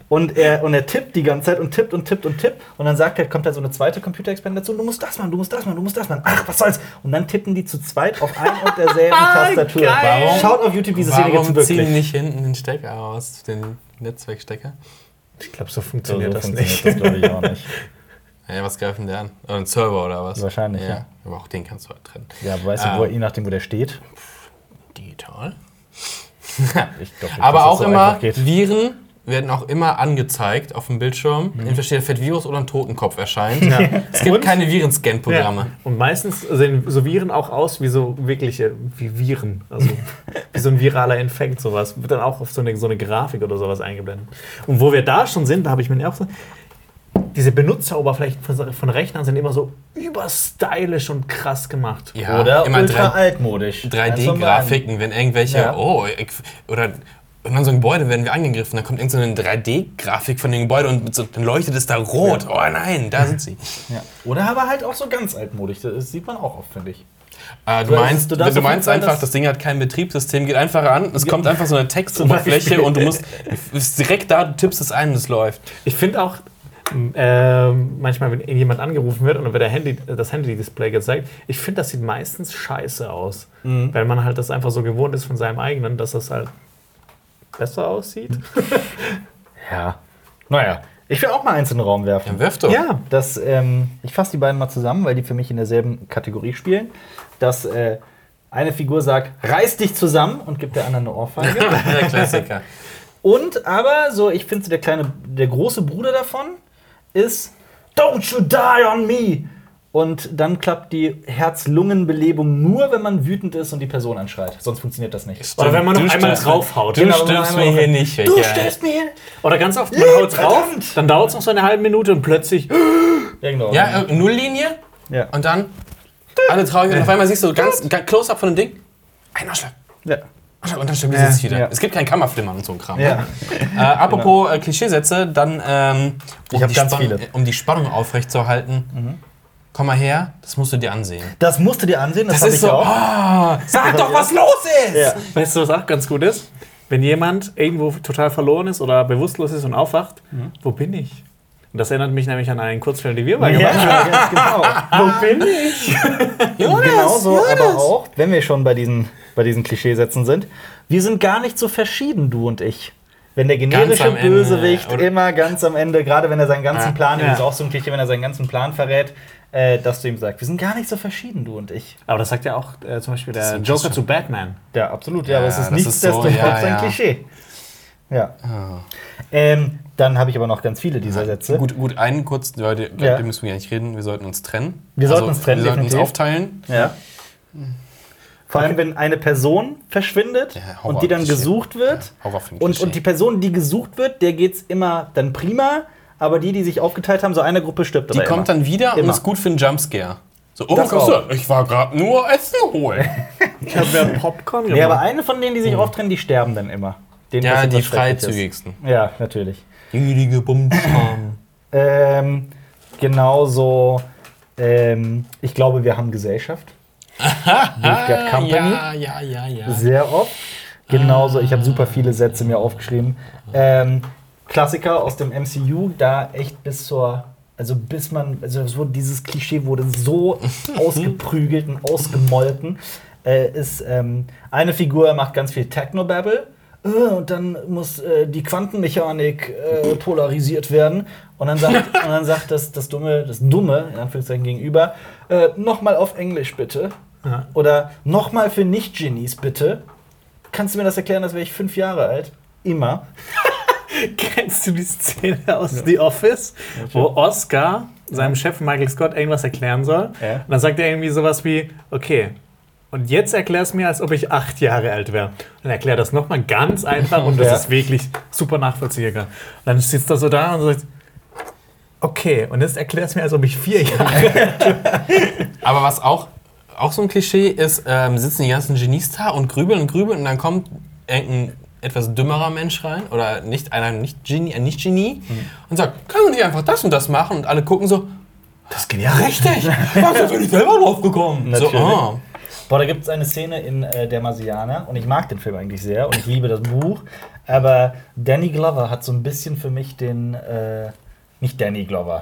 S1: Und er, und er tippt die ganze Zeit und tippt und tippt und tippt. Und dann sagt er, kommt da so eine zweite Computer-Expandation, du musst das machen, du musst das machen, du musst das machen. Ach, was soll's. Und dann tippen die zu zweit auf ein und
S2: (laughs)
S1: derselben Tastatur.
S3: Geil. Warum-
S1: Schaut auf YouTube diese Szene
S2: Ah, Warum
S1: jetzt wirklich.
S2: ziehen nicht hinten den Stecker aus, den Netzwerkstecker?
S3: Ich glaube,
S1: So,
S3: so
S1: so
S3: Also funktioniert das
S1: funktioniert
S3: nicht.
S1: das, glaub ich, auch nicht.
S2: Naja, was greifen der an? Oh, ein Server oder was?
S1: Wahrscheinlich, ja.
S2: Aber auch den kannst du halt trennen.
S1: Ja, weißt du,
S2: Ah.
S1: wo, er- je nachdem, wo der steht.
S2: Digital.
S1: Ich glaub nicht, dass
S2: Aber
S1: das
S2: auch
S1: so einfach
S2: immer,
S1: geht.
S2: Viren werden auch immer angezeigt auf dem Bildschirm.
S1: Mhm.
S2: Entweder steht da fett Virus oder ein Totenkopf erscheint. Es gibt keine
S3: Ja.
S2: Virenscan-Programme.
S3: Und meistens sehen so Viren auch aus wie so wirkliche, wie Viren. Also wie so ein viraler Infekt, sowas. Wird dann auch auf so eine, so eine Grafik oder sowas eingeblendet. Und wo wir da schon sind, da habe ich mir auch so. Diese Benutzeroberflächen von, von Rechnern sind immer so überstylisch und krass gemacht.
S2: Ja,
S1: Oder
S2: immer
S1: ultra
S2: drei-
S1: altmodisch. Ganz normal.
S2: 3D-Grafiken, wenn irgendwelche,
S1: Ja.
S2: oh, ich, oder wenn man so ein Gebäude werden wir angegriffen, dann kommt irgendeine so 3D-Grafik von dem Gebäude und so, dann leuchtet es da rot. Oh nein, da sind sie.
S1: Ja. Oder aber halt auch so ganz altmodisch. Das sieht man auch oft, finde ich.
S2: Äh, du
S1: Du hast-
S2: meinst,
S1: du
S2: du
S1: darfst auf jeden
S2: meinst
S1: Fall
S2: einfach,
S1: das-
S2: das Ding hat kein Betriebssystem, geht einfach an, es kommt einfach so eine Textoberfläche
S1: (laughs) Beispiel.
S2: und du musst ist direkt da, du tippst es ein und es läuft.
S3: Ich finde auch, ähm, manchmal, wenn jemand angerufen wird und dann wird der Handy, das Handy-Display gezeigt, ich finde, das sieht meistens scheiße aus. Weil man halt das einfach so gewohnt ist von seinem eigenen, dass das halt besser aussieht.
S1: Ja. Naja. Ich will auch mal eins in den Raum werfen.
S2: Dann wirf doch.
S1: Das, ähm, ich fasse die beiden mal zusammen, weil die für mich in derselben Kategorie spielen. Dass äh, eine Figur sagt, reiß dich zusammen und gibt der anderen eine
S2: (laughs)
S1: Ohrfeige.
S2: (laughs) Der Klassiker.
S1: und aber, so, ich finde so der kleine, der große Bruder davon ist Don't you die on me! Und dann klappt die Herz-Lungen-Belebung nur, wenn man wütend ist und die Person anschreit. Sonst funktioniert das nicht.
S3: Oder wenn man
S2: Du
S3: noch einmal
S2: stirbst-
S3: draufhaut.
S2: Du
S1: Genau, wenn man
S2: stirbst
S1: einmal
S2: mir hier
S1: drauf-
S2: nicht weg.
S1: Du
S2: ja.
S1: stehst mir!
S3: Oder ganz oft, man
S1: Lieb,
S3: haut drauf,
S1: verdammt!
S3: dann dauert es noch so eine halbe Minute und plötzlich. (gasps)
S1: Ja, genau.
S2: Ja, äh, Nulllinie
S1: ja.
S2: und dann alle traurig und auf einmal siehst du ganz, ganz Close-Up von dem Ding. Ein Ausschlag.
S1: ja.
S2: Und dann stabilisiert es wieder.
S1: ja.
S2: Es gibt keinen Kammerflimmern und so ein Kram.
S1: ja. genau.
S2: Äh, apropos äh, Klischeesätze, dann ähm,
S1: Ich hab
S2: die
S1: ganz
S2: Spann-
S1: viele. Mhm.
S2: äh, um die Spannung aufrechtzuerhalten. Komm mal her, das musst du dir ansehen.
S1: Das musst du dir ansehen,
S2: Das,
S1: das, hab
S2: ist
S1: ich
S2: so,
S1: auch.
S2: ah, sag doch, was los ist!
S1: Ja.
S3: Weißt du, was auch ganz gut ist? Wenn jemand irgendwo total verloren ist oder bewusstlos ist und aufwacht, wo bin ich? Und das erinnert mich nämlich an einen Kurzfilm, den wir mal gemacht
S1: Ja, ganz genau.
S3: haben. Wo bin ich?
S1: Genauso, aber auch, wenn wir schon bei diesen, bei diesen Klischeesätzen sind, wir sind gar nicht so verschieden, du und ich. Wenn der generische
S2: am Ende,
S1: Bösewicht
S2: oder?
S1: immer ganz am Ende, gerade wenn er seinen ganzen
S2: Ah,
S1: Plan,
S3: ja.
S1: das ist auch so ein Klischee, wenn er seinen ganzen Plan verrät, äh, dass du ihm sagst, wir sind gar nicht so verschieden, du und ich.
S3: Aber das sagt ja auch äh, zum Beispiel der
S2: ist
S3: Joker
S2: schon-
S3: zu Batman.
S1: Ja, absolut. Ja, aber es
S2: Ja,
S1: ist
S2: das ist so,
S1: nichtsdestotrotz
S2: ja,
S1: ein
S2: ja. Oh.
S1: Klischee. Ja. Ähm, dann habe ich aber noch ganz viele dieser Sätze.
S2: Äh? Gut, gut, einen kurz, Leute, über
S1: Ja.
S2: den müssen wir gar nicht reden. Wir sollten uns trennen. Also,
S1: Wir sollten uns trennen,
S2: Wir sollten uns
S1: definitiv.
S2: aufteilen.
S1: Ja.
S2: Mhm.
S1: Vor allem, wenn eine Person verschwindet
S2: Ja, Horror-
S1: und die dann
S2: Klischee.
S1: gesucht wird.
S2: Ja, Horrorfilm-
S1: und, und die Person, die gesucht wird, der geht's immer dann prima. Aber die, die sich aufgeteilt haben, so eine Gruppe stirbt.
S2: Die kommt dann wieder und
S1: Immer.
S2: ist gut für einen Jumpscare. So, oh,
S1: Das
S2: guckst
S1: auch.
S2: du, ich war gerade nur Essen holen.
S3: Ich habe mir Popcorn
S1: Ja, aber eine von denen, die sich auftrennen, die sterben dann immer. Denen
S2: Hm. ja,
S1: passiert
S2: die
S1: was Schreckliches.
S2: freizügigsten.
S1: Ja, natürlich.
S2: Jüdige Bumscham.
S1: Ähm, genauso, ähm, ich glaube, wir
S2: (laughs)
S1: haben Gesellschaft. We've got company.
S2: Ah, Ja, ja, ja, ja.
S1: Sehr oft. Genauso, ich habe super viele Sätze mir aufgeschrieben. Ähm, Klassiker aus dem MCU, da echt bis zur, also bis man, also es wurde, dieses Klischee wurde so ausgeprügelt und ausgemolken. Äh, ist ähm, eine Figur macht ganz viel Technobabble. äh, Und dann muss äh, die Quantenmechanik äh, polarisiert werden. Und dann sagt, und dann sagt das, das dumme, das dumme, in Anführungszeichen gegenüber, äh, nochmal auf Englisch bitte.
S3: Ja.
S1: Oder nochmal für Nicht-Genies bitte. Kannst du mir das erklären, als wäre ich fünf Jahre alt? Immer.
S3: Kennst du die Szene aus The Office, wo Oscar seinem Chef Michael Scott irgendwas erklären soll?
S1: Ja.
S3: Und dann sagt er irgendwie sowas wie, okay, und jetzt erklär es mir, als ob ich acht Jahre alt wäre. Und dann erklär das nochmal ganz einfach und das
S1: Ja.
S3: ist wirklich super nachvollziehbar. Und dann sitzt er so da und sagt, okay, und jetzt erklär es mir, als ob ich vier Jahre alt
S2: Aber was auch, auch so ein Klischee ist, ähm, sitzen die ganzen Genies da und grübeln und grübeln und dann kommt irgendein etwas dümmerer Mensch rein oder nicht einer Nicht-Genie ein nicht Genie
S1: Mhm.
S2: und sagt, können wir nicht einfach das und das machen? Und alle gucken so, das geht ja richtig. Was, da bin ich selber drauf gekommen. So,
S1: Natürlich.
S2: ah.
S1: Boah, da gibt es eine Szene in äh, Der Marsianer und ich mag den Film eigentlich sehr und ich liebe das Buch. Aber Danny Glover hat so ein bisschen für mich den. Äh, nicht Danny Glover.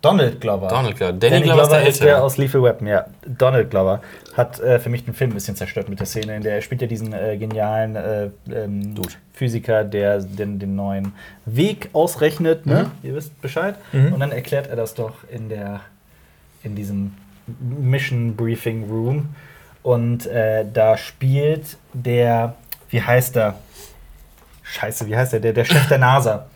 S1: Donald Glover.
S2: Donald Glover. Danny, Glover ist der Ältere.
S1: der aus Lethal Weapon, ja. Donald Glover hat äh, für mich den Film ein bisschen zerstört mit der Szene, in der er spielt ja diesen äh, genialen äh, ähm,
S2: Dude.
S1: Physiker, der den, den neuen Weg ausrechnet, ne?
S2: Mhm.
S1: Ihr wisst Bescheid. Und dann erklärt er das doch in der in diesem Mission Briefing Room. Und äh, da spielt der, wie heißt er? Scheiße, wie heißt er? Der, der Chef der NASA.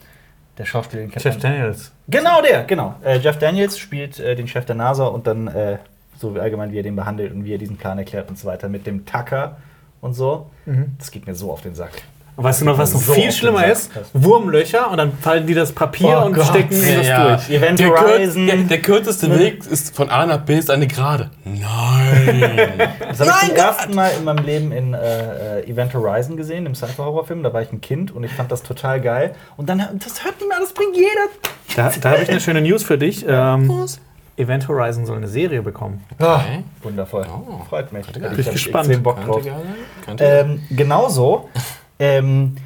S1: Der Schauspieler, den kennt
S3: Jeff
S1: man-
S3: Daniels.
S1: Genau der, genau. Äh, Jeff Daniels spielt äh, den Chef der NASA und dann äh, so wie allgemein, wie er den behandelt und wie er diesen Plan erklärt und so weiter mit dem Tucker und so. Das geht mir so auf den Sack.
S3: Und Weißt du noch, was noch
S1: So
S3: viel
S1: auf den
S3: schlimmer
S1: Sack.
S3: ist? Wurmlöcher und dann fallen die das Papier
S1: Oh
S3: und
S1: Gott.
S3: stecken ihnen das
S2: Ja, ja.
S3: durch.
S1: Event
S2: Der, kür-
S1: Horizon. Hm.
S2: ja, der kürzeste Weg ist von A nach B ist eine Gerade.
S1: (laughs)
S2: Nein. Nein,
S1: Das habe ich zum
S2: Gott!
S1: ersten Mal in meinem Leben in äh, äh, Event Horizon gesehen, im Cypher-Horrorfilm. Da war ich ein Kind und ich fand das total geil. Und dann, das hört niemand, das bringt jeder.
S3: Da, da habe ich (laughs) eine schöne News für dich. Ähm, Event Horizon soll eine Serie bekommen.
S2: Okay.
S1: Ah, wundervoll.
S2: Oh.
S1: Freut mich. Bin
S3: ich gespannt.
S1: Extrem Bock
S2: Könnte
S1: drauf.
S2: geil sein. Könnte geil
S1: Ähm, genauso, ähm,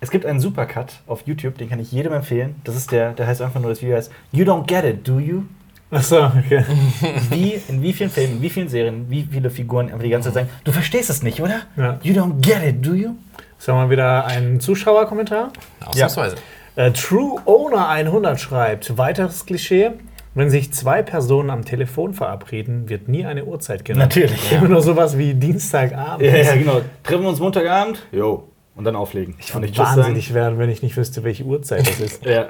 S1: es gibt einen Supercut auf YouTube, den kann ich jedem empfehlen. Das ist der, der heißt einfach nur, das Video heißt You don't get it, do you?
S3: Achso, okay.
S1: Wie, in wie vielen Filmen, in wie vielen Serien, wie viele Figuren einfach die ganze Zeit sagen, du verstehst es nicht, oder?
S3: Ja.
S1: You don't get it, do you?
S3: Sollen wir wieder einen Zuschauerkommentar?
S2: sein. Ausnahmsweise.
S3: Äh, True Owner 100 schreibt, weiteres Klischee, wenn sich zwei Personen am Telefon verabreden, wird nie eine Uhrzeit
S2: Genau.
S3: genannt.
S1: Natürlich, ja.
S3: Immer nur sowas wie Dienstagabend.
S1: (laughs) Ja, ja, genau. Treffen wir uns Montagabend? Jo. Und dann auflegen. Ich fand
S3: Wahnsinnig werden, wenn ich nicht wüsste, welche Uhrzeit es ist.
S1: Ja.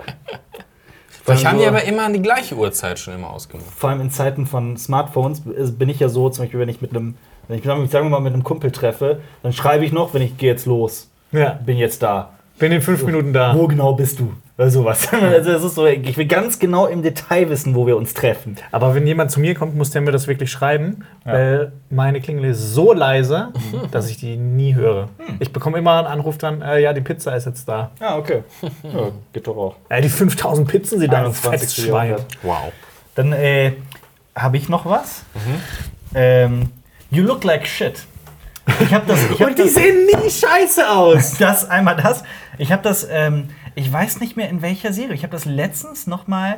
S2: Vielleicht haben die
S1: nur-
S2: aber immer an die gleiche Uhrzeit schon immer ausgemacht.
S1: vor allem in Zeiten von Smartphones ist- bin ich ja so, zum Beispiel, wenn ich mit einem, wenn ich sagen wir mal mit einem Kumpel treffe, dann schreibe ich noch, wenn ich gehe jetzt los,
S3: ja,
S1: bin jetzt da.
S3: bin in fünf Minuten da.
S1: Wo genau bist du? Oder sowas. (laughs) Also es ist so, ich will ganz genau im Detail wissen, wo wir uns treffen.
S3: Aber wenn jemand zu mir kommt, muss der mir das wirklich schreiben, weil meine Klingel ist so leise, (laughs) dass ich die nie höre. Ich bekomme immer einen Anruf dann, äh, ja, die Pizza ist jetzt da.
S1: Ja, Ah, (laughs) okay. Ja, geht doch auch.
S3: Äh, die 5000 Pizzen, die da
S1: 21.
S3: festschweinen.
S1: Jahrhundert.
S2: Wow.
S1: Dann äh, habe ich noch was. Ähm, you look like shit. Ich habe das, ich hab
S3: Und die
S1: das,
S3: sehen nie scheiße aus.
S1: das einmal das. Ich habe das. Ähm, ich weiß nicht mehr in welcher Serie. Ich habe das letztens noch mal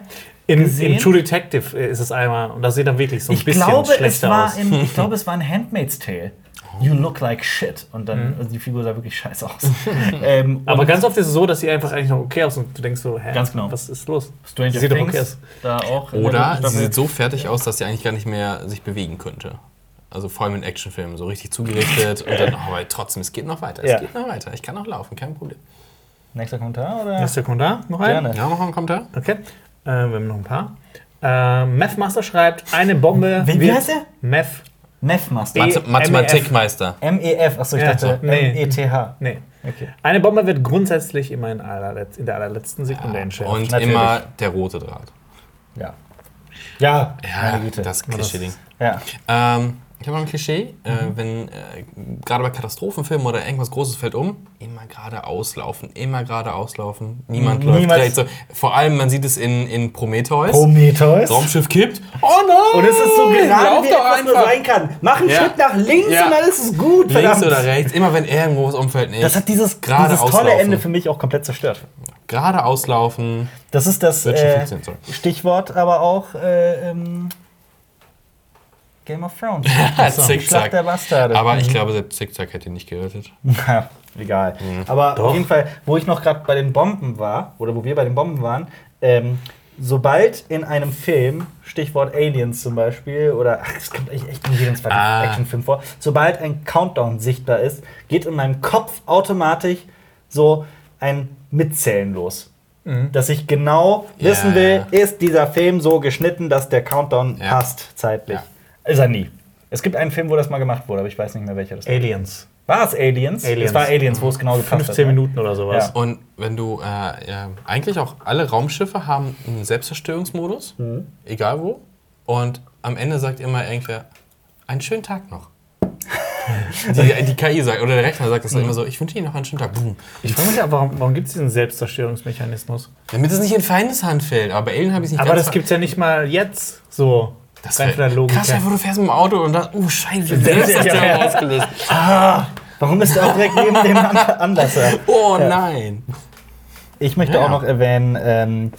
S3: In,
S1: gesehen.
S3: in True Detective äh, ist es einmal und das sieht dann wirklich so ein
S1: ich
S3: bisschen
S1: glaube, es
S3: schlechter
S1: war
S3: aus.
S1: in, ich
S3: (laughs)
S1: glaube, es war ein Handmaid's Tale. You look like shit. Und dann also die Figur sah wirklich scheiße
S3: (laughs)
S1: aus. ähm,
S3: Mhm. Aber
S1: und
S3: ganz oft ist es so, dass sie einfach eigentlich noch okay aus und du denkst so, hä,
S1: Ganz genau.
S3: was ist los?
S1: Stranger
S3: sieht doch
S1: Things,
S3: okay aus.
S1: da auch. in der
S2: Oder
S1: dritten
S2: sie
S1: Staffel.
S2: sieht so fertig aus, dass sie eigentlich gar nicht mehr sich bewegen könnte. Also vor allem in Actionfilmen, so richtig zugerichtet und dann, oh, aber trotzdem, es geht noch weiter, es
S1: Ja.
S2: geht noch weiter, ich kann noch laufen, kein Problem.
S1: Nächster Kommentar oder?
S3: Nächster Kommentar, noch ein?
S1: Gerne.
S2: Ja, noch ein Kommentar?
S3: Okay, äh, wir haben noch ein paar. Äh, Meth Master schreibt, eine Bombe
S1: Wie- wie
S3: wird
S1: heißt er?
S3: Meth,
S1: Methmaster. E
S3: B-
S2: Mathe Mathematikmeister.
S1: MEF. Achso, ich
S3: E- Ja,
S1: dachte
S3: so. Nee.
S1: METH.
S3: nee.
S1: Okay.
S3: Eine Bombe wird grundsätzlich immer in, allerletz in der allerletzten Sekunde entschärft.
S2: Und
S1: natürlich.
S2: immer der rote Draht.
S1: Ja. Ja,
S2: Ja,
S1: meine Güte.
S2: das
S3: das-
S2: Klischee-Ding.
S1: ja.
S2: Ähm, ich habe noch ein Klischee,
S1: Mhm.
S2: äh, wenn äh, gerade bei Katastrophenfilmen oder irgendwas Großes fällt um, immer geradeaus laufen, immer geradeaus laufen. Niemand läuft
S1: Mhm. Niemals.
S2: direkt so. Vor allem, man sieht es in, in Prometheus.
S1: Prometheus.
S2: Raumschiff kippt. Oh nein!
S1: Und es ist so gerade,
S2: Lauf
S1: wie
S2: doch
S1: etwas nur
S2: einfach.
S1: sein kann. Mach einen
S2: Ja.
S1: Schritt nach links
S2: Ja.
S1: und dann ist es gut.
S2: Links
S1: verdammt.
S2: oder rechts, immer wenn irgendwo was umfällt, nicht.
S1: Das hat dieses,
S2: Gerade
S1: dieses tolle
S2: auslaufen.
S1: Ende für mich auch komplett zerstört.
S2: Geradeaus laufen.
S1: Das ist das
S2: Wird schon
S1: äh,
S2: 15, sorry.
S1: Stichwort, aber auch äh, ähm, Game of Thrones. Schlacht der Bastarde.
S2: Aber ich glaube, selbst Zickzack hätte ihn nicht gerettet.
S1: (laughs) Na, egal.
S2: Mhm.
S1: Aber
S3: Doch.
S1: auf jeden Fall, wo ich noch gerade bei den Bomben war, oder wo wir bei den Bomben waren, ähm, sobald in einem Film, Stichwort Aliens zum Beispiel, oder ach, es kommt echt, echt in jedem zweiten
S2: Ah.
S1: Actionfilm vor, sobald ein Countdown sichtbar ist, geht in meinem Kopf automatisch so ein Mitzählen los. Dass ich genau
S2: Mhm. Ja,
S1: wissen will,
S2: ja.
S1: ist dieser Film so geschnitten, dass der Countdown
S2: Ja.
S1: passt zeitlich.
S2: Ja.
S1: Ist er nie. Es gibt einen Film, wo das mal gemacht wurde, aber ich weiß nicht mehr, welcher das
S3: Aliens.
S1: war es Aliens?
S3: Aliens.
S1: Es war Aliens, wo es genau gepasst
S3: 15
S1: hat. ne?
S3: Minuten oder sowas.
S1: Ja.
S2: Und wenn du, äh, ja, eigentlich auch alle Raumschiffe haben einen Selbstzerstörungsmodus,
S1: Mhm.
S2: egal wo. Und am Ende sagt immer irgendwer, einen schönen Tag
S1: (laughs)
S2: noch. die, die KI sagt, oder der Rechner sagt das
S1: Mhm.
S2: dann immer so, ich wünsche Ihnen noch einen schönen Tag. Boom.
S3: Ich frage mich ja, warum, warum gibt es diesen Selbstzerstörungsmechanismus?
S2: Damit es nicht in Feindeshand fällt. Aber bei Alien habe ich es nicht
S3: Aber
S2: ganz
S3: das gibt's ja nicht mal jetzt so. Das rein von der Logik.
S2: Krass,
S3: her.
S2: einfach, du fährst mit dem Auto und dann, oh Scheiße, selbst hat
S3: ja,
S2: der
S3: ja.
S2: ausgelöst.
S1: Warum ist er auch direkt neben dem An- Anlasser?
S2: Oh nein.
S1: Ich möchte
S2: Ja.
S1: auch noch erwähnen ähm,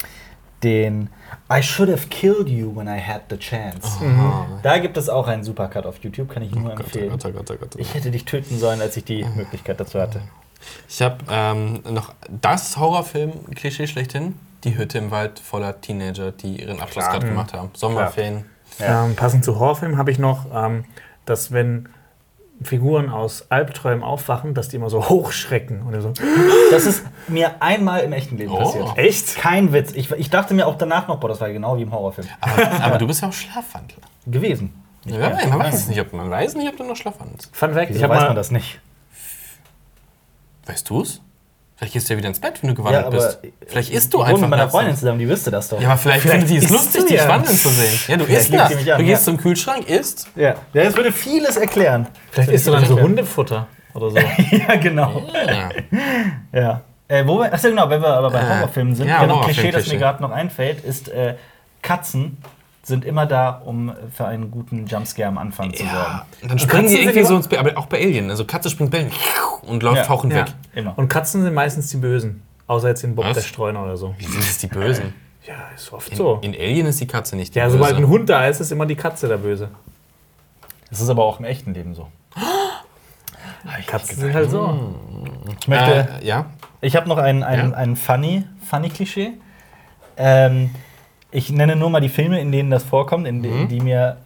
S1: den I should have killed you when I had the chance. Mhm. Da gibt es auch einen Supercut auf YouTube, kann ich nur empfehlen.
S2: Gott, oh Gott, oh Gott, oh Gott.
S1: Ich hätte dich töten sollen, als ich die Möglichkeit dazu hatte.
S2: Ich habe ähm, noch das Horrorfilm-Klischee schlechthin. Die Hütte im Wald voller Teenager, die ihren Abschluss gerade gemacht haben. Sommerferien.
S3: Ähm, passend zu Horrorfilmen habe ich noch, ähm, dass wenn Figuren aus Albträumen aufwachen, dass die immer so hochschrecken und so.
S1: Das ist mir einmal im echten Leben
S2: Oh.
S1: passiert.
S3: Echt?
S1: Kein Witz. Ich, ich dachte mir auch danach noch, boah, das war genau wie im Horrorfilm.
S2: Aber, aber du bist ja auch Schlafwandler.
S1: Gewesen.
S2: Ja, man, weiß es nicht, ob, man weiß nicht, ob du noch Schlafwandelst.
S3: Fun Fact,
S1: Wieso
S3: ich habe
S1: weiß
S3: mal
S1: man das nicht?
S2: Weißt du es? Vielleicht gehst du ja wieder ins Bett, wenn du gewandelt bist. Vielleicht isst du
S1: ich wohne
S2: einfach
S1: mit meiner
S2: nachts
S1: Freundin
S2: noch.
S1: zusammen, die wüsste das doch.
S2: Ja, aber vielleicht, findet die es
S1: isst
S2: lustig,
S1: du
S2: dich
S1: ja.
S2: wandeln zu sehen. Ja, du
S1: Vielleicht
S2: isst
S1: lügt
S2: das.
S1: die mich an,
S2: Du gehst
S1: ja.
S2: zum Kühlschrank, isst.
S1: Ja. ja, das würde vieles erklären.
S3: Vielleicht isst du dann so Hundefutter oder so.
S1: (laughs) ja, genau.
S2: Ja.
S1: Ja. Äh, wo wir, achso, genau, wenn wir aber bei
S2: Äh,
S1: Horrorfilmen sind,
S2: ja,
S1: genau,
S2: Horrorfilm-
S1: Klischee, das mir
S2: Klischee.
S1: gerade noch einfällt, ist, äh, Katzen sind immer da, um für einen guten Jumpscare am Anfang zu sorgen.
S2: Ja, und dann springen die
S3: sind
S2: irgendwie
S3: immer-
S2: so ins Bett, aber auch bei Alien. (laughs) Also Katze springt Bällen und läuft
S1: Ja, genau.
S2: fauchend
S3: ja.
S2: weg.
S1: Immer.
S3: Und Katzen sind meistens die Bösen. Außer jetzt in Bob
S2: Was?
S3: der Streuner oder so.
S2: Wie sind das die Bösen?
S3: Ja, ist oft
S2: In,
S3: so.
S2: in Alien ist die Katze nicht die
S3: Ja, also
S2: Böse.
S3: sobald ein Hund da ist, ist immer die Katze der Böse.
S1: Das ist aber auch im echten Leben so.
S3: Katzen sind halt
S1: Hm,
S3: so.
S1: Ich möchte,
S2: Äh, ja,
S1: ich habe noch einen, einen,
S2: Ja.
S1: einen funny, funny Klischee. Ähm, ich nenne nur mal die Filme, in denen das vorkommt, in, de-
S2: Mhm.
S1: die mir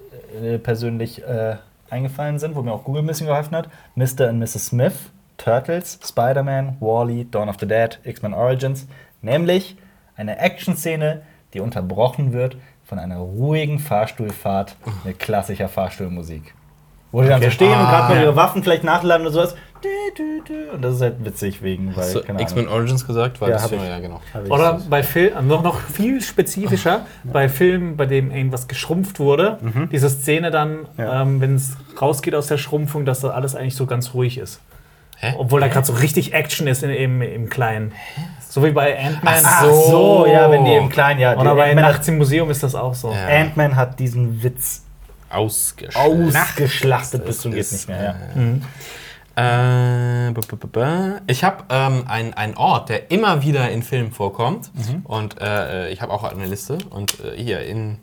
S1: äh, persönlich äh, eingefallen sind, wo mir auch Google ein bisschen geholfen hat. Mr. and Mrs. Smith, Turtles, Spider-Man, Wall-E, Dawn of the Dead, X-Men Origins. Nämlich eine Action-Szene, die unterbrochen wird von einer ruhigen Fahrstuhlfahrt
S2: Mhm.
S1: mit klassischer Fahrstuhlmusik. Wo die dann so stehen und
S2: Ah,
S1: gerade mal
S2: ja.
S1: ihre Waffen vielleicht nachladen oder sowas. Dü, dü, dü. Und das ist halt witzig wegen, weil,
S2: hast du
S1: keine Ahnung.
S2: X-Men Origins gesagt? Weil
S1: Ja,
S2: das
S1: hab
S2: Thema-
S1: ich.
S2: ja, genau.
S1: Hab ich
S3: Oder
S1: so.
S3: bei Filmen, noch, noch
S1: (laughs)
S3: viel spezifischer, bei Filmen, bei dem irgendwas geschrumpft wurde, diese Szene dann,
S1: Mhm. Ja.
S3: ähm, wenn es rausgeht aus der Schrumpfung, dass da alles eigentlich so ganz ruhig ist.
S2: Hä?
S3: Obwohl da gerade so richtig Action ist in, im, im Kleinen. So wie bei Ant-Man.
S2: Ach
S1: Ach so, ja, wenn die im kleinen Jahr.
S3: Oder bei
S1: Ant-Man hat,
S3: Nachts im Museum ist das auch so.
S2: Ja.
S1: Ant-Man hat diesen Witz
S2: Ausgeschlacht.
S1: ausgeschlachtet bis
S2: Es
S1: zum geht
S2: ist,
S1: nicht mehr. Ja.
S2: Äh, b- b- b- ich habe ähm, ein- einen Ort, der immer wieder in Filmen vorkommt. Und äh, ich habe auch eine Liste. Und äh, hier in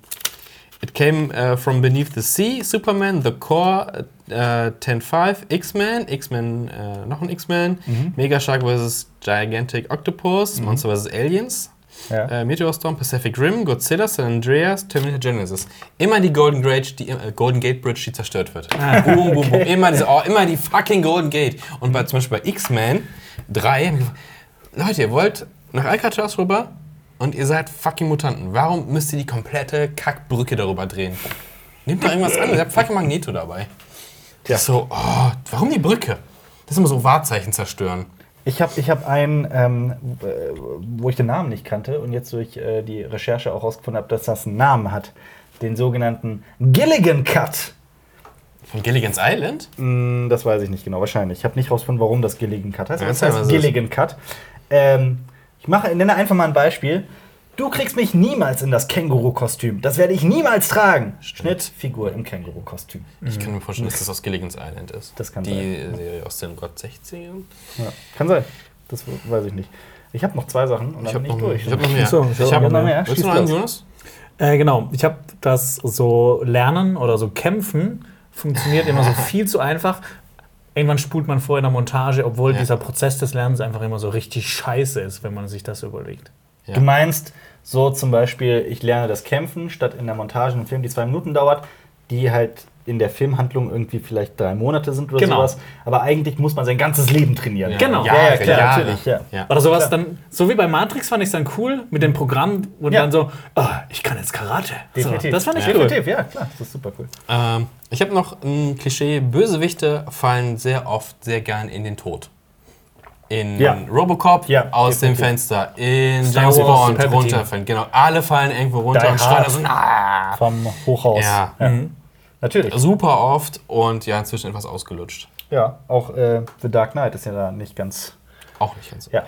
S2: It Came äh, From Beneath the Sea, Superman, The Core, äh, 10-5, X-Men, X-Men, äh, noch ein X-Men, Mega Shark vs. Gigantic Octopus, Monster vs. Aliens,
S1: Ja.
S2: äh, Meteor Storm, Pacific Rim, Godzilla, San Andreas, Terminator Genesis. Immer die Golden Gate, die, äh, Golden Gate Bridge, die zerstört wird.
S1: Ah,
S2: boom, boom, boom. Immer, diese, oh, immer die fucking Golden Gate. Und bei, zum Beispiel bei X-Men 3, haben wir gefragt, Leute, ihr wollt nach Alcatraz rüber und ihr seid fucking Mutanten. Warum müsst ihr die komplette Kackbrücke darüber drehen? Nehmt doch irgendwas anderes. Ihr habt fucking Magneto dabei.
S1: Ja.
S2: So, oh, warum die Brücke? Das ist immer so Wahrzeichen zerstören.
S1: Ich habe ich hab einen, ähm, äh, wo ich den Namen nicht kannte und jetzt durch äh, die Recherche auch rausgefunden habe, dass das einen Namen hat. Den sogenannten Gilligan Cut.
S2: Von Gilligan's Island?
S1: Mm, Das weiß ich nicht genau, wahrscheinlich. Ich habe nicht rausgefunden, warum das Gilligan Cut heißt.
S2: Ja, also
S1: aber es
S2: erzähl mal, was
S1: heißt
S2: ist-
S1: Gilligan Cut. Ähm, ich mache, nenne einfach mal ein Beispiel. Du kriegst mich niemals in das Känguru-Kostüm. Das werde ich niemals tragen. Schnitt, Figur im Känguru-Kostüm.
S2: Ich kann mir vorstellen, dass das aus Gilligan's Island ist.
S1: Das kann
S2: Die
S1: sein.
S2: Serie aus den Gott 60ern.
S1: Ja, kann sein. Das weiß ich nicht. Ich habe noch zwei Sachen und dann
S2: hab
S1: bin ich
S2: mehr.
S1: durch.
S2: Ich hab noch mehr.
S3: Ach so, ich hab
S2: ich hab
S1: noch
S2: noch
S1: mehr.
S2: mehr. Willst du noch
S1: Schieß
S2: einen,
S1: los.
S2: Jonas?
S3: Äh, genau, ich habe das so Lernen oder so Kämpfen funktioniert immer so viel zu einfach. Irgendwann spult man vor in der Montage, obwohl
S2: Ja.
S3: dieser Prozess des Lernens einfach immer so richtig scheiße ist, wenn man sich das überlegt.
S2: Ja.
S1: Du meinst so zum Beispiel, ich lerne das Kämpfen, statt in der Montage einen Film, die zwei Minuten dauert, die halt in der Filmhandlung irgendwie vielleicht drei Monate sind oder
S3: Genau.
S1: sowas. Aber eigentlich muss man sein ganzes Leben trainieren.
S3: Genau.
S1: Ja, ja,
S2: Jahre,
S1: klar,
S2: Jahre.
S1: natürlich. Ja.
S2: Ja.
S3: Oder sowas dann, so wie bei Matrix fand ich es dann cool mit dem Programm und
S1: Ja.
S3: dann so, oh, ich kann jetzt Karate. So,
S1: Definitiv.
S3: das fand ich
S1: ja.
S3: cool.
S1: Definitiv, ja, klar. Das ist super cool.
S2: Ähm, ich habe noch ein Klischee. Bösewichte fallen sehr oft sehr gern in den Tod. In
S1: Ja.
S2: Robocop
S1: Ja,
S2: aus dem
S1: definitiv.
S2: Fenster, in
S3: Star
S2: James
S3: Wars,
S2: Bond
S3: Palpatine.
S2: runterfallen. Genau, alle fallen irgendwo runter
S1: Die
S2: und schreien
S1: Hard.
S2: so, na.
S1: Vom Hochhaus.
S2: Ja. Also-
S1: Natürlich.
S2: Super oft und ja, inzwischen etwas ausgelutscht.
S1: Ja, auch äh, The Dark Knight ist ja da nicht ganz
S2: Auch nicht ganz.
S1: Ja.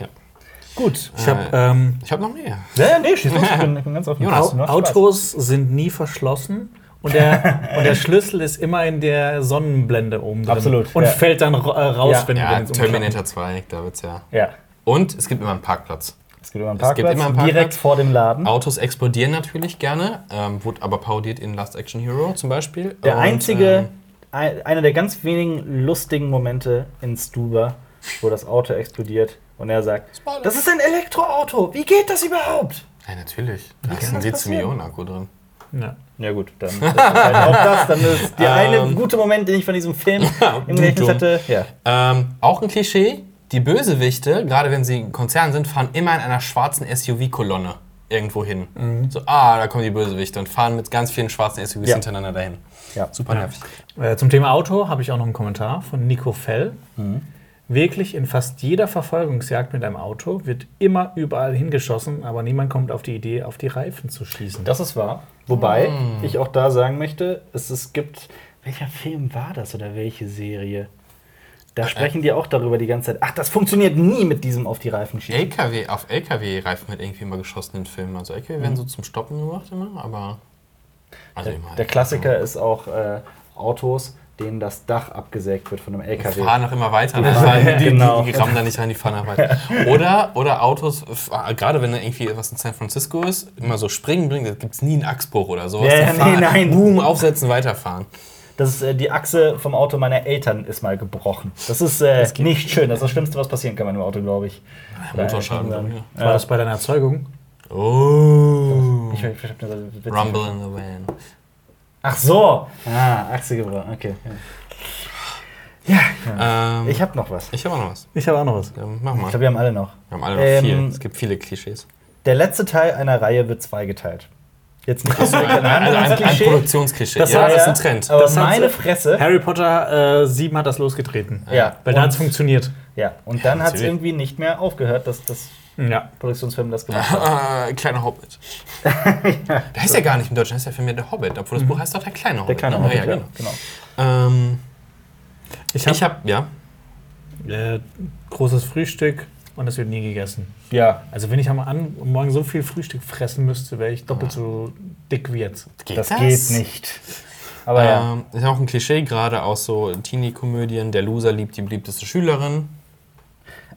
S1: gut.
S3: Ich habe ähm,
S2: Ich habe noch mehr.
S1: Ja, ja, nee, schieß los. Ich bin, ich bin ganz offen.
S2: Jonas,
S1: Hast du noch Spaß?
S3: Autos sind nie verschlossen
S1: (laughs)
S3: Und der, und der Schlüssel ist immer in der Sonnenblende oben drin.
S1: Absolut,
S3: Und
S1: ja.
S3: fällt dann ra- äh, raus,
S1: Ja.
S3: wenn wir
S2: Ja,
S3: den jetzt umklappen.
S2: Terminator 2, da wird's ja.
S1: Ja.
S2: Und es gibt immer einen Parkplatz.
S1: Es gibt immer einen
S2: Es gibt
S1: Parkplatz,
S2: immer einen Parkplatz.
S1: direkt vor dem Laden.
S2: Autos explodieren natürlich gerne, ähm, wurde aber parodiert in Last Action Hero zum Beispiel.
S1: Der
S2: Und, ähm,
S1: einzige, ein, einer der ganz wenigen lustigen Momente in Stuber, wo das Auto explodiert und er sagt:
S2: Spoiler.
S1: Das ist ein Elektroauto, wie geht das überhaupt?
S2: Ja, natürlich. Da ist
S1: kann
S2: ein
S1: das
S2: Lithium-Ionen-Akku drin.
S3: Ja.
S1: Ja, gut, (laughs) dann ist das halt auch das. Dann ist der eine
S2: Ähm.
S1: gute Moment, den ich von diesem Film im Gedächtnis
S2: Dumm.
S1: hatte. Ja.
S2: Ähm, auch ein Klischee: Die Bösewichte, gerade wenn sie ein Konzern sind, fahren immer in einer schwarzen SUV-Kolonne irgendwo hin. So, ah, da kommen die Bösewichte und fahren mit ganz vielen schwarzen SUVs
S1: Mhm. Ja.
S2: hintereinander dahin.
S1: Ja.
S2: Super nervig.
S3: Äh, zum Thema Auto habe ich auch noch einen Kommentar von Nico Fell. Wirklich in fast jeder Verfolgungsjagd mit einem Auto wird immer überall hingeschossen, aber niemand kommt auf die Idee, auf die Reifen zu schießen.
S1: Das ist wahr. Wobei ich auch da sagen möchte, es, es gibt. Welcher Film war das oder welche Serie? Da sprechen die auch darüber die ganze Zeit. Ach, das funktioniert nie mit diesem auf die Reifen schießen.
S2: LKW, auf LKW-Reifen wird irgendwie immer geschossen in Filmen. Also LKW werden so zum Stoppen gemacht immer, aber. Also immer.
S1: Mhm. Der Klassiker ist auch äh, Autos, denen das Dach abgesägt wird von einem LKW.
S2: fahren auch immer weiter. Ne?
S1: fahren- (laughs)
S2: Die, die,
S1: genau.
S2: die, die rammen da nicht rein, die fahren auch weiter. Oder, oder Autos, f- ah, gerade wenn da irgendwie was in San Francisco ist, immer so springen bringen, da gibt es nie einen Achsbruch oder sowas.
S1: Ja,
S2: Die
S1: ja, nee,
S2: fahren,
S1: nein.
S2: Boom, aufsetzen, weiterfahren.
S1: Das ist, äh, die Achse vom Auto meiner Eltern ist mal gebrochen. Das ist äh, nicht schön. Das ist das Schlimmste, was passieren kann bei einem Auto, glaube ich. Oder äh,
S2: Motorschaden,
S1: eigentlich
S2: glaub
S1: sagen.
S3: War das bei deiner Erzeugung?
S2: Oh.
S1: Ich, ich, ich hab eine Witz-
S2: Rumble in the Van.
S1: Ach so. Ah, Achse gebrochen. Okay.
S2: Ähm,
S1: Ich habe noch was.
S2: ich habe auch noch was.
S3: Ich habe auch noch was.
S2: Ähm, mach
S1: Ich
S2: mal.
S1: glaube, wir haben alle noch.
S2: Wir haben alle noch viel.
S1: Ähm,
S2: Es gibt viele Klischees.
S1: (laughs) Der letzte Teil einer Reihe wird zweigeteilt. Jetzt
S2: (laughs)
S1: nicht das
S2: Also ein, ein, ein Produktionsklischee.
S3: Das
S2: ja,
S3: war
S2: das ist
S1: ja- Oh.
S2: ein Trend.
S1: Aber
S3: Das hat-
S1: meine Fresse.
S3: Harry Potter äh, 7 hat das losgetreten.
S1: Ja.
S3: Weil da hat es funktioniert.
S1: Ja, und dann hat es
S2: natürlich.
S1: irgendwie nicht mehr aufgehört, dass das
S3: Ja.
S1: Produktionsfilm das gemacht (laughs) hat.
S2: Äh, kleiner
S1: (laughs)
S2: Hobbit. Der heißt ja gar nicht im Deutschen, heißt ja vielmehr der Hobbit, obwohl das Buch heißt doch der kleine Hobbit.
S1: Mhm. Der kleine
S2: ne?
S1: Hobbit,
S2: Ja,
S1: ja,
S2: genau.
S1: genau.
S2: Ähm, ich
S3: hab-
S2: habe, hab, ja,
S3: Äh, großes Frühstück und es wird nie gegessen.
S1: Ja,
S3: Also wenn ich am An morgen so viel Frühstück fressen müsste, wäre ich doppelt so dick wie jetzt.
S2: geht
S1: das, geht nicht. Aber ja.
S2: Ähm, ist auch ein Klischee, gerade aus so Teenie-Komödien. Der Loser liebt die beliebteste Schülerin.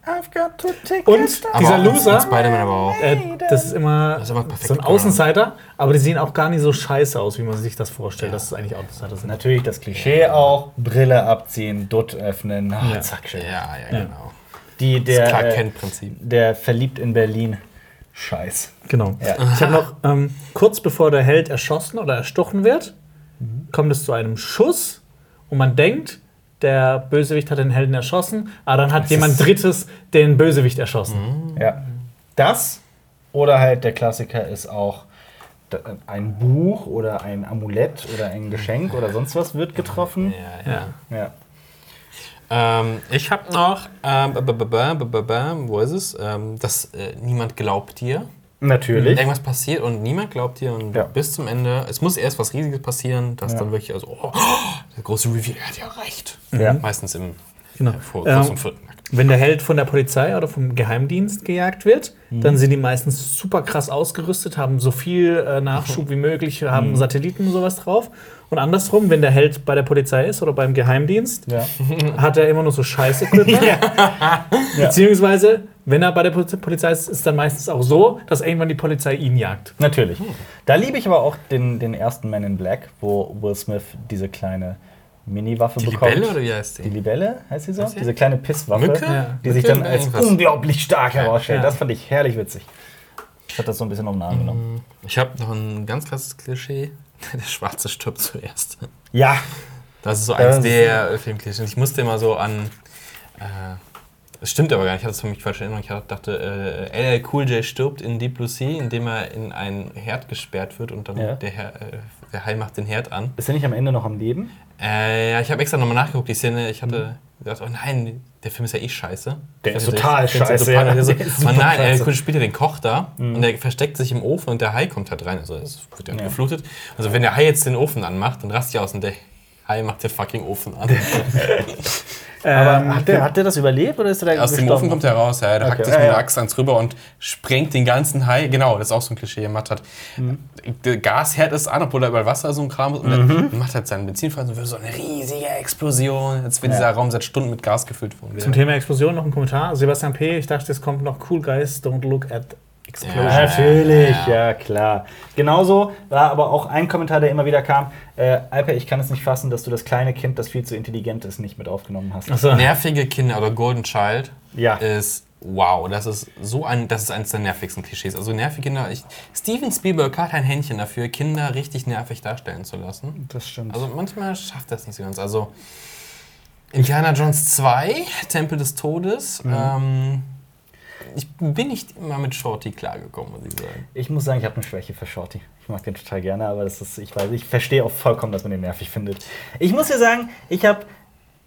S1: I've got to take
S3: Und
S1: a step
S3: Dieser
S2: auch
S3: Loser?
S2: in Spider-man aber auch.
S3: Äh, das ist immer,
S2: Das ist aber perfekt
S3: so ein
S2: gemacht.
S3: Außenseiter, aber die sehen auch gar nicht so scheiße aus, wie man sich das vorstellt, dass es eigentlich Außenseiter sind.
S1: Natürlich das Klischee auch, Brille abziehen, Dutt öffnen, ah,
S3: Ja.
S1: zack, schön.
S2: Ja, ja, genau.
S1: Die,
S2: Das
S1: der,
S2: Clark
S1: äh,
S2: Kent-Prinzip.
S1: der verliebt in Berlin. Scheiß.
S3: Genau.
S1: Ja.
S3: Ich habe noch, ähm, kurz bevor der Held erschossen oder erstochen wird, kommt es zu einem Schuss und man denkt, der Bösewicht hat den Helden erschossen, aber dann hat jemand Drittes den Bösewicht
S2: Mhm.
S3: erschossen.
S1: Ja. Das oder halt der Klassiker ist auch d- äh, ein Buch oder ein Amulett oder ein Geschenk oder sonst was wird getroffen.
S2: Ja,
S3: Ja.
S2: ja.
S1: Ja.
S2: Ähm, ich habe noch, ähm, b- b- b- b- b- b- wo ist es? Ähm, dass äh, niemand glaubt dir.
S1: Natürlich.
S2: Irgendwas passiert und niemand glaubt dir und
S1: Ja.
S2: bis zum Ende. Es muss erst was Riesiges passieren, dass dann wirklich also oh, der große Reveal er hat ja recht.
S1: Ja.
S2: Meistens im
S3: Genau.
S2: äh, vor,
S3: Ähm,
S2: zum vierten Akt.
S3: Wenn der Held von der Polizei oder vom Geheimdienst gejagt wird,
S1: Mhm.
S3: dann sind die meistens super krass ausgerüstet, haben so viel äh, Nachschub wie möglich, haben
S1: Mhm.
S3: Satelliten und sowas drauf. Und andersrum, wenn der Held bei der Polizei ist oder beim Geheimdienst,
S1: Ja.
S3: hat er immer nur so scheiß
S1: (laughs)
S3: Equipment. (laughs) Beziehungsweise, wenn er bei der Pol- Polizei ist, ist dann meistens auch so, dass irgendwann die Polizei ihn jagt.
S1: Natürlich. Da liebe ich aber auch den, den ersten Man in Black, wo Will Smith diese kleine Mini-Waffe
S2: Die
S1: bekommt.
S2: Libelle oder wie heißt
S1: Die
S2: die?
S1: Libelle, heißt sie so?
S2: sie?
S1: Diese kleine Pisswaffe,
S2: Mücke?
S3: Ja.
S1: die sich
S2: Mücke
S1: dann
S2: oder
S1: als
S2: irgendwas?
S1: unglaublich stark herausstellt.
S3: Ja.
S1: Das fand ich herrlich witzig. Ich hat das so ein bisschen um den Namen genommen.
S2: Ich habe noch ein ganz krasses Klischee. (laughs) Der Schwarze stirbt zuerst.
S1: Ja,
S2: Das ist so eins
S1: ist-
S2: der Filmklischees. Ich musste immer so an. Äh, das stimmt aber gar nicht. Ich hatte es für mich falsch in Erinnerung. Ich hatte- dachte, äh, LL Cool J stirbt in Deep Blue Sea, indem er in einen Herd gesperrt wird und dann
S1: Ja.
S2: der, Herr, äh, der Hai macht den Herd an.
S1: ist er nicht am Ende noch am Leben?
S2: Äh, ja, ich habe extra nochmal nachgeguckt, die Szene. Ich hatte gedacht, oh nein, der Film ist ja eh scheiße.
S1: Der ist
S2: Also,
S1: total
S2: ich find's ja
S1: scheiße,
S2: so peinlich.
S1: ja.
S2: Also,
S1: (laughs) Der ist
S2: oh
S1: super
S2: nein, er
S1: scheiße. Mhm.
S2: spielt ja den Koch da und der versteckt sich im Ofen und der Hai kommt halt rein. Also es wird ja,
S1: Ja.
S2: geflutet. Also wenn der Hai jetzt den Ofen anmacht, dann rast ich aus und der Hi, macht der fucking Ofen
S1: (laughs)
S2: an.
S1: Aber Ähm, hat der, hat der das überlebt oder ist er da
S2: Aus dem Ofen kommt er raus, ja, der hackt sich
S1: Ja,
S2: mit der
S1: ja.
S2: Axt ans rüber und sprengt den ganzen Hai. Genau, das ist auch so ein Klischee, er macht hat. Der Gasherd ist an, obwohl da überall Wasser so ein Kram ist. Und er macht halt seinen Benzinfall und wird so eine riesige Explosion. Jetzt wird dieser Raum seit Stunden mit Gas gefüllt worden.
S3: Zum Thema Explosion noch ein Kommentar. Sebastian P., ich dachte, es kommt noch Cool Guys, don't look at Explosion.
S1: Ja, natürlich, ja klar. Genauso war aber auch ein Kommentar, der immer wieder kam: äh, Alper, ich kann es nicht fassen, dass du das kleine Kind, das viel zu intelligent ist, nicht mit aufgenommen hast.
S3: Achso.
S2: Nervige Kinder oder Golden Child
S1: Ja.
S2: ist wow, das ist so ein, das ist eines der nervigsten Klischees. Also nervige Kinder, ich, Steven Spielberg hat ein Händchen dafür, Kinder richtig nervig darstellen zu lassen.
S1: Das stimmt.
S2: Also manchmal schafft das nicht so ganz. Also Indiana Jones 2, Tempel des Todes,
S1: Mhm.
S2: ähm, ich bin nicht immer mit Shorty klargekommen, muss ich sagen.
S1: ich muss sagen, ich habe eine Schwäche für Shorty. Ich mag den total gerne, aber das ist, ich weiß, ich verstehe auch vollkommen, dass man den nervig findet. Ich muss ja sagen, ich habe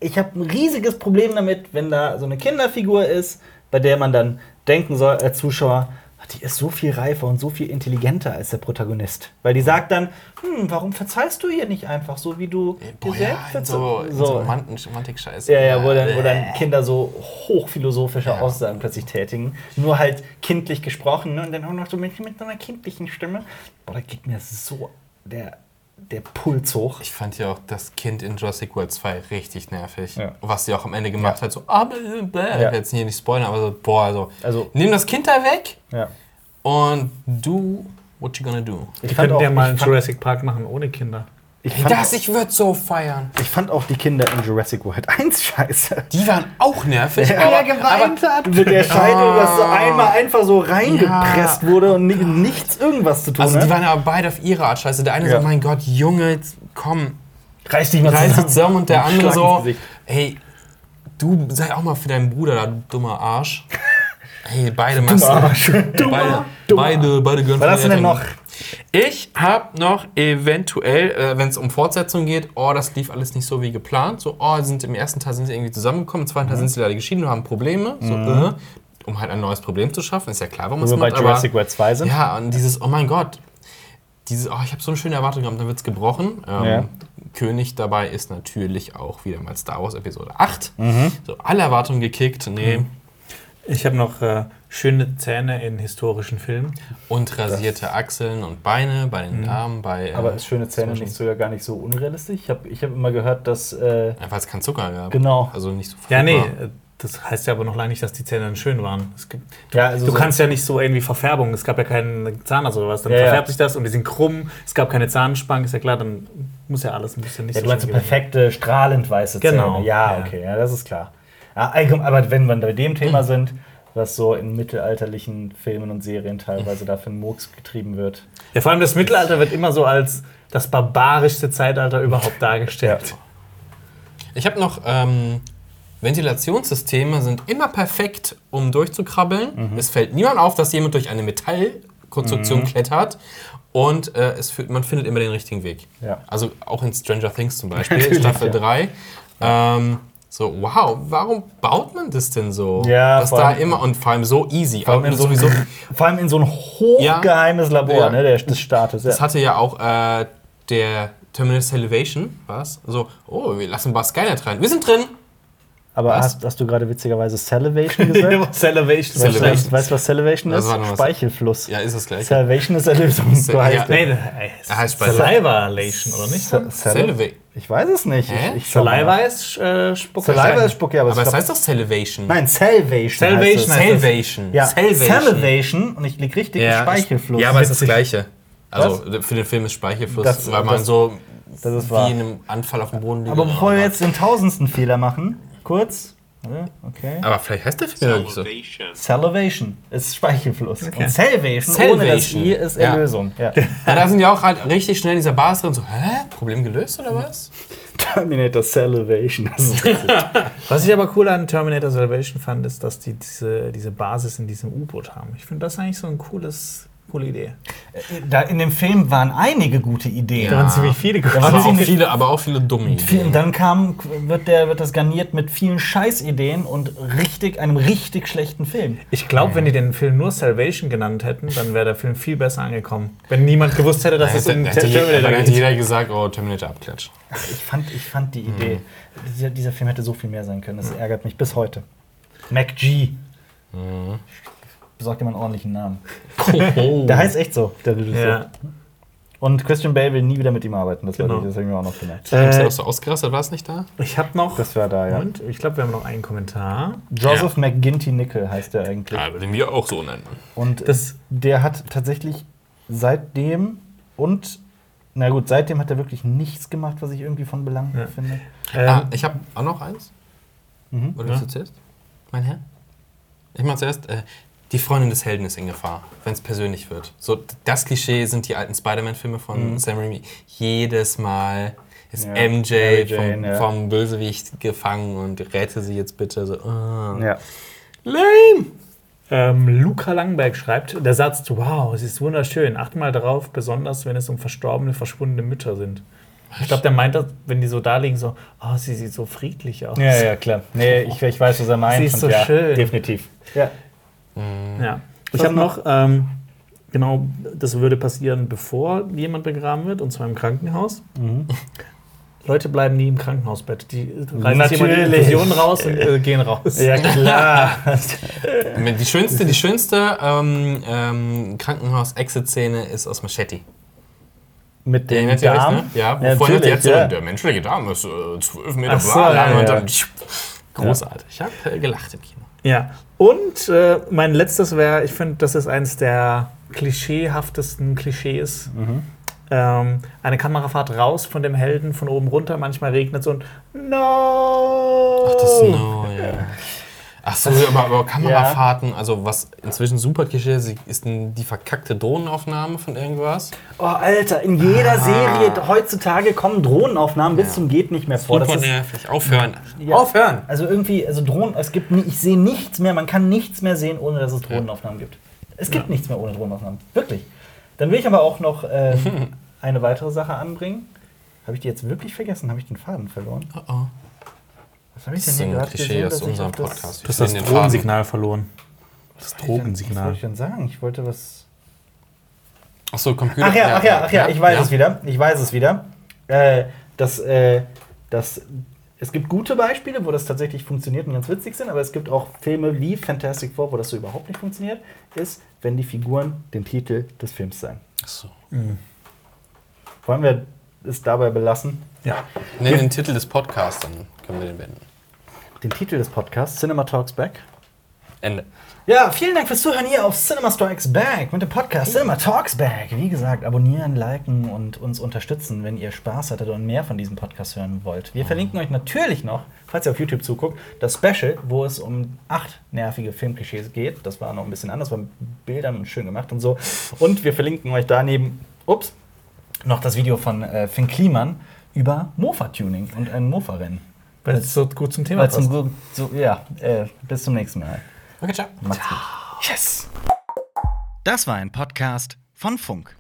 S1: ich hab ein riesiges Problem damit, wenn da so eine Kinderfigur ist, bei der man dann denken soll, als Zuschauer, "Ah, die ist so viel reifer und so viel intelligenter als der Protagonist. Weil die sagt dann, hm, warum verzeihst du ihr nicht einfach so, wie du dir selbst
S2: Äh, in
S1: verzeihst?
S2: so, in so Romanten- Romantik-Scheiße.
S1: Ja, ja, wo dann, wo dann Kinder so hochphilosophische Aussagen plötzlich tätigen. Nur halt kindlich gesprochen ne? und dann auch noch so mit, mit so einer kindlichen Stimme. Boah, da geht mir so der, der Puls hoch.
S2: Ich fand ja auch das Kind in Jurassic World 2 richtig nervig.
S1: Ja.
S2: Was sie auch am Ende gemacht hat, so, ah, bläh, bläh. ich
S1: Ja.
S2: will jetzt hier nicht spoilern, aber so, boah, also,
S1: Also-
S2: nimm das Kind da weg
S1: Ja.
S2: und do what you gonna do.
S3: Ich könnte ja mal einen
S1: ich fand,
S3: Jurassic Park machen ohne Kinder.
S1: ich,
S2: Ey, das,
S1: fand,
S2: ich würde so feiern.
S1: ich fand auch die Kinder in Jurassic World (laughs) 1 scheiße.
S2: Die waren auch nervig.
S1: hat. Mit der Scheidung, dass so einmal einfach so reingepresst wurde und ni- nichts irgendwas zu tun
S2: also, die
S1: hat.
S2: waren aber beide auf ihre Art scheiße. Der eine
S1: ne? Ja. Also,
S2: so, mein Gott, Junge, jetzt komm,
S1: Reiß dich mal (laughs)
S2: reiß dich zusammen. Und der
S1: Schlag
S2: andere
S1: ins
S2: so,
S1: Gesicht.
S2: hey, du sei auch mal für deinen Bruder da, du dummer Arsch. Hey, beide machst
S1: Arsch.
S2: Beide, beide, beide gehören
S1: Was hast du denn noch?
S2: Ich habe noch eventuell, äh, wenn es um Fortsetzung geht, oh, das lief alles nicht so wie geplant. So, oh, sie sind im ersten Teil sind sie irgendwie zusammengekommen, im zweiten
S1: Mhm.
S2: Teil sind sie leider geschieden und haben Probleme. So, äh, um halt ein neues Problem zu schaffen, ist ja klar, warum es
S1: Wo wir
S2: macht.
S1: bei
S2: aber-
S1: Jurassic World 2 sind.
S2: Ja, und dieses, oh mein Gott, dieses, oh, ich habe so eine schöne Erwartung gehabt, dann wird's gebrochen. Ähm,
S1: Ja.
S2: König dabei ist natürlich auch wieder mal Star Wars Episode 8.
S1: Mhm.
S2: So, alle Erwartungen gekickt, nee,
S3: Ich habe noch äh, schöne Zähne in historischen Filmen.
S2: und rasierte Achseln und Beine bei den Armen, bei. äh,
S1: Mhm. Aber ist schöne Zähne
S2: zum
S1: nicht so ja gar nicht so unrealistisch. Ich habe ich hab immer gehört, dass äh,
S2: Einfach weil es keinen Zucker gab.
S1: Genau.
S2: Also nicht so
S3: Ja, nee,
S2: fruchtbar.
S3: äh, das heißt ja aber noch lange nicht, dass die Zähne dann schön waren. Es gibt, du
S1: Ja, also
S3: du
S1: so-
S3: kannst ja nicht so irgendwie Verfärbung. Es gab ja keinen Zahnarzt oder was. Dann
S1: Ja, ja.
S3: verfärbt sich das und die sind krumm. Es gab keine Zahnspangen. Ist ja klar, dann muss ja alles ein bisschen nicht
S1: ja,
S3: so
S1: du meinst so
S3: schön gewesen sein.
S1: perfekte, strahlend weiße
S3: Genau.
S1: Zähne. Ja,
S3: Ja.
S1: okay, ja, das ist klar. Ja, allgemein- aber wenn wir bei dem Thema sind, was so in mittelalterlichen Filmen und Serien teilweise da für einen Murks getrieben wird.
S3: Ja, vor allem das Mittelalter wird immer so als das barbarischste Zeitalter überhaupt dargestellt.
S2: Ich habe noch ähm, Ventilationssysteme sind immer perfekt, um durchzukrabbeln.
S1: Mhm.
S2: Es fällt niemand auf, dass jemand durch eine Metallkonstruktion klettert. Und äh, es fühlt, man findet immer den richtigen Weg.
S1: Ja.
S2: Also auch in Stranger Things zum Beispiel,
S1: (laughs) Natürlich,
S2: Staffel
S1: ja.
S2: 3. Ähm, so, wow, warum baut man das denn so?
S1: Ja,
S2: Dass
S1: vor
S2: da
S1: allem-
S2: immer und vor allem so easy.
S1: Vor allem in
S2: Und
S1: so,
S2: sowieso,
S1: vor allem in so ein hochgeheimes Labor
S2: Ja.
S1: ne, der, des Staates. Ja.
S2: Das hatte ja auch äh, der Terminus Elevation, was? So, oh, wir lassen Buzz Skynet rein. Wir sind drin!
S1: aber
S2: was?
S1: hast, hast du gerade witzigerweise Salivation (laughs)
S3: (laughs)
S1: gesagt? weißt,
S3: Celebration.
S2: Salivation.
S1: du, weißt du, was Salivation
S2: Das
S1: ist?
S2: war noch was.
S1: Speichelfluss.
S2: Ja, ist das gleich.
S1: Salvation ist Erlösung. so
S2: Ja.
S1: heißt
S3: Nee, nee,
S2: Er heißt bei-
S3: Salivation, oder nicht?
S1: Sa- Saliv-
S2: Salivate.
S1: Ich weiß es nicht.
S2: Hä?
S1: Ich, ich schau mal.
S3: Saliva ist äh, Spucke.
S1: Saliva ist Spucke, aber,
S2: Aber
S1: es
S2: es
S1: glaub-
S2: heißt doch Salivation.
S1: Nein, Salvation.
S3: Salvation
S1: heißt
S3: heißt das.
S2: Salvation.
S1: es. Ja,
S2: Salvation.
S1: Salvation und ich lieg richtig
S2: Ja,
S1: im Speichelfluss.
S2: Ja, aber es ist das
S3: Witzig.
S2: Gleiche. Also für den Film ist Speichelfluss,
S1: Das-
S2: weil man
S1: das-
S2: so
S1: das
S2: wie
S1: ist wahr.
S2: in einem Anfall auf dem Boden liegt.
S1: aber bevor wir jetzt den tausendsten Fehler machen, kurz. Ja, Okay.
S2: aber vielleicht heißt der Film ja nicht so.
S1: Salvation ist Speichelfluss. Und Salvation, ohne das
S2: Salvation.
S1: I, ist
S2: Ja.
S1: Erlösung. Ja.
S2: Na, da sind ja auch halt richtig schnell in dieser Bars drin, so, hä? Problem gelöst oder was?
S1: Terminator Salvation. Das (laughs) ist richtig.
S3: Was ich aber cool an Terminator Salvation fand, ist, dass die diese, diese Basis in diesem U-Boot haben. Ich finde das eigentlich so ein cooles Coole Idee.
S1: Da in dem Film waren einige gute Ideen.
S3: Da waren ziemlich viele gute
S1: waren
S2: Aber auch,
S1: ziemlich-
S2: viele, aber auch viele dumme
S1: Viel-
S2: Ideen.
S1: Dann kam, wird, der, wird das garniert mit vielen Scheißideen und richtig, einem richtig schlechten Film.
S3: Ich glaube, wenn die den Film nur Salvation genannt hätten, dann wäre der Film viel besser angekommen. Wenn niemand gewusst hätte,
S2: Da
S3: dass es
S2: hätte,
S3: um
S2: da hätte, je-
S3: Terminator
S2: dann hätte
S3: geht.
S2: jeder gesagt, oh, Terminator abklatsch.
S1: Ich fand, ich fand die
S3: Mhm.
S1: Idee, dieser, dieser Film hätte so viel mehr sein können. Das ärgert mich bis heute. Mac G.
S3: Mhm.
S1: Besorgt ihm einen ordentlichen Namen. (laughs) Der heißt echt so, der Regisseur.
S3: Ja.
S1: Und Christian Bale will nie wieder mit ihm arbeiten. Das,
S3: Genau.
S1: war, das habe ich mir auch noch gemerkt.
S2: Hast du
S3: Äh,
S2: das so ausgerastet? War es nicht da?
S3: ich habe noch.
S1: Das war da, ja.
S3: Moment, ich glaube, wir haben noch einen Kommentar.
S1: Joseph McGinty Nickel heißt er eigentlich.
S2: Ja, den wir auch so nennen.
S1: Und
S3: Das-
S1: der hat tatsächlich seitdem und na gut, seitdem hat er wirklich nichts gemacht, was ich irgendwie von Belang
S3: Ja.
S1: finde.
S3: Ähm,
S2: ah, ich habe auch noch eins.
S1: Mhm.
S2: Oder willst du zuerst? Mein Herr? Ich mach zuerst. Äh, die Freundin des Helden ist in Gefahr, wenn es persönlich wird. So, das Klischee sind die alten Spider-Man-Filme von Sam Raimi. Jedes Mal ist
S1: Mhm. Ja,
S2: MJ
S1: Mary Jane,
S2: vom,
S1: ja.
S2: vom Bösewicht gefangen und rette sie jetzt bitte. So, ah.
S1: Ja.
S2: Lame!
S3: Ähm, Luca Langberg schreibt, der Satz, wow, es ist wunderschön, acht mal darauf, besonders wenn es um verstorbene, verschwundene Mütter sind. Ich glaube, der meint das, wenn die so da liegen, so, oh, sie sieht so friedlich aus.
S1: Ja, ja, klar. Nee, ich, ich weiß, was er meint.
S3: Sie ist
S1: und
S3: so
S1: ja,
S3: schön.
S1: Definitiv. Ja.
S3: Ja. Ich habe noch, ähm, genau, das würde passieren, bevor jemand begraben wird, und zwar im Krankenhaus. (laughs) Leute bleiben nie im Krankenhausbett. Die reißen sich immer die
S1: Natürlich.
S3: Infusion raus und äh, gehen raus.
S1: Ja, klar.
S2: Die schönste, die schönste ähm, ähm, Krankenhaus-Exit-Szene ist aus Machete.
S1: (laughs) Mit dem
S2: Erinnert ihr euch,
S1: Darm.
S2: ne? Ja, vorhin
S1: Ja,
S2: hat die
S1: natürlich,
S2: jetzt so,
S1: ja.
S2: der menschliche Darm ist äh, 12 Meter
S3: Ach so,
S2: bla, lang
S3: ja,
S2: und
S3: ja.
S2: dann großartig. Ich habe äh, gelacht im Kino.
S3: (laughs) Ja. Und äh, mein letztes wäre, ich finde, das ist eins der klischeehaftesten Klischees. Ähm, eine Kamerafahrt raus von dem Helden, von oben runter, manchmal regnet so ein No!
S2: Ach,
S1: Oh.
S2: das No, ja. Ach so, aber, aber Kamerafahrten, also was inzwischen super Klischee ist, ist n- die verkackte Drohnenaufnahme von irgendwas.
S1: Oh, Alter, in jeder Serie heutzutage kommen Drohnenaufnahmen bis zum geht nicht mehr vor.
S2: Super
S1: Das ist,
S2: nervig. Aufhören.
S1: Ja.
S2: Aufhören!
S1: also irgendwie, also Drohnen, es gibt, nie- ich sehe nichts mehr, man kann nichts mehr sehen, ohne dass es Drohnenaufnahmen gibt. Es gibt nichts mehr ohne Drohnenaufnahmen. Wirklich. Dann will ich aber auch
S2: (laughs)
S1: noch äh, eine weitere Sache anbringen. Habe ich die jetzt wirklich vergessen? Habe ich den Faden verloren?
S2: Oh oh.
S1: Was habe ich
S2: Das ist
S1: denn
S2: ein
S1: hier gerade
S2: Klischee
S1: gesehen?
S2: aus
S1: dass ich
S2: unserem
S1: auf das-
S2: Podcast.
S3: Du hast das
S2: Wir sehen den Faden.
S3: Drogensignal verloren. Das
S1: Was wollte ich denn- Was
S3: Drogensignal.
S1: wollte ich denn sagen? Ich wollte was.
S2: Ach so, Computer.
S1: Ach Genau, ja, ach ja, ach ja, ich weiß es wieder. Ich weiß es wieder. Äh, das, äh, das, es gibt gute Beispiele, wo das tatsächlich funktioniert und ganz witzig sind, aber es gibt auch Filme wie Fantastic Four, wo das so überhaupt nicht funktioniert, ist, wenn die Figuren den Titel des Films sagen.
S2: Ach so.
S1: Wollen wir es dabei belassen?
S3: Ja.
S2: Nenn den Titel des Podcasts, dann können wir den beenden.
S1: Den Titel des Podcasts, Cinema Talks Back.
S2: Ende.
S1: Ja, vielen Dank fürs Zuhören hier auf Cinema Strikes Back mit dem Podcast Cinema Talks Back. Wie gesagt, abonnieren, liken und uns unterstützen, wenn ihr Spaß hattet und mehr von diesem Podcast hören wollt. Wir verlinken euch natürlich noch, falls ihr auf YouTube zuguckt, das Special, wo es um acht nervige Filmklischees geht. Das war noch ein bisschen anders, war mit Bildern und schön gemacht und so. Und wir verlinken euch daneben, ups, noch das Video von äh, Finn Kliman über Mofa-Tuning und ein Mofa-Rennen.
S3: Weil es so gut zum Thema
S1: Weil
S3: passt.
S1: zum Glück- so, ja, äh, bis zum nächsten Mal.
S2: Okay, ciao.
S1: Macht's gut. Yes! Das war ein Podcast von Funk.